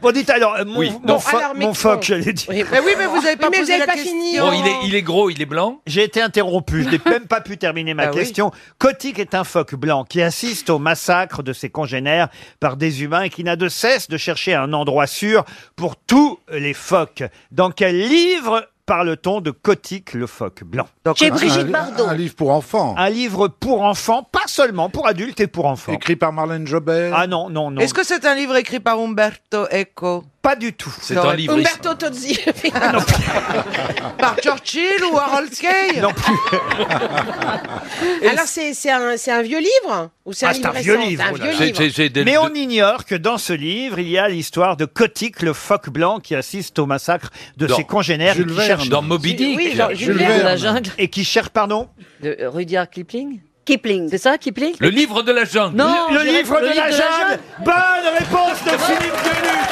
Speaker 1: Bon, dites alors, euh, mon,
Speaker 16: Oui.
Speaker 1: mon,
Speaker 16: Bon,
Speaker 1: pho-
Speaker 16: alors,
Speaker 1: mon phoque, j'allais dire.
Speaker 9: Mais oui, mais vous avez pas,
Speaker 16: Mais vous
Speaker 9: posé
Speaker 16: avez
Speaker 9: la
Speaker 16: pas
Speaker 9: question.
Speaker 16: fini,
Speaker 10: Bon, il est, il est gros, il est blanc.
Speaker 1: J'ai été interrompu, je n'ai même pas pu terminer ma
Speaker 10: Ah oui.
Speaker 1: question. Kotick est un phoque blanc qui assiste au massacre de ses congénères par des humains et qui n'a de cesse de chercher un endroit sûr pour tous les phoques. Dans quel livre parle-t-on de Kotick le phoque blanc
Speaker 6: Oh,
Speaker 4: Chez Brigitte Un- Bardot. un
Speaker 1: livre pour enfants. Un livre pour enfants, pas seulement, pour adultes et pour enfants. Écrit par Marlène Jobert Ah non, non, non.
Speaker 20: Est-ce que c'est un livre écrit par Umberto Eco
Speaker 1: Pas du tout.
Speaker 10: C'est un livre.
Speaker 9: Umberto Tozzi.
Speaker 20: Par Churchill ou Harold Kay
Speaker 1: Non plus.
Speaker 9: Alors, c'est c'est un, c'est un vieux livre Ou c'est un
Speaker 1: Ah,
Speaker 9: livre
Speaker 1: vieux
Speaker 9: récent
Speaker 1: livre,
Speaker 9: C'est un
Speaker 1: oh là
Speaker 9: vieux
Speaker 1: là.
Speaker 9: livre.
Speaker 1: Mais on ignore que dans ce livre, il y a l'histoire de Kotick, le phoque blanc qui assiste au massacre de
Speaker 10: Dans
Speaker 1: ses congénères et
Speaker 10: Jules
Speaker 1: qui
Speaker 10: Verne.
Speaker 1: cherche
Speaker 10: Dans Moby Dick. Oui, genre Jules Jules Verne. Verne. De la jungle.
Speaker 1: et qui cherche pardon.
Speaker 16: De
Speaker 4: euh,
Speaker 16: Rudyard Kipling Kipling. C'est ça, Kipling
Speaker 10: Le livre de la jungle.
Speaker 16: Non,
Speaker 1: le
Speaker 16: j'irai-
Speaker 1: livre de la jungle. Bonne réponse de Philippe Gueluc.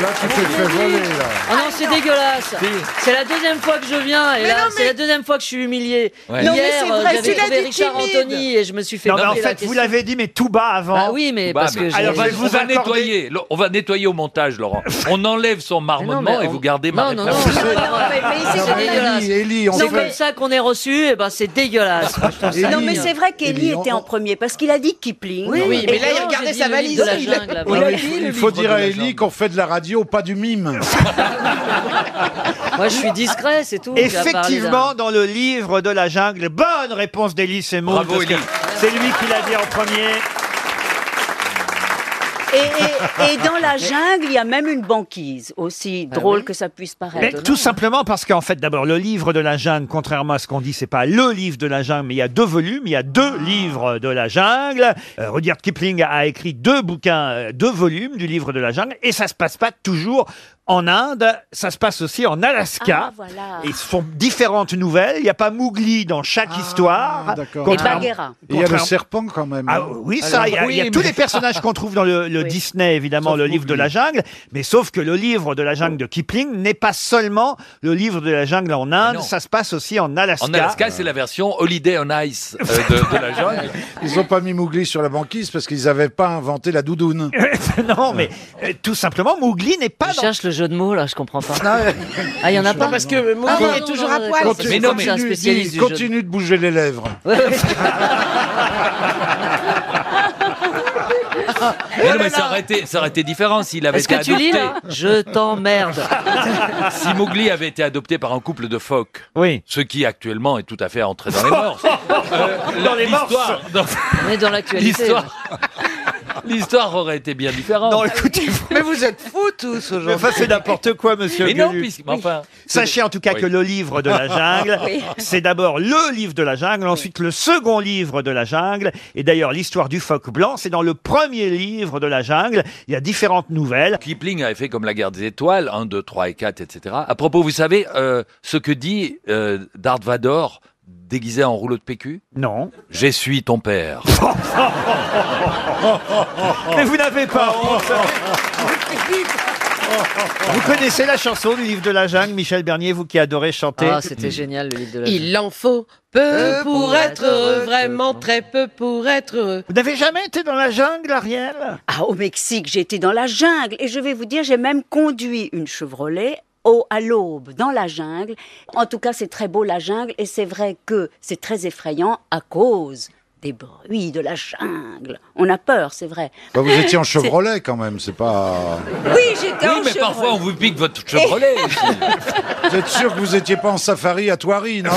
Speaker 6: Là, tu t'es fait voler, là.
Speaker 4: Ah non, c'est dégueulasse. C'est la deuxième fois que je viens et
Speaker 12: Mais
Speaker 4: là,
Speaker 12: non,
Speaker 4: c'est la deuxième fois que je suis humilié.
Speaker 1: Ouais.
Speaker 4: Hier,
Speaker 1: Non, mais c'est
Speaker 4: euh,
Speaker 1: vrai, tu
Speaker 4: j'avais
Speaker 1: l'as
Speaker 4: trouvé
Speaker 1: dit
Speaker 4: Richard
Speaker 1: timide.
Speaker 4: Anthony et je me suis fait.
Speaker 1: Non, mais en
Speaker 4: couper la
Speaker 1: fait, vous
Speaker 4: question.
Speaker 1: l'avez dit, mais tout bas avant.
Speaker 4: Bah oui, mais
Speaker 25: Bah,
Speaker 4: parce
Speaker 25: mais-
Speaker 4: que
Speaker 25: Alors,
Speaker 4: j'ai-
Speaker 25: je vais vous on, va nettoyer, le- on va nettoyer au montage, Laurent. On enlève son marmonnement
Speaker 4: mais
Speaker 25: et
Speaker 4: on-
Speaker 25: vous gardez ma
Speaker 4: non, non,
Speaker 25: réponse.
Speaker 4: non, mais- mais
Speaker 20: Ah,
Speaker 4: ici, c'est dégueulasse.
Speaker 10: Ellie, on
Speaker 4: C'est
Speaker 10: fait-
Speaker 4: comme ça qu'on est reçu, et ben c'est dégueulasse. Moi, je
Speaker 20: Ah,
Speaker 4: trouve ça
Speaker 10: Non,
Speaker 4: nul.
Speaker 10: mais c'est vrai qu'Eli
Speaker 4: Ellie, on-
Speaker 10: était en premier parce qu'il a dit Kipling.
Speaker 4: Oui, oui, mais
Speaker 10: Et
Speaker 4: là, il
Speaker 10: non,
Speaker 4: regardait
Speaker 10: j'ai dit
Speaker 4: sa
Speaker 10: le
Speaker 4: valise,
Speaker 10: livre de la
Speaker 4: il a-
Speaker 10: jungle avant.
Speaker 4: On
Speaker 6: Non,
Speaker 4: l'a
Speaker 6: mais
Speaker 4: dit,
Speaker 6: il faut-
Speaker 4: le
Speaker 6: il faut
Speaker 4: livre
Speaker 6: dire
Speaker 4: de
Speaker 6: à
Speaker 4: la
Speaker 6: Ellie qu'on fait de la radio, pas du mime.
Speaker 4: Moi, je suis discret, c'est tout.
Speaker 1: Effectivement, dans le livre de la jungle, bonne réponse d'Élie Semoun.
Speaker 25: Bravo,
Speaker 1: parce que
Speaker 25: Élie.
Speaker 1: C'est lui qui l'a dit en premier.
Speaker 10: Et, et- et dans la jungle, il y a même une banquise. Aussi drôle
Speaker 1: Ah oui.
Speaker 10: que ça puisse
Speaker 1: Mais
Speaker 10: paraître.
Speaker 1: tout simplement parce qu'en fait, d'abord, le livre de la jungle, contrairement à ce qu'on dit, c'est pas le livre de la jungle, mais il y a deux volumes, il y a deux livres de la jungle. Euh, Rudyard Kipling a écrit deux bouquins, euh, deux volumes du livre de la jungle, et ça se passe pas toujours en Inde, ça se passe aussi en Alaska.
Speaker 10: Ah, voilà.
Speaker 1: Et ce sont différentes nouvelles. Il n'y a pas Mowgli dans chaque histoire.
Speaker 10: Et
Speaker 1: Contrairement-
Speaker 10: Bagheera.
Speaker 6: Ah, Et Il y a le
Speaker 1: contrairement-
Speaker 6: serpent quand même.
Speaker 1: Ah
Speaker 6: hein.
Speaker 1: oui, ça, il y a, il y a tous les personnages qu'on trouve dans le, le Disney, évidemment, le livre de la jungle, mais sauf que le livre de la
Speaker 25: Oh.
Speaker 1: jungle de Kipling n'est pas seulement le livre de la jungle en Inde, ça se passe aussi en Alaska.
Speaker 25: Ah En Alaska, c'est la version Holiday on Ice euh, de, de la jungle.
Speaker 6: Ils n'ont pas mis Mowgli sur la banquise parce qu'ils n'avaient pas inventé la doudoune.
Speaker 1: non, mais euh, tout simplement, Mowgli n'est pas
Speaker 4: Je cherche le jeu de mots là, je comprends pas. Ah, bah, il y en a pas parce que
Speaker 29: Mowgli est toujours à poil.
Speaker 6: Continue,
Speaker 4: Mais non, mais un
Speaker 6: continue,
Speaker 4: spécialiste du
Speaker 6: dis,
Speaker 4: jeu. de-
Speaker 6: continue de bouger les lèvres.
Speaker 25: Mais non, mais ça aurait été, ça aurait été différent s'il avait
Speaker 4: Oh Est-ce
Speaker 25: été
Speaker 4: que tu lis
Speaker 25: adopté.
Speaker 4: là Je t'emmerde.
Speaker 25: Si Mowgli avait été adopté par un couple de phoques, ce qui actuellement est tout à fait entré dans les morts.
Speaker 4: Dans les morses.
Speaker 25: l'histoire- dans-
Speaker 4: On est dans l'actualité.
Speaker 25: L'histoire. L'histoire aurait été bien différente.
Speaker 1: Non, écoutez,
Speaker 25: Oh. mais vous êtes fous tous aujourd'hui.
Speaker 1: Mais enfin, c'est n'importe quoi, monsieur.
Speaker 25: Mais non,
Speaker 1: Gueluc.
Speaker 25: puisque- mais enfin.
Speaker 1: Sachez en tout cas
Speaker 25: Oui.
Speaker 1: que le livre de la jungle,
Speaker 25: Oui.
Speaker 1: c'est d'abord le livre de la jungle, ensuite le second livre de la jungle, et d'ailleurs l'histoire du phoque blanc, c'est dans le premier livre de la jungle. Il y a différentes nouvelles.
Speaker 25: Kipling avait fait comme la guerre des étoiles, 1, 2, 3 et 4, etc. À propos, vous savez euh, ce que dit euh, Darth Vador déguisé en rouleau de PQ
Speaker 1: Non.
Speaker 25: J'essuie ton père.
Speaker 1: Mais vous n'avez pas
Speaker 4: Oh.
Speaker 1: honte Vous connaissez la chanson du livre de la jungle, Michel Bernier, vous qui adorez chanter.
Speaker 4: Ah, c'était génial le livre de la jungle.
Speaker 12: Il en faut peu pour être heureux, vraiment très peu pour être heureux.
Speaker 1: Vous n'avez jamais été dans la jungle, Ariel
Speaker 10: Ah, au Mexique, j'ai été dans la jungle. Et je vais vous dire, j'ai même conduit une Chevrolet au, à l'aube, dans la jungle. En tout cas, c'est très beau, la jungle. Et c'est vrai que c'est très effrayant à cause des bruits de la jungle. On a peur, c'est vrai.
Speaker 6: Bah, vous étiez en
Speaker 10: C'est-
Speaker 6: Chevrolet quand même, c'est pas.
Speaker 10: Oui, j'étais
Speaker 25: Oui,
Speaker 10: en
Speaker 25: mais parfois on vous pique votre Chevrolet.
Speaker 6: Vous êtes sûr que vous n'étiez pas en safari à Toiri, non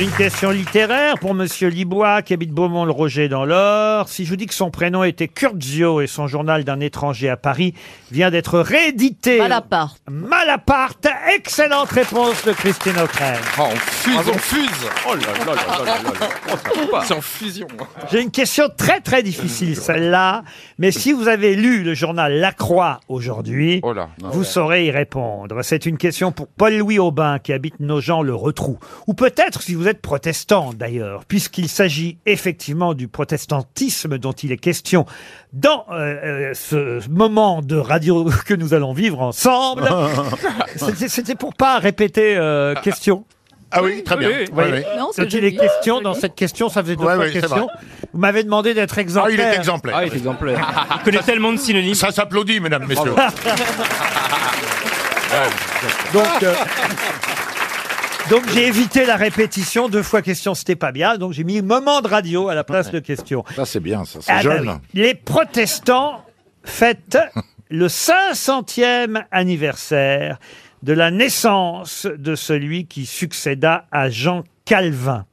Speaker 1: Une question littéraire pour Monsieur Libois, qui habite Beaumont-le-Roger dans l'Or. Si je vous dis que son prénom était Curzio et son journal d'un étranger à Paris vient d'être réédité. Malaparte. Malaparte. Excellente réponse de Christine O'Crane.
Speaker 2: Oh, on fuse. Oh là là là là là là là. C'est en fusion.
Speaker 1: J'ai une question très très difficile, celle-là. Mais si vous avez lu le journal La Croix aujourd'hui,
Speaker 2: Oh
Speaker 1: vous saurez y répondre. C'est une question pour Paul-Louis Aubin, qui habite Nogent-le-Retrou. Ou peut-être si vous êtes protestant d'ailleurs, puisqu'il s'agit effectivement du protestantisme dont il est question dans euh, euh, ce moment de radio que nous allons vivre ensemble. C'était c'était pour pas répéter euh, question.
Speaker 2: Ah oui, très bien.
Speaker 1: Vous voyez,
Speaker 2: Oui, oui. Non, c'est
Speaker 1: quand il
Speaker 2: joli.
Speaker 1: est question dans cette question, ça faisait deux
Speaker 2: Ouais,
Speaker 1: fois
Speaker 2: oui, c'est
Speaker 1: question.
Speaker 2: vrai.
Speaker 1: Vous m'avez demandé d'être exemplaire.
Speaker 2: Ah, il est exemplaire. Il connaît tellement de synonymes. Ça s'applaudit, mesdames, messieurs.
Speaker 1: Donc, euh, donc j'ai évité la répétition. Deux fois question, c'était pas bien. Donc j'ai mis moment de radio à la place de question.
Speaker 6: Ça, c'est bien, ça,
Speaker 1: Ah, bah oui. Les protestants fêtent le 500e anniversaire de la naissance de celui qui succéda à Jean Calvin.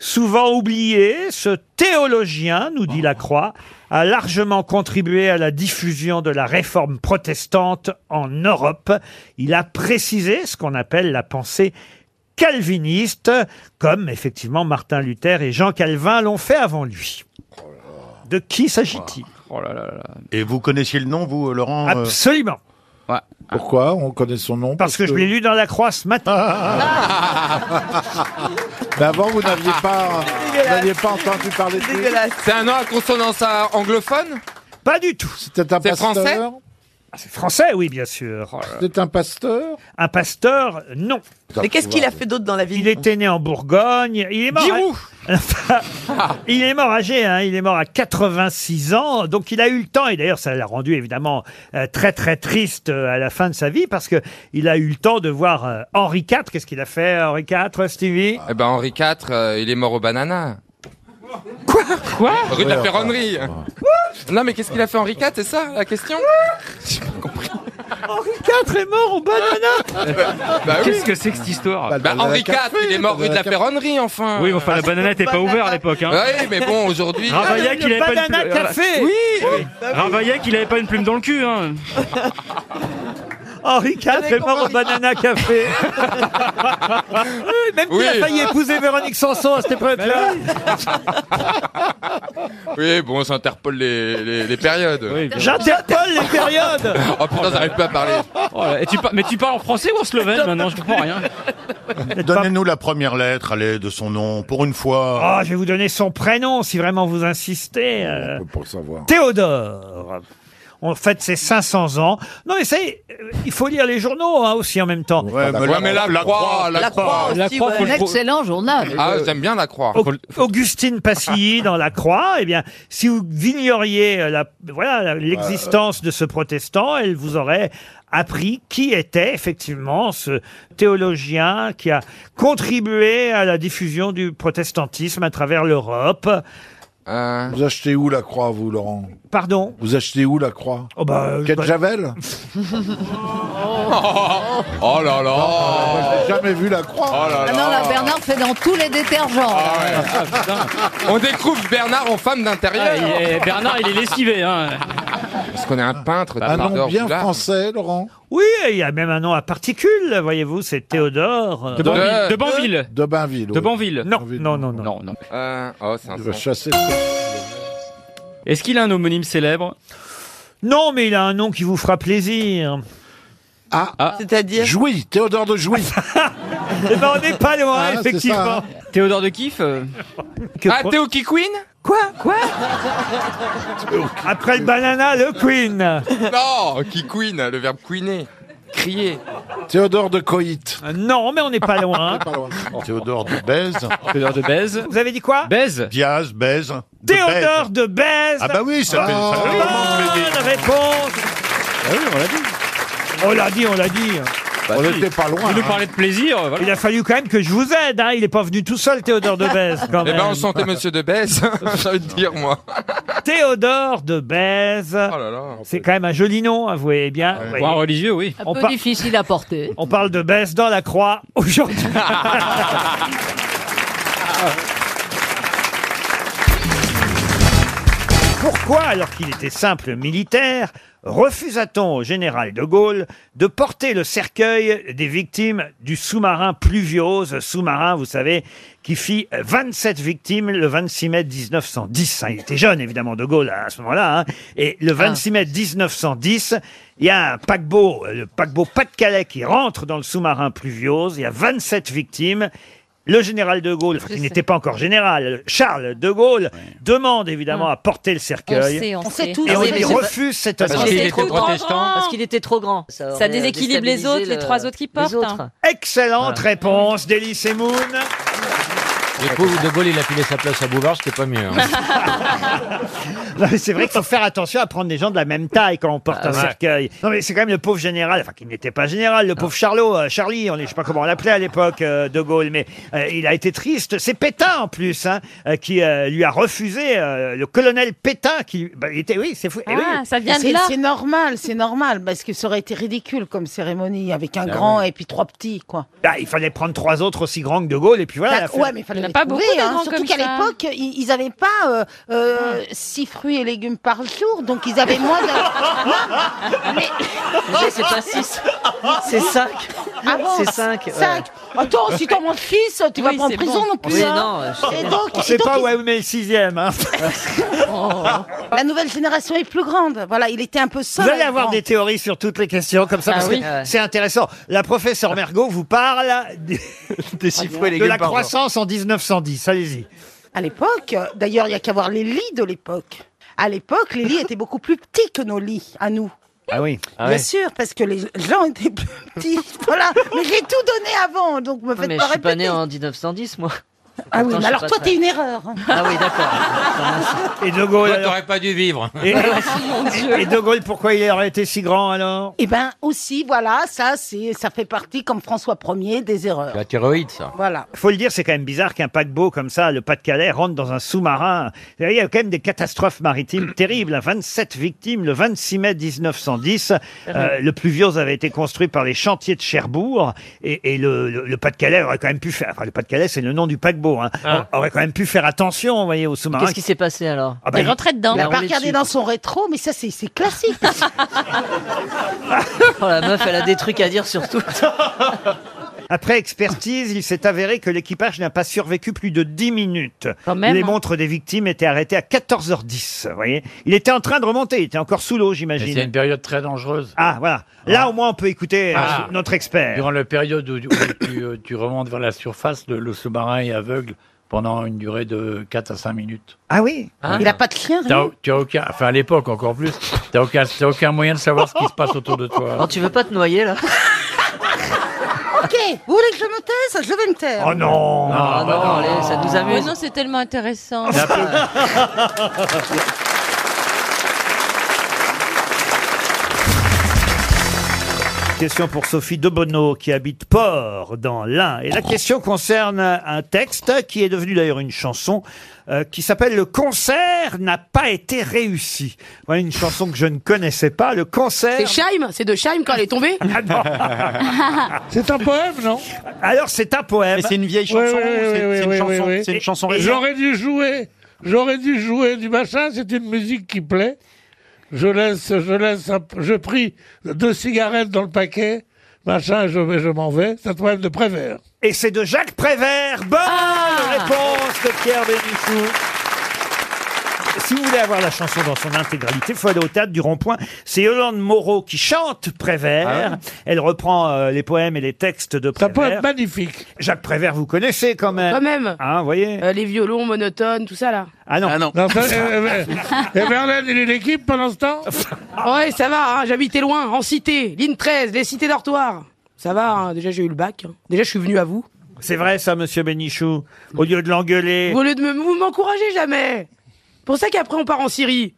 Speaker 1: Souvent oublié, ce théologien, nous dit la Croix, a largement contribué à la diffusion de la réforme protestante en Europe. Il a précisé ce qu'on appelle la pensée calviniste, comme effectivement Martin Luther et Jean Calvin l'ont fait avant lui. De qui s'agit-il
Speaker 25: Oh,
Speaker 30: Et vous connaissiez le nom, vous, Laurent euh,
Speaker 1: Absolument.
Speaker 30: Pourquoi On connaît son nom
Speaker 1: Parce que je l'ai lu dans la croix ce matin.
Speaker 8: Mais avant, vous n'aviez pas, vous n'aviez pas entendu parler de lui.
Speaker 2: C'est un nom à consonance à- anglophone
Speaker 1: Pas du tout.
Speaker 8: C'était un
Speaker 2: C'est français
Speaker 8: pasteur.
Speaker 1: Ah, c'est français, oui, bien sûr.
Speaker 8: C'était un pasteur
Speaker 1: Un pasteur, non.
Speaker 8: Mais qu'est-ce qu'il a
Speaker 1: fait d'autre dans la vie Il était né en Bourgogne. Il est mort. à- il est mort âgé, hein, il est mort à 86 ans. Donc il a eu le temps, et d'ailleurs ça l'a rendu évidemment euh, très très triste euh, à la fin de sa vie, parce que il a eu le temps de voir euh, Henri IV. Qu'est-ce qu'il a fait, Henri IV, Stevie
Speaker 2: Eh ben Henri IV, euh, il est mort au banana.
Speaker 1: Quoi
Speaker 2: Rue de la Ferronnerie. Non mais qu'est-ce qu'il a fait Henri IV, c'est ça la question
Speaker 1: Henri IV est mort au banana
Speaker 2: Qu'est-ce
Speaker 3: que c'est que cette histoire
Speaker 2: Bah, Henri IV, il est mort rue de la Ah, Ferronnerie enfin.
Speaker 3: Oui, mais enfin, la banana n'était pas ouverte à l'époque. Hein.
Speaker 2: Oui, mais bon, aujourd'hui. euh,
Speaker 3: Ravaillac, il avait pas une plume.
Speaker 2: Oui.
Speaker 3: Oui. Ah, Ravaillac, il avait pas une plume dans le cul. Hein.
Speaker 1: Henri IV est mort au Banana Café. Euh, Même
Speaker 2: Oui.
Speaker 1: qu'il a failli épouser Véronique Sanson à cette époque-là.
Speaker 2: Oui, bon, on s'interpole les, les, les périodes.
Speaker 1: J'interpelle les périodes
Speaker 2: Oh putain, j'arrive plus à parler.
Speaker 3: Oh là, et tu par- Mais tu parles en français ou en slovène maintenant Je comprends rien.
Speaker 24: Donnez-nous la première lettre, allez, de son nom, pour une fois.
Speaker 1: Oh, je vais vous donner son prénom si vraiment vous insistez. euh,
Speaker 24: pour savoir.
Speaker 1: Théodore. On fête ses 500 ans. Non, mais ça, euh, il faut lire les journaux hein, aussi en même temps.
Speaker 24: Ouais, mais la- Ouais, mais la la Croix, Croix, la la Croix. Croix aussi,
Speaker 1: oh, Croix, faut
Speaker 28: Un
Speaker 1: le pro-
Speaker 28: excellent journal.
Speaker 2: Ah, j'aime bien la croix. Ah.
Speaker 1: Au- Augustine Passilly dans La Croix, eh bien, si vous ignoriez euh, la, voilà, la- l'existence de ce protestant, elle vous aurait appris qui était effectivement ce théologien qui a contribué à la diffusion du protestantisme à travers l'Europe.
Speaker 2: Euh.
Speaker 8: Vous achetez où la croix, vous, Laurent
Speaker 1: Pardon
Speaker 8: Vous achetez où la croix
Speaker 1: oh bah,
Speaker 8: Quête
Speaker 1: bah-
Speaker 8: Javel
Speaker 2: Oh, là là
Speaker 8: J'ai jamais vu la croix.
Speaker 2: Oh là
Speaker 28: Ah non, là, Bernard fait dans tous les détergents.
Speaker 4: Ah.
Speaker 2: On découvre Bernard en femme d'intérieur.
Speaker 3: Ah, il est- Bernard, il est lessivé. Hein.
Speaker 2: Parce qu'on est un peintre.
Speaker 8: Un nom
Speaker 2: Théodore
Speaker 8: bien
Speaker 2: Goulard.
Speaker 8: français, Laurent
Speaker 1: Oui, il y a même un nom à particules, voyez-vous, c'est Théodore. euh,
Speaker 3: De Banville. De Banville.
Speaker 8: De Bainville.
Speaker 3: De Banville.
Speaker 1: Non, non, non, non.
Speaker 2: Euh, oh, c'est un son.
Speaker 8: Chasser.
Speaker 3: Est-ce qu'il a un homonyme célèbre
Speaker 1: Non, mais il a un nom qui vous fera plaisir.
Speaker 8: Ah,
Speaker 3: c'est-à-dire
Speaker 8: Jouy, Théodore de Jouy.
Speaker 1: Eh ben, on n'est pas loin,
Speaker 8: Ah, c'est
Speaker 1: effectivement.
Speaker 3: hein.
Speaker 8: ça,
Speaker 3: Théodore de euh. Kiff
Speaker 2: Ah, Théo qui queen
Speaker 1: Quoi Quoi Après le banana, le queen.
Speaker 2: Non, qui queen, le verbe queener. Crier.
Speaker 8: Théodore de Coït.
Speaker 1: Euh, Non, mais on n'est pas loin.
Speaker 24: Théodore de Bèze.
Speaker 3: Théodore de Bèze.
Speaker 1: Vous avez dit quoi
Speaker 3: Bèze.
Speaker 24: Diaz, Bèze. De
Speaker 1: Théodore de Bèze.
Speaker 24: Ah bah oui, ça fait- ça fait comment je l'ai dit
Speaker 1: Bonne réponse.
Speaker 24: on l'a dit.
Speaker 1: On l'a dit, on l'a dit.
Speaker 8: On n'était pas loin.
Speaker 3: Il nous
Speaker 8: hein.
Speaker 3: parlait de plaisir. voilà.
Speaker 1: Il a fallu quand même que je vous aide. Hein. Il n'est pas venu tout seul, Théodore de Bèze. Quand
Speaker 2: Eh
Speaker 1: même.
Speaker 2: ben, on sentait Monsieur de Bèze, j'ai envie de dire, moi.
Speaker 1: Théodore de Bèze.
Speaker 2: Oh là là.
Speaker 1: C'est quand même un joli nom, avouez Eh bien.
Speaker 3: Pour un religieux, oui.
Speaker 28: Un
Speaker 1: On
Speaker 28: peu
Speaker 1: par-
Speaker 28: difficile à porter.
Speaker 1: On parle de Bèze dans la croix aujourd'hui. Pourquoi, alors qu'il était simple militaire, refusa-t-on au général de Gaulle de porter le cercueil des victimes du sous-marin pluviose, sous-marin, vous savez, qui fit 27 victimes le 26 mai 1910 hein. Il était jeune, évidemment, de Gaulle à ce moment-là. hein. Et
Speaker 28: Ah.
Speaker 1: le 26 mai 1910, il y a un paquebot, euh, le paquebot Pas-de-Calais, qui rentre dans le sous-marin pluviose. Il y a 27 victimes. Le général de Gaulle, enfin, qui n'était pas encore général, Charles de Gaulle, demande évidemment à porter le cercueil.
Speaker 28: Hum. on sait
Speaker 1: Et on lui refuse cette
Speaker 16: Parce
Speaker 1: option.
Speaker 16: qu'il était trop grand. Parce qu'il était trop grand.
Speaker 28: Ça
Speaker 16: aurait
Speaker 28: déséquilibre les
Speaker 16: déstabilisé
Speaker 28: autres, les trois autres qui portent, hein.
Speaker 1: Excellente réponse d'Elie Semoun.
Speaker 21: Le pauvre De Gaulle, il a filé sa place à Bouvard, c'était pas mieux. hein.
Speaker 1: Non, mais C'est vrai qu'il faut faire attention à prendre des gens de la même taille quand on porte
Speaker 21: Ah,
Speaker 1: un
Speaker 21: ouais. Ah.
Speaker 1: cercueil. Non mais c'est quand même le pauvre général, enfin qui n'était pas général, le pauvre Charlot, euh, Charlie, on est, je sais pas comment on l'appelait à l'époque euh, de Gaulle, mais euh, il a été triste. C'est Pétain en plus hein, euh, qui euh, lui a refusé euh, le colonel Pétain qui bah, il était oui c'est
Speaker 12: Ah,
Speaker 1: fou. eh oui.
Speaker 9: Ah, C'est- C'est normal, c'est normal, parce que ça aurait été ridicule comme cérémonie, avec un
Speaker 1: Ah
Speaker 9: grand
Speaker 1: oui.
Speaker 9: et puis trois petits, quoi.
Speaker 1: Bah, il fallait prendre trois autres aussi grands que de Gaulle et puis voilà.
Speaker 9: Bah,
Speaker 1: l'affaire.
Speaker 9: ouais, mais fallait les trouver,
Speaker 28: beaucoup de
Speaker 9: hein.
Speaker 28: grands
Speaker 9: Surtout
Speaker 28: comme
Speaker 9: qu'à
Speaker 28: ça.
Speaker 9: l'époque, ils ils avaient pas euh, euh,
Speaker 12: Ah.
Speaker 9: six fruits et légumes par jour, donc ils avaient moins d'un. mais
Speaker 16: Déjà, c'est pas six. C'est cinq.
Speaker 9: Ah bon
Speaker 16: C'est cinq, ouais.
Speaker 9: Cinq.
Speaker 12: Attends, si t'as mon fils, tu vas
Speaker 1: Oui,
Speaker 12: pas en
Speaker 1: c'est
Speaker 12: prison
Speaker 1: bon.
Speaker 12: non plus.
Speaker 1: Oui,
Speaker 12: hein.
Speaker 1: non, je sais
Speaker 12: Et
Speaker 1: bien.
Speaker 12: donc,
Speaker 1: On sait
Speaker 12: et donc,
Speaker 1: pas
Speaker 12: il-
Speaker 1: où est le sixième. hein.
Speaker 12: La nouvelle génération est plus grande. Voilà, il était un peu
Speaker 1: Vous
Speaker 12: seul.
Speaker 1: allez avoir des théories sur toutes les questions comme ça,
Speaker 12: Ah
Speaker 1: parce que
Speaker 12: oui. Ouais. Ah.
Speaker 1: c'est intéressant. La professeure Mergot vous parle du-
Speaker 12: chiffres et les
Speaker 1: de
Speaker 12: gueules
Speaker 1: la
Speaker 12: par jour.
Speaker 1: croissance en 1910. Allez-y.
Speaker 12: À l'époque, euh, d'ailleurs, il y a qu'à voir les lits de l'époque. À l'époque, les lits étaient beaucoup plus petits que nos lits, à nous.
Speaker 1: Ah oui.
Speaker 12: Bien sûr, parce que les gens étaient plus petits. Voilà, mais j'ai tout donné avant, donc me faites
Speaker 4: mais je
Speaker 12: pas
Speaker 4: suis pas
Speaker 12: répéter.
Speaker 4: né en 1910, moi.
Speaker 12: Ah oui,
Speaker 4: Pourtant, je
Speaker 12: mais
Speaker 4: suis
Speaker 12: alors
Speaker 4: pas
Speaker 12: toi,
Speaker 4: très-
Speaker 12: t'es une erreur.
Speaker 4: Ah oui, d'accord.
Speaker 1: Et De Gaulle.
Speaker 6: Toi,
Speaker 1: alors
Speaker 6: t'aurais pas dû vivre.
Speaker 1: Et, et De Gaulle, pourquoi il aurait été si grand alors
Speaker 12: Eh ben aussi, voilà, ça, c'est, ça fait partie, comme François Ier, des erreurs.
Speaker 1: La thyroïde, ça.
Speaker 12: Voilà.
Speaker 1: Faut le dire, c'est quand même bizarre qu'un paquebot comme ça, le Pas-de-Calais, rentre dans un sous-marin. Il y a quand même des catastrophes maritimes terribles. 27 victimes le 26 mai 1910.
Speaker 4: Ah
Speaker 1: Euh, le pluviose avait été construit par les chantiers de Cherbourg. Et, et le, le- le Pas-de-Calais aurait quand même pu faire... Enfin, le Pas-de-Calais, c'est le nom du paquebot. hein.
Speaker 4: Ah.
Speaker 1: Aurait quand même pu faire attention, vous voyez, au sous-marin.
Speaker 4: Qu'est-ce qui s'est passé alors
Speaker 1: Ah bah, Il rentrait dedans.
Speaker 12: Il
Speaker 1: Il a
Speaker 12: n'a pas
Speaker 1: roulé
Speaker 12: regardé
Speaker 1: dessus.
Speaker 12: dans son rétro, mais ça, c'est, c'est classique.
Speaker 4: Oh, la meuf, elle a des trucs à dire sur tout.
Speaker 1: Après expertise, il s'est avéré que l'équipage n'a pas survécu plus de 10 minutes.
Speaker 4: même,
Speaker 1: Les
Speaker 4: hein.
Speaker 1: montres des victimes étaient arrêtées à 14h10. Vous voyez il était en train de remonter, il était encore sous l'eau, j'imagine.
Speaker 6: C'est une période très dangereuse.
Speaker 1: Ah, voilà. Là, au moins, on peut écouter euh,
Speaker 6: Ah.
Speaker 1: notre expert.
Speaker 6: Durant la période où, où tu, euh, tu remontes vers la surface, le, le sous-marin est aveugle pendant une durée de 4 à 5 minutes.
Speaker 1: Ah oui
Speaker 12: Il n'a pas de chien,
Speaker 6: T'as-
Speaker 12: rien.
Speaker 6: tu as aucun, enfin à l'époque encore plus, t'as aucun, t'as aucun moyen de savoir ce qui se passe autour de toi.
Speaker 4: Alors, tu veux pas te noyer là
Speaker 12: Ok, vous voulez que je me taise Je vais me taire.
Speaker 1: Oh non
Speaker 4: Ah non, allez, ça nous amuse.
Speaker 8: Oh non, c'est tellement intéressant.
Speaker 9: Ah.
Speaker 1: Question pour Sophie Debonneau, qui habite Port, dans l'Ain. Et la question concerne un texte qui est devenu d'ailleurs une chanson, euh, qui s'appelle Le concert n'a pas été réussi. Voilà une chanson que je ne connaissais pas. Le concert.
Speaker 8: C'est Scheim C'est de Scheim quand elle est tombée
Speaker 1: Ah non.
Speaker 8: C'est
Speaker 1: un poème, non Alors, c'est un poème.
Speaker 8: Mais c'est une vieille
Speaker 1: chanson.
Speaker 26: J'aurais dû jouer, j'aurais dû jouer du machin. C'est une musique qui plaît. Je laisse, je laisse, un- je prie deux cigarettes dans le paquet, machin. Je vais, je m'en vais. C'est un poème de Prévert.
Speaker 1: Et c'est de Jacques Prévert. Bonne réponse de Pierre Bénichou. Si vous voulez avoir la chanson dans son intégralité, il faut aller au théâtre du Rond-Point. C'est Yolande Moreau qui chante Prévert. Elle reprend euh, les poèmes et les textes de Prévert.
Speaker 26: poème magnifique.
Speaker 1: Jacques Prévert, vous connaissez quand même.
Speaker 8: Quand même.
Speaker 1: Hein, vous voyez
Speaker 8: Euh, les violons monotones, tout ça là.
Speaker 1: Ah non.
Speaker 26: Non, ça, euh, euh, euh, et Verlaine, il est l'équipe pendant ce temps
Speaker 8: Ouais, ça va, hein, j'habitais loin, en cité, ligne 13, les cités dortoirs. Ça va, hein, déjà j'ai eu le bac. hein. Déjà je suis venu à vous.
Speaker 1: C'est vrai ça, monsieur Bénichou. Au lieu de l'engueuler.
Speaker 8: Vous, au lieu de me, vous m'encouragez jamais. Pour ça qu'après on part en Syrie.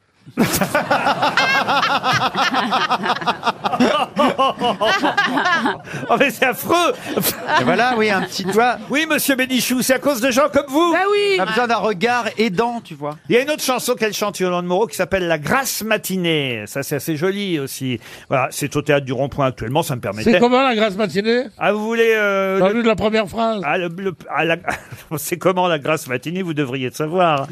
Speaker 1: Oh mais c'est affreux
Speaker 8: Et voilà, oui, un
Speaker 1: petit doigt. Oui, monsieur Bénichou, c'est à cause de gens comme vous
Speaker 8: Bah oui
Speaker 1: a besoin d'un regard aidant, tu vois. Il y a une autre chanson qu'elle chante, Yolande Moreau, qui s'appelle La Grasse Matinée. Ça, c'est assez joli aussi. Voilà, c'est au Théâtre du Rond-Point actuellement, ça me permettait...
Speaker 26: C'est comment la grasse matinée
Speaker 1: Ah, vous voulez... Euh,
Speaker 26: Dans la première phrase
Speaker 1: ah, le- le- ah, la- C'est comment la grasse matinée, vous devriez le savoir.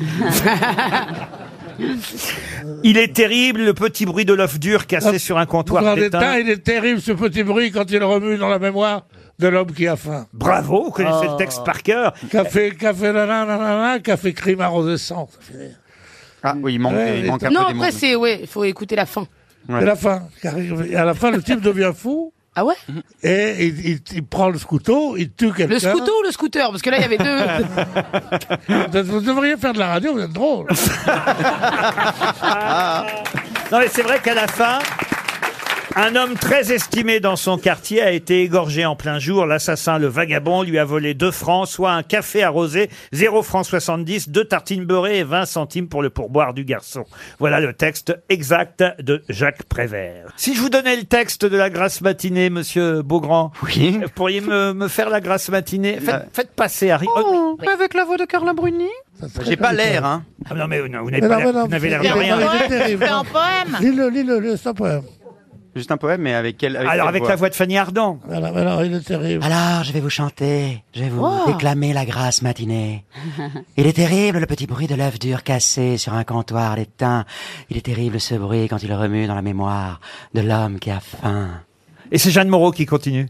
Speaker 1: Il est terrible, le petit bruit de l'œuf dur cassé sur un comptoir
Speaker 26: Dans des
Speaker 1: d'étain.
Speaker 26: tas, il est terrible ce petit bruit quand il remue dans la mémoire de l'homme qui a faim. Ah.
Speaker 1: Bravo, vous connaissez le texte par cœur.
Speaker 26: Café, café, nanana, nanana, café crime arrosé sang.
Speaker 31: Ah oui, il manque,
Speaker 26: Ouais,
Speaker 31: il manque un
Speaker 8: non,
Speaker 31: peu des
Speaker 8: après
Speaker 31: mots.
Speaker 8: c'est, ouais, il faut écouter la fin.
Speaker 26: C'est la fin. qui arrive. Et à la fin, le type devient fou.
Speaker 8: Ah ouais
Speaker 26: Et il, il- il prend le scouteau, il tue quelqu'un.
Speaker 8: Le scooter ou le scooter Parce que là il y avait deux.
Speaker 26: Vous devriez faire de la radio, vous êtes drôle.
Speaker 1: Ah. Non mais c'est vrai qu'à la fin, un homme très estimé dans son quartier a été égorgé en plein jour. L'assassin, le vagabond, lui a volé 2 francs, soit un café arrosé, 0 francs 70, deux tartines beurrées et 20 centimes pour le pourboire du garçon. Voilà le texte exact de Jacques Prévert. Si je vous donnais le texte de la grasse matinée, monsieur Beaugrand, vous pourriez me, me faire la grasse matinée Faites, faites passer Harry. Oh,
Speaker 26: Avec la voix de Carla Bruni
Speaker 1: J'ai pas l'air, hein Non mais vous n'a- vous n'avez pas l'air- vous n'avez l'air de
Speaker 26: Il est-
Speaker 1: rien.
Speaker 26: il est terrible.
Speaker 32: C'est un poème.
Speaker 26: Lis-le, lis-le, lis-le, c'est un poème.
Speaker 31: Juste un poème, mais avec quelle avec
Speaker 1: Alors
Speaker 31: quelle
Speaker 1: avec la voix de Fanny Ardant.
Speaker 26: Voilà, voilà, il est terrible.
Speaker 14: Alors, je vais vous chanter, je vais vous Oh. déclamer la grâce matinée. Il est terrible le petit bruit de l'œuf dur cassé sur un comptoir d'étain. Il est terrible ce bruit quand il remue dans la mémoire de l'homme qui a faim.
Speaker 1: Et c'est Jeanne Moreau qui continue.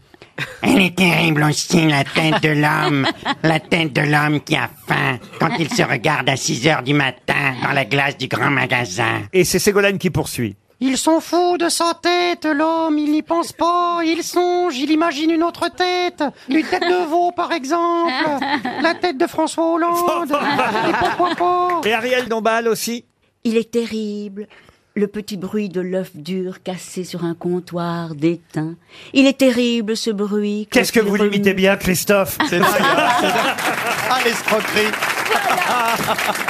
Speaker 33: Elle est terrible aussi, la tête de l'homme. La tête de l'homme qui a faim quand il se regarde à 6 heures du matin dans la glace du grand magasin.
Speaker 1: Et c'est Ségolène qui poursuit.
Speaker 5: Ils sont fous de sa tête, l'homme, il n'y pense pas, il songe, il imagine une autre tête, une tête de veau par exemple, la tête de François Hollande, et pourquoi pas
Speaker 1: Et Ariel Dombal aussi
Speaker 7: Il est terrible. Le petit bruit de l'œuf dur cassé sur un comptoir d'étain. Il est terrible ce bruit.
Speaker 1: Qu'est-ce que vous limitez bien, Christophe
Speaker 26: Ah, l'escroquerie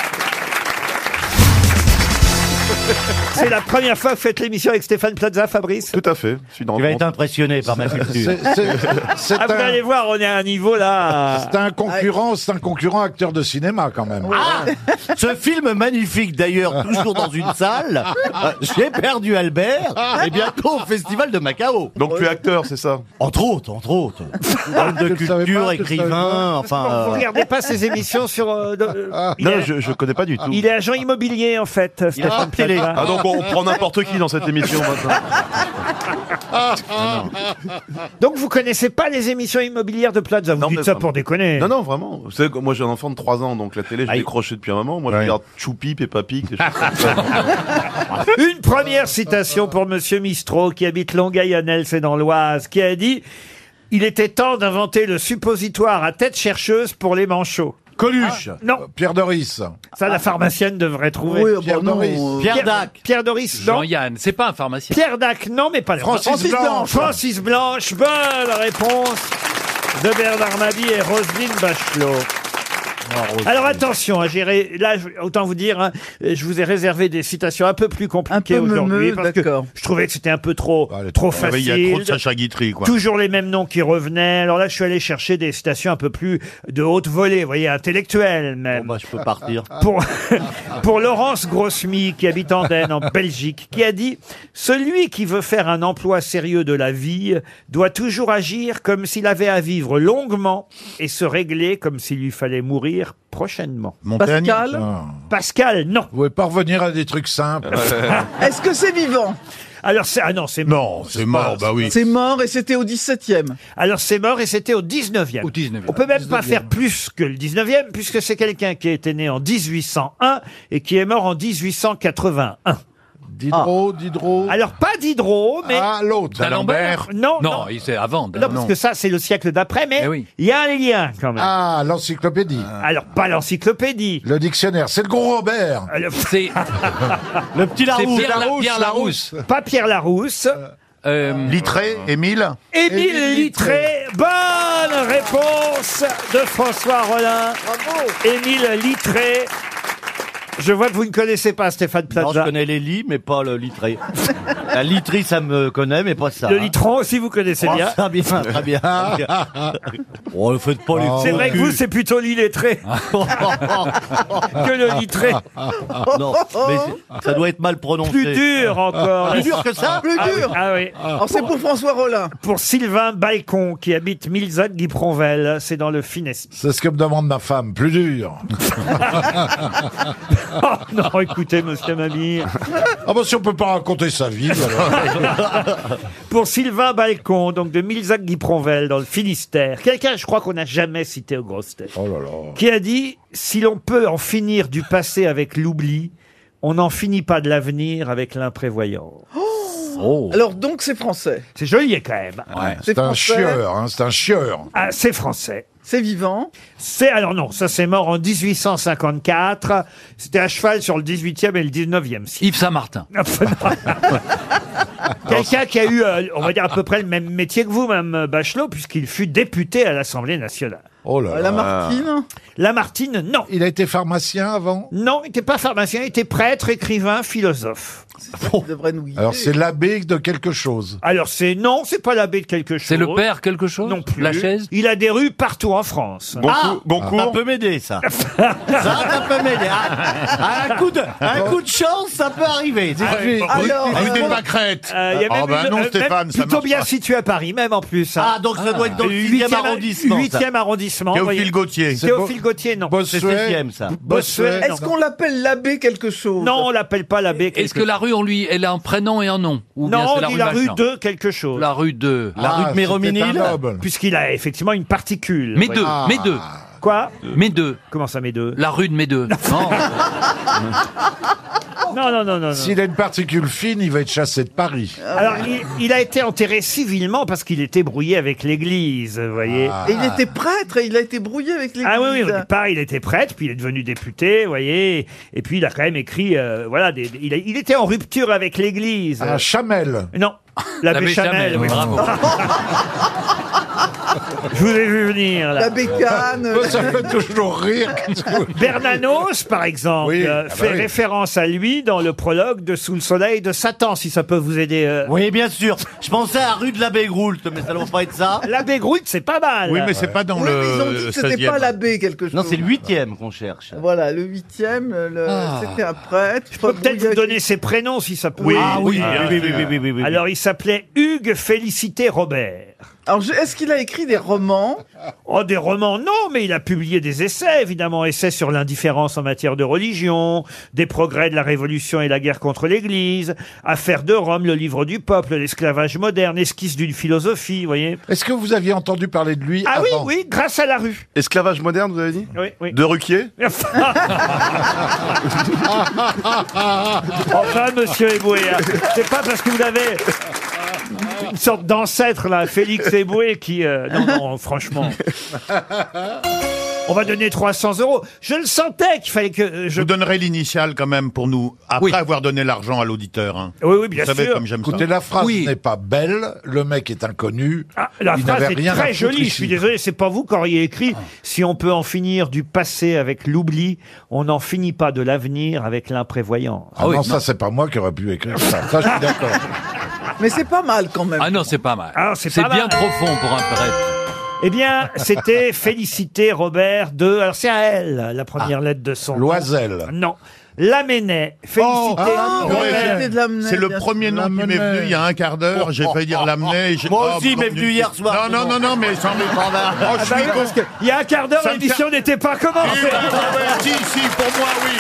Speaker 1: C'est la première fois que vous faites l'émission avec Stéphane Plaza, Fabrice
Speaker 6: Tout à fait.
Speaker 1: Il
Speaker 6: va être
Speaker 1: impressionné
Speaker 6: par ma culture. C'est- c'est- c'est
Speaker 1: ah, vous
Speaker 6: un-
Speaker 1: allez voir, on est à un niveau là.
Speaker 4: C'est un concurrent, c'est un concurrent acteur de cinéma quand même.
Speaker 6: Ah Ce film magnifique d'ailleurs, toujours dans une salle. Euh, J'ai perdu Albert et bientôt au festival de Macao. Donc tu es acteur, c'est ça Entre autres, entre autres. Homme de culture, écrivain, enfin.
Speaker 1: Vous
Speaker 6: euh, Ah.
Speaker 1: regardez pas ces émissions sur. euh, de- euh, il
Speaker 6: Non,
Speaker 1: est-
Speaker 6: je, je connais pas du tout.
Speaker 1: Il est agent immobilier en fait, Stéphane Plaza.
Speaker 6: Ah donc on prend n'importe qui dans cette émission maintenant. Ah
Speaker 1: Donc vous connaissez pas les émissions immobilières de Plaza Vous dites ça pour déconner.
Speaker 6: Non, non, vraiment. Vous savez, que moi j'ai un enfant de 3 ans, donc la télé, je l'ai décroché depuis un moment. Moi je regarde Choupi, Peppa Pig. des choses comme ça.
Speaker 1: Une première citation pour Monsieur Mistro, qui habite Longueuil-en-Elf c'est dans l'Oise, qui a dit « Il était temps d'inventer le suppositoire à tête chercheuse pour les manchots. » Coluche Non. Ah, Pierre Doris. Ça, la pharmacienne devrait trouver.
Speaker 6: Oui, Pierre bon, non, Doris. euh,
Speaker 1: Pierre
Speaker 6: Pierre
Speaker 1: Dac. Pierre Doris, non.
Speaker 25: Jean-Yann, c'est pas un pharmacien.
Speaker 1: Pierre Dac, non, mais pas
Speaker 25: Francis Blanche.
Speaker 1: Francis Blanche, bonne réponse de Bernard Mabie et Roselyne Bachelot. Alors attention, hein, j'ai ré- là, je- autant vous dire, hein, je vous ai réservé des citations un peu plus compliquées
Speaker 6: peu meumeux,
Speaker 1: aujourd'hui parce que je trouvais que c'était un peu trop, trop
Speaker 6: Ah oui,
Speaker 1: facile.
Speaker 6: Il y a trop de Sacha Guitry, quoi.
Speaker 1: Toujours les mêmes noms qui revenaient. Alors là, je suis allé chercher des citations un peu plus de haute volée, vous voyez, intellectuelles même. bah, je peux partir. Pour, pour Laurence Grossmy, qui habite Andenne, en Belgique, qui a dit « Celui qui veut faire un emploi sérieux de la vie doit toujours agir comme s'il avait à vivre longuement et se régler comme s'il lui fallait mourir prochainement. »
Speaker 4: Montaigne Pascal
Speaker 6: Ah.
Speaker 1: Pascal, non. Vous
Speaker 4: pouvez pas revenir à des trucs simples.
Speaker 18: Est-ce que c'est vivant
Speaker 1: Alors c'est ah non c'est
Speaker 6: non c'est mort bah oui
Speaker 18: C'est mort et c'était au 17e.
Speaker 1: Alors c'est mort et c'était au 19e. On peut même pas faire plus que le 19e puisque c'est quelqu'un qui était né en 1801 et qui est mort en 1881. Diderot,
Speaker 18: Ah.
Speaker 1: Diderot. Alors pas Diderot, mais ah, l'autre.
Speaker 25: D'Alembert
Speaker 1: Non, non,
Speaker 25: Non, il c'est avant.
Speaker 1: non, parce que ça c'est le siècle d'après, mais il y a un lien quand même. Ah.
Speaker 4: Ah, l'encyclopédie.
Speaker 1: Alors pas l'encyclopédie.
Speaker 4: Le dictionnaire, c'est le gros Robert.
Speaker 25: C'est
Speaker 4: le petit
Speaker 25: Larousse. Pierre La- Pierre Larousse. Euh,
Speaker 1: Pas Pierre Larousse.
Speaker 6: Littré, Émile
Speaker 1: Émile Littré, bonne réponse de François Rollin. Émile Littré. Je vois que vous ne connaissez pas Stéphane Plaza.
Speaker 14: Non, je connais les lits, mais pas le litré. La literie, ça me connaît, mais pas ça.
Speaker 1: Le
Speaker 14: hein.
Speaker 1: litron aussi, vous connaissez
Speaker 14: Oh,
Speaker 1: bien.
Speaker 14: Très bien, très bien. très bien.
Speaker 4: Ah.
Speaker 14: oh, le faites pas les
Speaker 1: C'est
Speaker 14: fous
Speaker 1: vrai que
Speaker 14: au
Speaker 1: vous,
Speaker 14: cul.
Speaker 1: c'est plutôt l'illettré
Speaker 4: Oh,
Speaker 1: que le litré.
Speaker 14: non, mais c'est- ça doit être mal prononcé.
Speaker 1: Plus dur encore.
Speaker 14: Plus dur Oh, que ça
Speaker 18: Plus
Speaker 1: Ah oui,
Speaker 18: dur
Speaker 1: Ah oui.
Speaker 18: Alors, c'est pour François Rollin.
Speaker 1: Pour Sylvain Balcon, qui habite Milzac Guipronvel, c'est dans le Finesse.
Speaker 4: C'est ce que me demande ma femme, plus dur.
Speaker 1: Oh non, écoutez, monsieur Mabille.
Speaker 4: Ah bah si on peut pas raconter sa vie, alors.
Speaker 1: Pour Sylvain Balcon, donc de Milzac Guipronvel, dans le Finistère. Quelqu'un, je crois qu'on n'a jamais cité au grosses têtes. Qui a dit, si l'on peut en finir du passé avec l'oubli, on n'en finit pas de l'avenir avec l'imprévoyant.
Speaker 18: Oh Alors donc c'est français. Ah,
Speaker 1: C'est joli quand même.
Speaker 18: C'est C'est un français. chieur,
Speaker 1: c'est un chieur. Ah, c'est français.
Speaker 18: C'est vivant.
Speaker 1: C'est alors non, ça c'est mort en 1854. C'était à cheval sur le 18e et le 19e siècle.
Speaker 25: Yves Saint-Martin.
Speaker 1: Quelqu'un qui a eu, euh,
Speaker 4: Ah,
Speaker 1: on va dire à peu près le même métier que vous, même Bachelot, puisqu'il fut député à l'Assemblée nationale.
Speaker 4: Oh là là. Lamartine
Speaker 1: Lamartine, non.
Speaker 4: Il a été pharmacien avant
Speaker 1: Non, il n'était pas pharmacien, il était prêtre, écrivain, philosophe.
Speaker 4: Alors c'est l'abbé de quelque chose.
Speaker 1: Alors c'est non, c'est pas l'abbé de quelque chose.
Speaker 4: C'est le père
Speaker 25: quelque chose
Speaker 1: Non plus.
Speaker 4: La chaise
Speaker 1: Il a des rues partout en France.
Speaker 14: Goncourt- Ah Goncourt Ça peut
Speaker 1: m'aider ça.
Speaker 14: Ça, ça peut m'aider. Ah, Un, coup de, un coup de chance, ça peut arriver.
Speaker 1: Ah, oui.
Speaker 14: Alors,
Speaker 1: Rue des
Speaker 14: euh,
Speaker 1: Pâquerettes. Euh, il y a même une- euh, même plutôt bien situé à Paris, même en plus.
Speaker 14: Ah, donc ça doit être dans le 8e arrondissement, ça.
Speaker 1: 8e arrondissement. arrondissement.
Speaker 6: Théophile
Speaker 1: voyez.
Speaker 6: Gautier. C'est
Speaker 1: Théophile
Speaker 6: Bo-
Speaker 1: Gautier, non.
Speaker 6: Bossuet. C'est septième, ça.
Speaker 1: Bossuet,
Speaker 18: Est-ce
Speaker 1: non.
Speaker 18: qu'on l'appelle l'abbé quelque chose
Speaker 1: Non, on l'appelle pas l'abbé.
Speaker 25: Est-ce que la rue, on lui, elle a un prénom et un nom Ou bien
Speaker 1: non,
Speaker 25: c'est
Speaker 1: on dit la rue
Speaker 25: Machin
Speaker 1: 2 quelque chose.
Speaker 25: La rue 2.
Speaker 1: Ah,
Speaker 25: La rue de Méroménil
Speaker 1: Puisqu'il a effectivement une particule.
Speaker 25: Mais
Speaker 1: voyez.
Speaker 25: deux, mais deux.
Speaker 1: Quoi
Speaker 25: Mais deux.
Speaker 1: Comment ça, mais deux Ah,
Speaker 25: La rue de mes deux. Non.
Speaker 1: Non, non, non, non.
Speaker 4: S'il a une particule fine, il va être chassé de Paris.
Speaker 1: Alors, il, il a été enterré civilement parce qu'il était brouillé avec l'église, vous voyez.
Speaker 18: Ah. Et il était prêtre et il a été brouillé avec l'église.
Speaker 1: Ah oui, oui, au départ, il était prêtre, puis il est devenu député, vous voyez. Et puis, il a quand même écrit, euh, voilà, des- des- il, a- il était en rupture avec l'Église.
Speaker 4: Ah, Chamel.
Speaker 1: Non, l'abbé
Speaker 4: L'abbé
Speaker 1: Chamel,
Speaker 4: Chamel,
Speaker 1: oui.
Speaker 4: bravo.
Speaker 1: Je vous ai vu venir, là.
Speaker 18: La bécane.
Speaker 4: Moi, Oh, ça me fait toujours rire.
Speaker 1: Bernanos, par exemple,
Speaker 4: Oui,
Speaker 1: euh,
Speaker 4: ah bah
Speaker 1: fait
Speaker 4: oui.
Speaker 1: référence à lui dans le prologue de Sous le soleil de Satan, si ça peut vous aider. euh.
Speaker 6: Oui, bien sûr. Je pensais à rue de l'abbé Groult, mais ça ne va pas être ça.
Speaker 1: L'abbé Groult, c'est pas mal.
Speaker 6: Oui, mais c'est pas dans
Speaker 18: Oui,
Speaker 6: le.
Speaker 18: mais ils ont dit que c'était
Speaker 6: 16e.
Speaker 18: pas l'abbé quelque chose.
Speaker 6: Non, c'est le huitième qu'on cherche.
Speaker 18: Voilà, le huitième, le-
Speaker 1: Ah.
Speaker 18: c'était un prêtre.
Speaker 1: Je peux peut-être vous donner ses prénoms si ça peut
Speaker 18: Oui,
Speaker 1: vous
Speaker 18: ah oui,
Speaker 1: aider.
Speaker 18: bien oui, oui, sûr. oui, oui, oui, oui.
Speaker 1: Alors, il s'appelait Hugues Félicité Robert.
Speaker 18: Alors, je- est-ce qu'il a écrit des romans
Speaker 1: Oh, des romans, non, mais il a publié des essais, évidemment. Essais sur l'indifférence en matière de religion, des progrès de la Révolution et la guerre contre l'Église, Affaires de Rome, le livre du peuple, l'esclavage moderne, esquisse d'une philosophie, vous voyez.
Speaker 4: Est-ce que vous aviez entendu parler de lui
Speaker 1: Ah oui,
Speaker 4: avant
Speaker 1: oui, grâce à la rue.
Speaker 8: Esclavage moderne, vous avez dit
Speaker 1: Oui, oui.
Speaker 8: De Ruquier
Speaker 1: Enfin, monsieur Eboué, hein, c'est pas parce que vous avez une sorte d'ancêtre, là, Félix Eboué, qui... euh, non, non, franchement... On va donner 300 euros. Je le sentais qu'il fallait que euh, je...
Speaker 10: vous donnerai l'initiale quand même pour nous,
Speaker 4: Ah,
Speaker 10: après avoir donné l'argent à l'auditeur. hein.
Speaker 1: Oui, oui, bien
Speaker 10: Vous savez
Speaker 1: sûr.
Speaker 10: comme j'aime ça.
Speaker 4: Écoutez, la phrase n'est pas belle, le mec est inconnu.
Speaker 1: Ah, La
Speaker 4: il
Speaker 1: phrase
Speaker 4: n'avait
Speaker 1: est
Speaker 4: rien à
Speaker 1: très
Speaker 4: foutre
Speaker 1: jolie, je
Speaker 4: ici. Ah.
Speaker 1: suis désolé, c'est pas vous qui auriez écrit Si on peut en finir du passé avec l'oubli, on n'en finit pas de l'avenir avec l'imprévoyance.
Speaker 4: Ah, non, ça, c'est pas moi qui aurais pu écrire ça. Ça, je suis d'accord.
Speaker 18: Mais c'est pas mal quand même.
Speaker 25: Ah non, c'est pas mal.
Speaker 1: Ah, c'est
Speaker 25: C'est
Speaker 1: pas
Speaker 25: bien
Speaker 1: mal.
Speaker 25: profond pour un prêtre.
Speaker 1: Eh bien, c'était Félicité Robert de... Alors, c'est à elle, la
Speaker 25: Ah.
Speaker 1: première lettre de son...
Speaker 4: Loisel.
Speaker 1: Non. Lamennais. Félicité
Speaker 10: Ah,
Speaker 1: Robert.
Speaker 10: ouais,
Speaker 18: c'était de l'amener,
Speaker 10: c'est le
Speaker 18: bien
Speaker 10: premier
Speaker 18: sûr.
Speaker 10: nom qui m'est venu il y a un quart d'heure. J'ai failli dire l'amener. et j'ai-
Speaker 6: Moi
Speaker 10: Oh,
Speaker 6: aussi, il m'est
Speaker 10: bon,
Speaker 6: venu hier soir.
Speaker 10: Non, non, non, non, mais sans me
Speaker 1: Ah bah
Speaker 10: Oh, je suis con.
Speaker 1: Il y a un quart d'heure,
Speaker 10: Ça me
Speaker 1: l'émission
Speaker 10: fait-
Speaker 1: n'était pas commencée.
Speaker 10: Ah, ouais, ouais, si, si, pour moi, oui.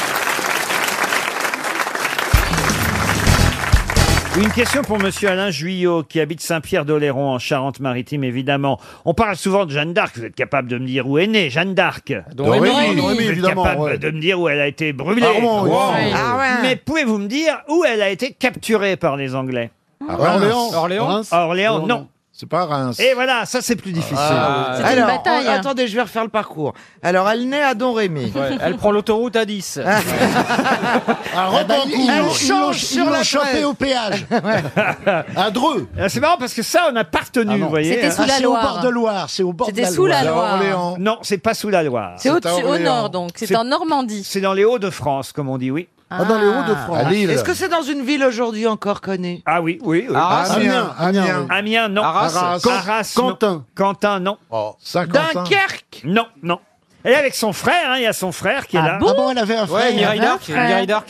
Speaker 1: Une question pour Monsieur Alain Juillot, qui habite Saint-Pierre-d'Oléron, en Charente-Maritime, évidemment. On parle souvent de Jeanne d'Arc. Vous êtes capable de me dire où est née Jeanne d'Arc
Speaker 4: Dorémy, Dorémy,
Speaker 1: Vous êtes
Speaker 4: évidemment,
Speaker 1: capable
Speaker 4: ouais.
Speaker 1: de me dire où elle a été brûlée.
Speaker 4: Armand, oui. Wow. Oui. Ah
Speaker 1: Mais pouvez-vous me dire où elle a été capturée par les Anglais
Speaker 4: À Ah, Reims. Orléans. Reims.
Speaker 1: À Orléans, non.
Speaker 4: C'est pas Reims. Ah,
Speaker 1: Et voilà, ça c'est plus difficile.
Speaker 9: C'est une bataille, hein.
Speaker 14: Attendez, je vais refaire le parcours. Alors, elle naît à Don Rémy.
Speaker 3: Elle prend l'autoroute à 10.
Speaker 20: Ah.
Speaker 4: ah,
Speaker 6: Ah,
Speaker 14: À
Speaker 1: Eh ben, Elle change sur la
Speaker 14: chopé au péage.
Speaker 1: Un dreux. Ah, C'est marrant parce que ça, on a pas retenu, vous voyez. hein.
Speaker 28: C'était sous Ah, la c'est au Loire. bord de
Speaker 1: Loire. C'est au bord
Speaker 28: C'était de la sous la Loire. Loire. C'est à Orléans.
Speaker 1: Non, c'est pas sous la Loire.
Speaker 28: C'est au-dessus- C'est à au Orléans. nord, donc. C'est en
Speaker 1: Normandie. C'est dans les Hauts-de-France, comme on dit, oui.
Speaker 14: Ah, dans les Hauts-de-France.
Speaker 1: À Lille.
Speaker 14: Est-ce que c'est dans une ville aujourd'hui encore connue
Speaker 1: Ah oui, oui. oui.
Speaker 14: Arras.
Speaker 1: Amiens,
Speaker 14: Amiens,
Speaker 1: Amiens,
Speaker 14: oui.
Speaker 1: Amiens, non.
Speaker 14: Arras.
Speaker 1: Arras, non.
Speaker 14: Quentin. Oh.
Speaker 1: Quentin, non.
Speaker 14: Saint-Quentin.
Speaker 1: Dunkerque. Non, non. Elle est avec son frère, hein, il y a son frère qui est
Speaker 14: Ah
Speaker 1: là.
Speaker 14: bon, elle avait un frère.
Speaker 1: Ouais, Mireille d'Arc, Mireille d'Arc,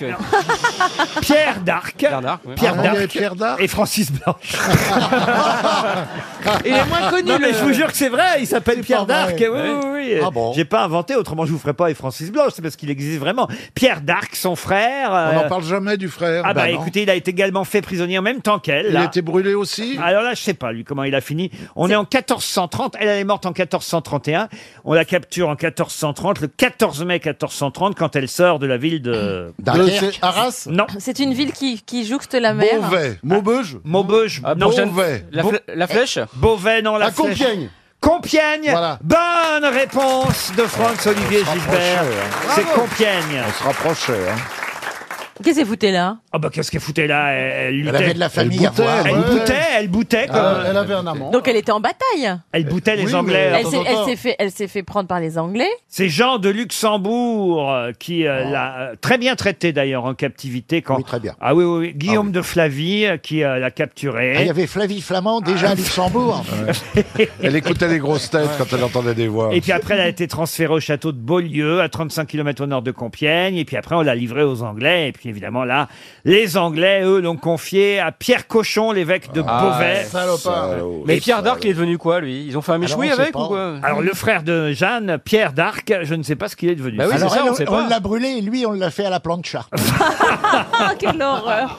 Speaker 1: Pierre d'Arc. Pierre d'Arc.
Speaker 14: Ah, il y avait Pierre
Speaker 1: Et Francis Blanche.
Speaker 14: Il est moins connu,
Speaker 1: Non, mais
Speaker 14: le-
Speaker 1: je vous jure que c'est vrai, il s'appelle Pierre
Speaker 14: pas
Speaker 1: d'Arc.
Speaker 14: vrai.
Speaker 1: Oui, oui,
Speaker 14: Ouais.
Speaker 1: oui.
Speaker 14: Ah bon.
Speaker 1: J'ai pas inventé, autrement je vous ferai pas et Francis Blanche, c'est parce qu'il existe vraiment. Pierre d'Arc, son frère.
Speaker 4: On
Speaker 1: euh,
Speaker 4: n'en parle jamais du frère. Ben
Speaker 1: Ah bah,
Speaker 4: non.
Speaker 1: écoutez, il a été également fait prisonnier en même temps qu'elle.
Speaker 4: Il
Speaker 1: là.
Speaker 4: a été brûlé aussi
Speaker 1: Alors là, je sais pas lui comment il a fini. On est... en 1430, elle elle est morte en 1431. On la capture en 1430, le 14 mai 1430, quand elle sort de la ville de
Speaker 28: Dunkerque.
Speaker 4: Arras.
Speaker 1: Non.
Speaker 28: C'est une ville qui, qui jouxte la mer.
Speaker 14: Ah.
Speaker 1: Maubeuge. Maubeuge. non.
Speaker 4: Beauvais.
Speaker 1: La,
Speaker 14: Eh.
Speaker 1: flèche. Beauvais, non la
Speaker 14: Ah,
Speaker 4: À
Speaker 1: flèche.
Speaker 4: Compiègne.
Speaker 1: Compiègne. Bonne réponse de France Olivier
Speaker 4: On se
Speaker 1: Gisbert.
Speaker 4: rapprochait, hein.
Speaker 1: C'est
Speaker 4: Bravo.
Speaker 1: Compiègne.
Speaker 4: On se rapprochait. Hein.
Speaker 28: Qu'est-ce que vous foutez là
Speaker 1: Ah bah qu'est-ce qu'elle foutait là Elle, luttait.
Speaker 14: avait de la famille
Speaker 1: elle
Speaker 14: à
Speaker 1: boutait,
Speaker 14: voir.
Speaker 1: Elle
Speaker 14: Ouais.
Speaker 1: boutait, elle boutait comme.
Speaker 14: Ah, elle avait un amant.
Speaker 28: Donc elle était en bataille.
Speaker 1: Elle boutait les
Speaker 14: Oui, mais-
Speaker 1: Anglais. hein.
Speaker 28: Elle s'est- elle s'est fait, elle s'est fait prendre par les Anglais.
Speaker 1: C'est Jean de Luxembourg euh, qui
Speaker 14: Ah.
Speaker 1: euh, l'a euh, très bien traité d'ailleurs en captivité quand. Oui, très bien. Ah oui, oui, oui. Guillaume de Flavie euh, qui euh, l'a capturé.
Speaker 14: Ah, Il y avait Flavie Flamand déjà à Luxembourg.
Speaker 4: Elle écoutait les grosses têtes quand elle entendait des voix.
Speaker 1: Et puis après, elle a été transférée au château de Beaulieu, à 35 km au nord de Compiègne. Et puis après, on l'a livrée aux Anglais. Et puis puis évidemment, là, les Anglais, eux, l'ont confié à Pierre Cochon, l'évêque de
Speaker 26: Ah,
Speaker 1: Beauvais.
Speaker 26: salopard. Salaud. Mais Pierre d'Arc, il est devenu quoi, lui Ils ont fait un méchoui avec ou quoi
Speaker 1: Alors, le frère de Jeanne, Pierre d'Arc, je ne sais pas ce qu'il est
Speaker 4: Bah
Speaker 26: Bah
Speaker 1: devenu.
Speaker 34: Alors, elle, on l'a brûlé et lui, on l'a fait à la plancha.
Speaker 4: Ah, Quelle horreur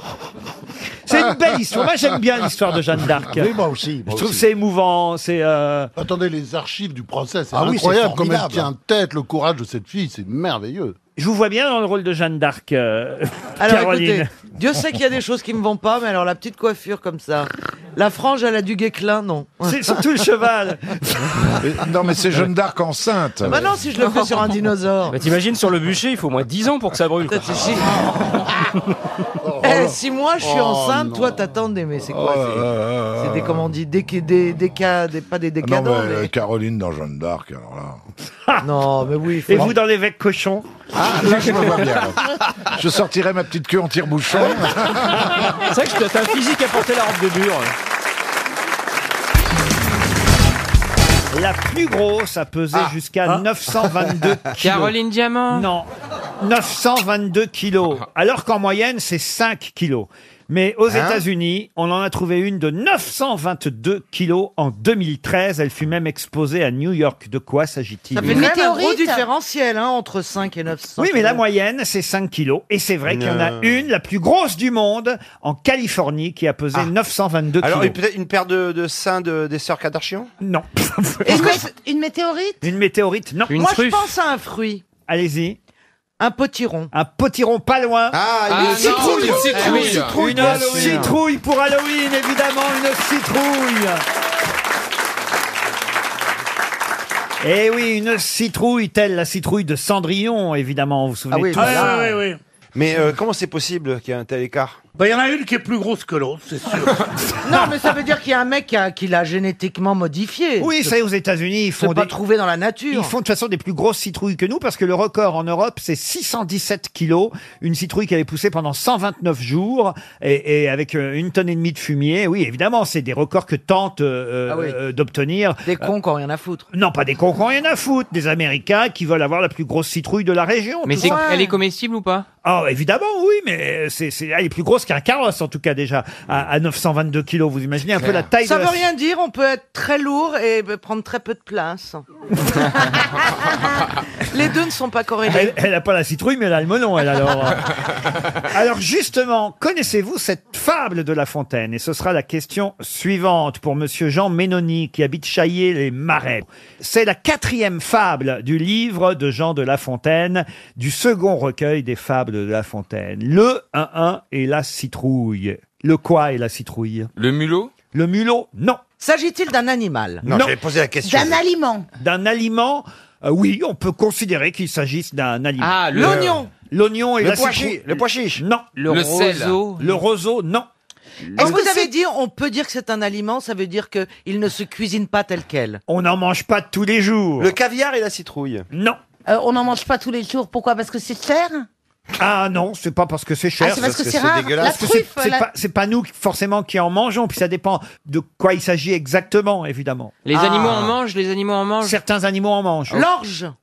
Speaker 1: C'est une belle histoire. Moi, j'aime bien l'histoire de Jeanne d'Arc.
Speaker 6: Ah,
Speaker 34: Oui, moi aussi.
Speaker 1: je trouve que c'est émouvant. C'est. euh,
Speaker 20: Attendez, les archives du procès, c'est
Speaker 1: Ah oui, c'est
Speaker 20: incroyable comme elle tient
Speaker 1: formidable.
Speaker 20: tête, le courage de cette fille, c'est merveilleux.
Speaker 1: Je vous vois bien dans le rôle de Jeanne d'Arc, euh,
Speaker 20: Alors
Speaker 1: Caroline.
Speaker 20: écoutez, Dieu sait qu'il y a des choses qui me vont pas, mais alors la petite coiffure comme ça, la frange à la du Guéclin, non.
Speaker 1: C'est surtout le cheval.
Speaker 3: non, mais c'est Jeanne d'Arc enceinte.
Speaker 1: Ah
Speaker 20: Bah non, si je le fais sur un dinosaure.
Speaker 26: Bah, T'imagines sur le bûcher, il faut au moins 10 ans pour que ça brûle. quoi.
Speaker 3: Oh
Speaker 20: Eh, si moi je suis
Speaker 26: Oh,
Speaker 20: enceinte,
Speaker 26: non.
Speaker 20: toi t'attendais, mais c'est quoi c'est-
Speaker 3: là
Speaker 20: C'est des, comment on dit, des, des, des, des cas, des, pas des
Speaker 4: Ah
Speaker 3: Non, mais
Speaker 20: décadents,
Speaker 3: euh,
Speaker 20: mais...
Speaker 3: Caroline dans Jeanne d'Arc, alors là.
Speaker 20: non, mais oui.
Speaker 1: Et vous dans l'évêque cochon
Speaker 3: Ah, là, je me vois bien. là. Je sortirai ma petite queue en tire-bouchon.
Speaker 26: C'est vrai que t'as un physique à porter la robe de bure.
Speaker 1: La plus grosse a pesé
Speaker 6: Ah.
Speaker 1: jusqu'à 922 kilos.
Speaker 2: Caroline Diamant
Speaker 1: Non. 922 kilos.
Speaker 20: Ah.
Speaker 1: Alors qu'en moyenne, c'est 5 kilos. Mais aux
Speaker 2: Hein
Speaker 1: États-Unis, on en a trouvé une de 922 kilos en 2013. Elle fut même exposée à New York. De quoi s'agit-il
Speaker 20: Ça fait quand même un gros différentiel hein, entre 5 et 900.
Speaker 1: Oui, mais la moyenne, c'est 5 kilos. Et c'est vrai qu'il y en a
Speaker 20: Non.
Speaker 1: une, la plus grosse du monde, en Californie, qui a pesé 922
Speaker 6: Ah. Alors, et
Speaker 1: kilos.
Speaker 6: peut-être une paire de, de seins de- des sœurs Kardashian
Speaker 1: Non.
Speaker 20: Une météorite
Speaker 1: Une météorite, non.
Speaker 20: Moi je pense à un fruit.
Speaker 1: Allez-y.
Speaker 20: Un potiron.
Speaker 1: Un potiron pas loin.
Speaker 20: Ah,
Speaker 1: Ah, non,
Speaker 20: citrouille.
Speaker 1: une
Speaker 6: Eh
Speaker 1: citrouille. Une citrouille pour Halloween, évidemment, une citrouille. Eh oui, une citrouille telle la citrouille de Cendrillon, évidemment, vous vous souvenez tous.
Speaker 6: Mais euh, comment c'est possible qu'il y ait un tel écart
Speaker 1: Ben,
Speaker 20: Bah, il y en a une qui est plus grosse que l'autre, c'est sûr. non, mais ça veut dire qu'il y a un mec qui, a- qui l'a génétiquement modifié.
Speaker 1: Oui,
Speaker 20: C'est-
Speaker 1: ça y est, aux États-Unis, ils font
Speaker 20: pas
Speaker 1: trouvé
Speaker 20: dans la nature.
Speaker 1: Ils font de toute façon des plus grosses citrouilles que nous parce que le record en Europe, c'est 617 kilos. Une citrouille qui avait poussé pendant 129 jours et, et avec euh, une tonne et demie de fumier. Oui, évidemment, c'est des records que tentent euh,
Speaker 20: Ah oui.
Speaker 1: euh, d'obtenir.
Speaker 20: Des cons qui ont rien à foutre.
Speaker 1: Non, pas des cons qui ont rien à foutre. Des Américains qui veulent avoir la plus grosse citrouille de la région.
Speaker 2: Mais
Speaker 1: tout
Speaker 2: c'est-
Speaker 1: ça.
Speaker 2: elle est comestible ou pas
Speaker 1: Ah, évidemment, oui, mais c'est, c'est, elle est plus grosse qu'un carrosse, en tout cas, déjà, à, à 922 kilos. Vous imaginez un peu la taille
Speaker 20: ça
Speaker 1: de la
Speaker 20: veut rien dire, on peut être très lourd et euh, prendre très peu de place. Les deux ne sont pas corrélés.
Speaker 1: Elle n'a pas la citrouille, mais elle a le melon, elle, alors. alors, justement, connaissez-vous cette fable de La Fontaine Et ce sera la question suivante pour Monsieur Jean Ménoni, qui habite Chaillé les Marais. C'est la quatrième fable du livre de Jean de La Fontaine, du second recueil des fables de La Fontaine. Le 1-1 et la citrouille. Le quoi et la citrouille
Speaker 2: Le mulot
Speaker 1: Le mulot, non.
Speaker 20: S'agit-il d'un animal
Speaker 1: Non, j'avais posé la question. D'un
Speaker 20: aliment.
Speaker 1: D'un aliment, euh, oui, on peut considérer qu'il s'agisse d'un aliment.
Speaker 2: Ah, le- L'oignon.
Speaker 1: L'oignon et
Speaker 2: Le
Speaker 1: la
Speaker 2: pois
Speaker 1: citrouille.
Speaker 2: chi- le pois
Speaker 1: chiche. Non.
Speaker 2: Le Le sel. roseau.
Speaker 1: Le roseau, non.
Speaker 20: Est-ce que vous avez dit, on peut dire que c'est un aliment, ça veut dire qu'il ne se cuisine pas tel quel
Speaker 1: On n'en mange pas tous les jours.
Speaker 6: Le caviar et la citrouille
Speaker 1: Non.
Speaker 16: Euh, on n'en mange pas tous les jours. Pourquoi Parce que c'est cher
Speaker 1: Ah non, c'est pas parce que c'est cher.
Speaker 16: Ah, c'est parce que Parce que c'est c'est rare. dégueulasse. La
Speaker 1: Parce que c'est-
Speaker 16: truffe,
Speaker 1: c'est
Speaker 16: la-
Speaker 1: pas- C'est pas, nous qui- forcément qui en mangeons, puis ça dépend de quoi il s'agit exactement, évidemment.
Speaker 2: Les animaux en mangent, les animaux en mangent.
Speaker 1: Ah.
Speaker 2: Oh.
Speaker 1: Certains animaux en mangent.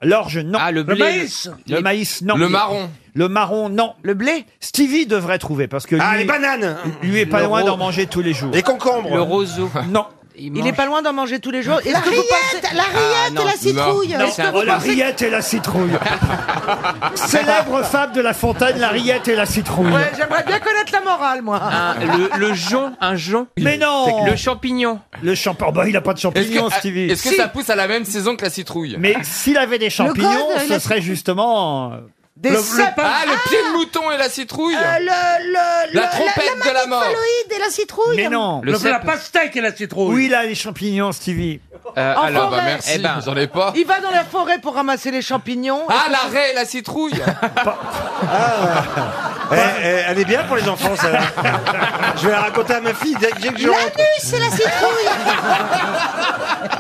Speaker 1: L'orge, non.
Speaker 2: Ah, le blé.
Speaker 1: maïs Le
Speaker 2: Les-
Speaker 1: maïs, non.
Speaker 2: Le marron.
Speaker 1: Le marron, non.
Speaker 20: Le blé
Speaker 1: Stevie devrait trouver parce que.
Speaker 2: Ah,
Speaker 1: lui-
Speaker 2: les bananes
Speaker 1: Lui est pas
Speaker 2: Le
Speaker 1: loin
Speaker 2: ro-
Speaker 1: d'en manger tous les jours.
Speaker 2: Les concombres. Le roseau.
Speaker 1: Non.
Speaker 20: Il n'est pas loin d'en manger tous les jours. Est-ce
Speaker 16: La
Speaker 20: que vous
Speaker 16: rillette,
Speaker 20: pensez-
Speaker 16: la rillette et la citrouille.
Speaker 1: Ah, Non,
Speaker 16: Est-ce que vous
Speaker 1: oh, la
Speaker 16: pensez-
Speaker 1: rillette et la citrouille. Célèbre fable de la fontaine, la rillette et la citrouille.
Speaker 20: Ouais, j'aimerais bien connaître la morale, moi.
Speaker 2: Un- le, le jonc, un jonc.
Speaker 1: Mais non
Speaker 2: Le champignon.
Speaker 1: Le champignon, bah il a pas de champignon,
Speaker 2: Est-ce que-
Speaker 1: Stevie.
Speaker 2: est-ce que
Speaker 1: Si.
Speaker 2: ça pousse à la même saison que la citrouille
Speaker 1: Mais s'il avait des champignons,
Speaker 2: code,
Speaker 1: ce
Speaker 2: la-
Speaker 1: serait justement. euh,
Speaker 2: Des
Speaker 1: le- le
Speaker 2: sapins.
Speaker 1: pain.
Speaker 2: Ah, le pied de mouton et la citrouille
Speaker 16: Euh, le, le-
Speaker 2: La
Speaker 16: le-
Speaker 2: trompette de la mort.
Speaker 16: magnétoloïde et la citrouille.
Speaker 1: Mais non.
Speaker 2: Le
Speaker 1: la
Speaker 2: cèpe.
Speaker 1: pastèque et la citrouille. Oui, là, les champignons, Stevie.
Speaker 2: Euh,
Speaker 20: En alors, forêt. bah, merci,
Speaker 2: Eh ben, j'en ai pas.
Speaker 20: Il va dans la forêt pour ramasser les champignons.
Speaker 2: Ah, la raie et la citrouille
Speaker 6: Eh, Elle est bien pour les enfants, ça. je vais la raconter à ma fille dès que
Speaker 1: Ah,
Speaker 6: dès que je rentre.
Speaker 16: L'anus, c'est la citrouille.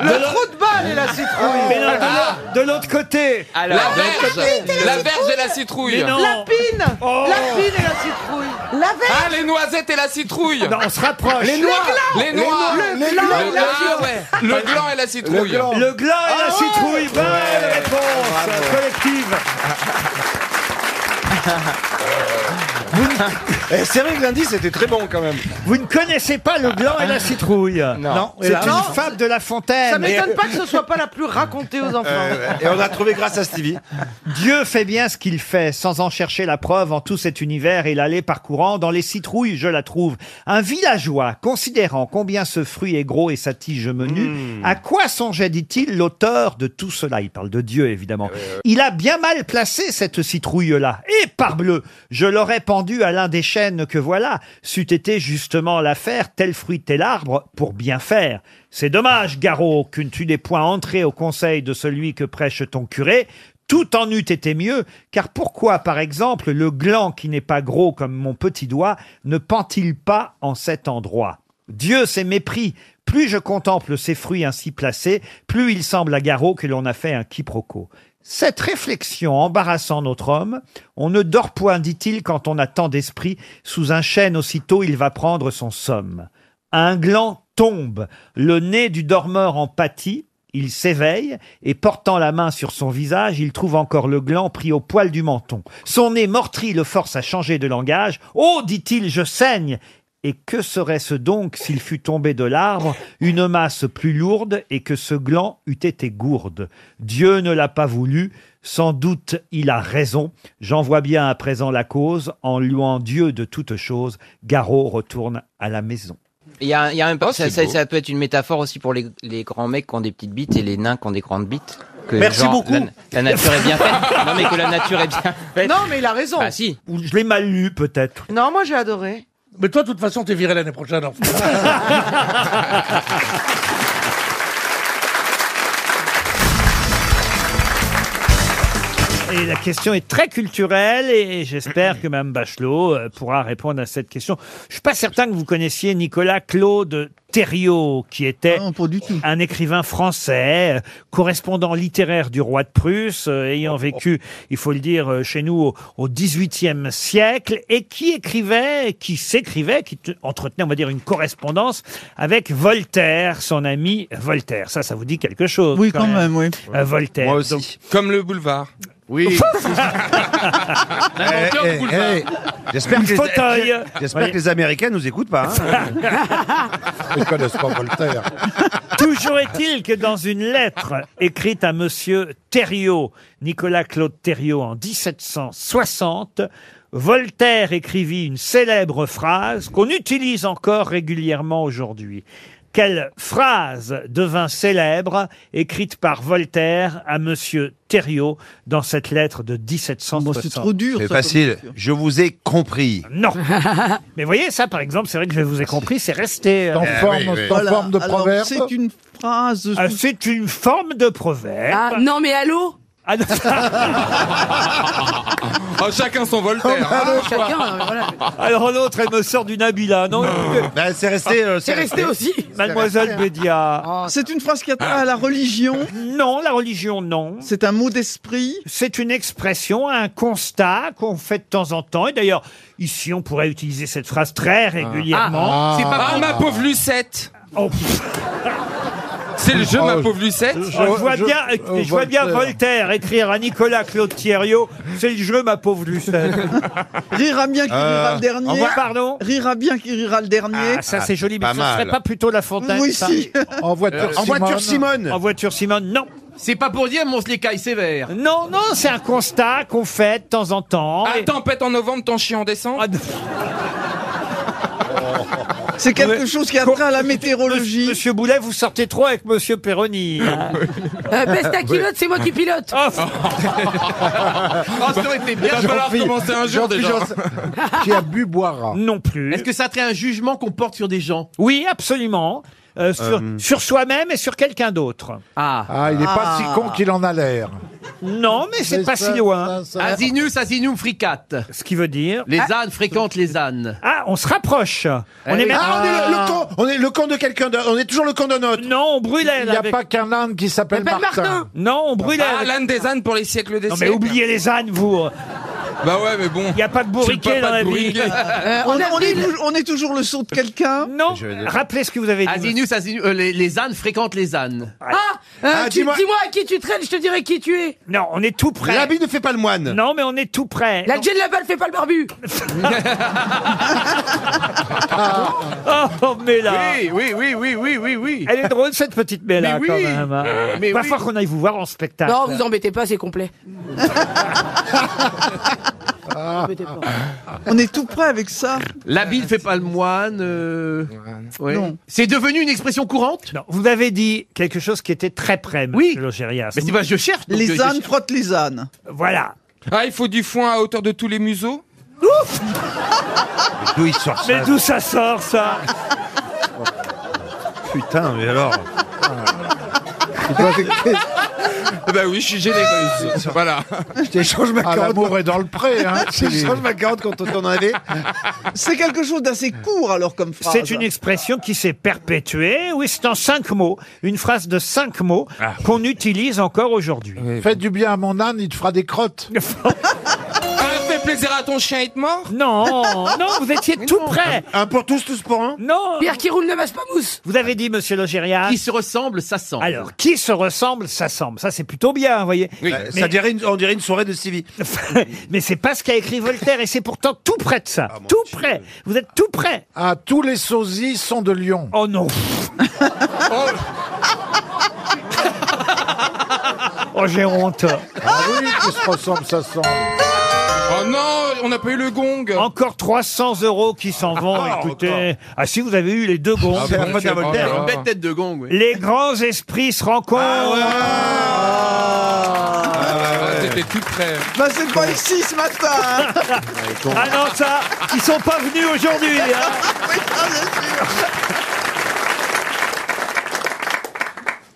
Speaker 20: Le trou de balle
Speaker 9: Ah.
Speaker 20: et la citrouille.
Speaker 1: Mais non, de
Speaker 10: Ah,
Speaker 1: l'autre- de l'autre côté.
Speaker 2: Alors,
Speaker 1: La
Speaker 2: la
Speaker 1: verge.
Speaker 2: verge, la verge et la
Speaker 1: Mais
Speaker 2: citrouille
Speaker 1: non.
Speaker 20: La pine
Speaker 1: Oh.
Speaker 20: La pine et la citrouille
Speaker 16: La
Speaker 2: Ah, les noisettes et la citrouille
Speaker 1: Non, on se rapproche.
Speaker 2: Les noirs Les noirs
Speaker 1: Le
Speaker 2: Le
Speaker 1: gland et la
Speaker 2: gland, ouais. Le gland et la citrouille
Speaker 1: Le gland et la citrouille. Bonne réponse collective.
Speaker 20: Eh, C'est vrai que lundi, c'était très bon quand même.
Speaker 1: Vous ne connaissez pas le blanc et la citrouille
Speaker 20: Non.
Speaker 1: Ah. c'est
Speaker 20: Non.
Speaker 1: une fable de La Fontaine.
Speaker 8: Ça m'étonne pas que ce soit pas la plus racontée
Speaker 6: Euh.
Speaker 8: aux enfants.
Speaker 20: et on a trouvé grâce à Stevie.
Speaker 1: Dieu fait bien ce qu'il fait, sans en chercher la preuve en tout cet univers et l'allée parcourant, dans les citrouilles je la trouve. Un villageois, considérant combien ce fruit est gros et sa tige menue, à quoi songeait, dit-il, l'auteur de tout cela Il parle de Dieu, évidemment. Il a bien mal placé cette citrouille-là. Et parbleu, je l'aurais pendue à l'un des chênes que voilà, c'eût été justement l'affaire, tel fruit, tel arbre, pour bien faire. C'est dommage, Garot, que tu n'aies point entré au conseil de celui que prêche ton curé. Tout en eût été mieux, car pourquoi, par exemple, le gland qui n'est pas gros comme mon petit doigt ne pend-il pas en cet endroit Dieu s'est mépris. Plus je contemple ces fruits ainsi placés, plus il semble à Garot que l'on a fait un quiproquo. Cette réflexion embarrassant notre homme, on ne dort point, dit-il, quand on a tant d'esprit, sous un chêne aussitôt il va prendre son somme. Un gland tombe, le nez du dormeur en pâtit, il s'éveille et portant la main sur son visage, il trouve encore le gland pris au poil du menton. Son nez meurtri le force à changer de langage. Oh, dit-il, je saigne. Et que serait-ce donc s'il fût tombé de l'arbre une masse plus lourde et que ce gland eût été gourde Dieu ne l'a pas voulu. Sans doute il a raison. J'en vois bien à présent la cause. En louant Dieu de toutes choses, Garot retourne à la maison.
Speaker 27: Il y a, il y a un, ça,
Speaker 1: Ah, c'est
Speaker 27: ça,
Speaker 1: beau.
Speaker 27: ça peut être une métaphore aussi pour les, les grands mecs qui ont des petites bites et les nains qui ont des grandes bites. Que
Speaker 1: Merci beaucoup.
Speaker 27: La, la nature est bien faite. Non mais que la nature est bien faite.
Speaker 8: Non, mais il a raison.
Speaker 27: Ah si.
Speaker 1: Ou je l'ai mal lu peut-être.
Speaker 8: Non, moi j'ai adoré.
Speaker 23: Mais toi, de toute façon, t'es viré l'année prochaine. alors.
Speaker 1: Et la question est très culturelle et j'espère que Mme Bachelot euh, pourra répondre à cette question. Je suis pas certain que vous connaissiez Nicolas Claude Thériault, qui était un écrivain français, euh, correspondant littéraire du roi de Prusse, euh, ayant vécu, il faut le dire, euh, chez nous au- au XVIIIe siècle, et qui écrivait, qui s'écrivait, qui te- entretenait, on va dire, une correspondance avec Voltaire, son ami Voltaire. Ça, ça vous dit quelque chose
Speaker 24: Oui, quand même,
Speaker 1: oui. Voltaire.
Speaker 24: Moi aussi. Comme le boulevard. Oui.
Speaker 1: Eh, eh, eh,
Speaker 6: J'espère
Speaker 1: Une
Speaker 6: que, les-
Speaker 1: fauteuil.
Speaker 6: j'espère que les Américains nous écoutent pas.
Speaker 1: hein.
Speaker 6: Ils connaissent pas Voltaire.
Speaker 1: Toujours est-il que dans une lettre écrite à Monsieur Thériault, Nicolas Claude Thériault, en 1760, Voltaire écrivit une célèbre phrase qu'on utilise encore régulièrement aujourd'hui. Quelle phrase devint célèbre, écrite par Voltaire à Monsieur Thériault dans cette lettre de
Speaker 6: Oh,
Speaker 1: 1760
Speaker 6: bah,
Speaker 10: C'est facile. Je vous ai compris.
Speaker 1: Non. Mais voyez, ça, par exemple, c'est vrai que je vous ai compris, c'est resté. euh,
Speaker 10: En Eh forme- oui, oui. en Voilà. forme de Alors, proverbe.
Speaker 1: C'est une phrase. Ah, c'est une forme de proverbe.
Speaker 28: Ah, non, mais allô
Speaker 1: Eh. Ah, non.
Speaker 28: Ah.
Speaker 24: Oh, chacun son Voltaire.
Speaker 1: Ah,
Speaker 24: hein.
Speaker 1: Alors l'autre, elle me sort du Nabila, non
Speaker 10: C'est resté, euh, c'est C'est resté resté. aussi.
Speaker 1: Mademoiselle Bédia.
Speaker 18: hein. Oh, C'est une phrase qui a trait à la religion
Speaker 1: Non, la religion, non.
Speaker 18: C'est un mot d'esprit
Speaker 1: C'est une expression, un constat qu'on fait de temps en temps. Et d'ailleurs, ici, on pourrait utiliser cette phrase
Speaker 18: Ah.
Speaker 1: très régulièrement.
Speaker 24: Ah, c'est pas Ah, ma pauvre Lucette.
Speaker 1: Oh.
Speaker 24: C'est le jeu,
Speaker 18: Oh,
Speaker 24: ma pauvre Lucette.
Speaker 1: Je, vois, bien, je vois bien Voltaire écrire à Nicolas Claude Thériault C'est le jeu, ma pauvre Lucette.
Speaker 18: Rira bien qui rira le dernier.
Speaker 1: au revoir, pardon
Speaker 18: Rira bien qui rira le dernier.
Speaker 1: Ah, ça c'est joli, mais ce serait pas plutôt La Fontaine
Speaker 18: Oui,
Speaker 1: ça
Speaker 18: si.
Speaker 1: En
Speaker 18: voiture, Euh, en Simone. voiture, Simone.
Speaker 1: En voiture Simone, non. C'est pas pour dire mon slicaille sévère. Non, non, c'est un constat qu'on fait de temps en temps.
Speaker 24: Ah, tempête en novembre, ton chien en décembre.
Speaker 1: Ah,
Speaker 18: C'est quelque chose qui a trait à la météorologie.
Speaker 1: Monsieur Boulet, vous sortez trop avec Monsieur Perroni.
Speaker 28: Euh, baisse ta culotte, c'est moi qui pilote.
Speaker 24: Ah, ça aurait été bien. Il va falloir commencer un jour déjà.
Speaker 1: Qui a bu boira. Non plus.
Speaker 14: Est-ce que ça traite un jugement qu'on porte sur des gens
Speaker 1: Oui, absolument. Euh, sur
Speaker 14: Euh.
Speaker 1: sur soi-même et sur quelqu'un d'autre. Ah.
Speaker 4: Ah, il n'est pas si con qu'il en a l'air.
Speaker 1: Non, mais c'est pas si loin.
Speaker 14: Asinus, asinum fricate.
Speaker 1: Ce qui veut dire
Speaker 14: Les ânes fréquentent les ânes.
Speaker 1: Ah, on se rapproche.
Speaker 14: Eh oui. Ah, on est le- le
Speaker 1: camp, on est le camp de quelqu'un d'autre. On est toujours le camp d'un autre. Non, on brûlait.
Speaker 4: Il n'y a pas qu'un âne qui s'appelle Martin.
Speaker 1: Non, on brûlait.
Speaker 24: Ah, l'âne des ânes pour les siècles des
Speaker 1: Non, mais
Speaker 24: siècles.
Speaker 1: oubliez les ânes, vous.
Speaker 24: Bah ouais, mais bon.
Speaker 1: Il n'y a pas de
Speaker 24: Je suis
Speaker 1: bourriquet
Speaker 24: le papa
Speaker 1: dans la
Speaker 24: de
Speaker 1: vie.
Speaker 24: bourriquet.
Speaker 18: Euh, on, est- on est, tou- on est toujours le son de quelqu'un
Speaker 1: Non. Rappelez ce que vous avez dit.
Speaker 14: Asinus, asinum, euh, les, les ânes fréquentent les ânes.
Speaker 28: Ah,
Speaker 12: Hein, tu- Dis-moi à qui tu traînes, je te dirai qui tu es.
Speaker 1: Non, on est tout près. L'habit
Speaker 16: ne fait pas le moine.
Speaker 1: Non, mais on est tout près.
Speaker 12: La Jen la balle fait pas le barbu.
Speaker 1: Oh, mais là.
Speaker 16: Ah. Oui, oui, oui, oui, oui, oui, oui.
Speaker 1: Elle est drôle, cette petite
Speaker 12: Mais
Speaker 1: Bella,
Speaker 12: oui.
Speaker 1: quand même. hein.
Speaker 12: Mais
Speaker 1: Va
Speaker 12: oui.
Speaker 1: falloir qu'on aille vous voir en spectacle.
Speaker 12: Non, vous embêtez pas, c'est complet.
Speaker 6: Ah. On est tout prêt avec ça.
Speaker 16: L'habit ne fait pas le moine.
Speaker 6: Non.
Speaker 16: C'est devenu une expression courante
Speaker 1: Non, vous avez dit quelque chose qui était très près, monsieur Logérias.
Speaker 16: Mais c'est pas je cherche. donc, euh, je cherche.
Speaker 6: frottent les ânes.
Speaker 1: Voilà.
Speaker 2: Ah, il faut du foin à hauteur de tous les museaux
Speaker 16: D'où il sort ça
Speaker 1: Mais d'où ça sort, ça
Speaker 16: Putain, mais alors
Speaker 2: Eh Ben oui, je suis généreuse. Voilà.
Speaker 16: Je t'échange ma
Speaker 35: Ah, l'amour est dans le pré, hein.
Speaker 6: Je change ma carte quand on t'en avait. C'est quelque chose d'assez court alors comme phrase.
Speaker 1: C'est une expression qui s'est perpétuée. Oui, c'est en cinq mots. Une phrase de cinq mots
Speaker 16: Ah.
Speaker 1: qu'on utilise encore aujourd'hui.
Speaker 35: Fais du Eh bien à mon âne, il te fera des crottes.
Speaker 2: Ah, fais plaisir à ton chien, il te mord
Speaker 1: Non, non, vous étiez tout près.
Speaker 16: Un pour tous, tous pour un
Speaker 1: Non.
Speaker 12: Pierre qui roule ne masse pas mousse.
Speaker 1: Vous avez dit, monsieur Logérias.
Speaker 16: Qui se ressemble, ça sent.
Speaker 1: Alors, qui se ressemble, ça semble. Ça, c'est plutôt bien, vous voyez.
Speaker 16: Euh,
Speaker 1: Mais-
Speaker 16: ça dirait une- on dirait une soirée de Stevie.
Speaker 1: Mais c'est pas ce qu'a écrit Voltaire, et c'est pourtant tout près de
Speaker 16: Ah,
Speaker 1: ça. tout près. Vous êtes tout près.
Speaker 35: Ah, tous les sosies sont de Lyon.
Speaker 1: Oh non. Oh, j'ai honte.
Speaker 35: Ah oui, qui se ressemble, ça sent.
Speaker 2: Oh non, on n'a pas eu le gong.
Speaker 1: Encore 300 euros qui s'en vont, écoutez. Ah si, vous avez eu les deux gonds.
Speaker 2: Ah bon,
Speaker 16: faute à
Speaker 2: c'est-
Speaker 16: Voltaire.
Speaker 2: oh
Speaker 1: hein.
Speaker 2: là là.
Speaker 16: Une bête tête de gong, oui.
Speaker 1: Les grands esprits se rencontrent.
Speaker 6: Ah.
Speaker 2: Ah, T'étais tout près.
Speaker 6: Bah c'est pas ici ce matin. hein.
Speaker 1: Ah non, ça, ils sont pas venus aujourd'hui. hein.
Speaker 6: Ah, bien sûr.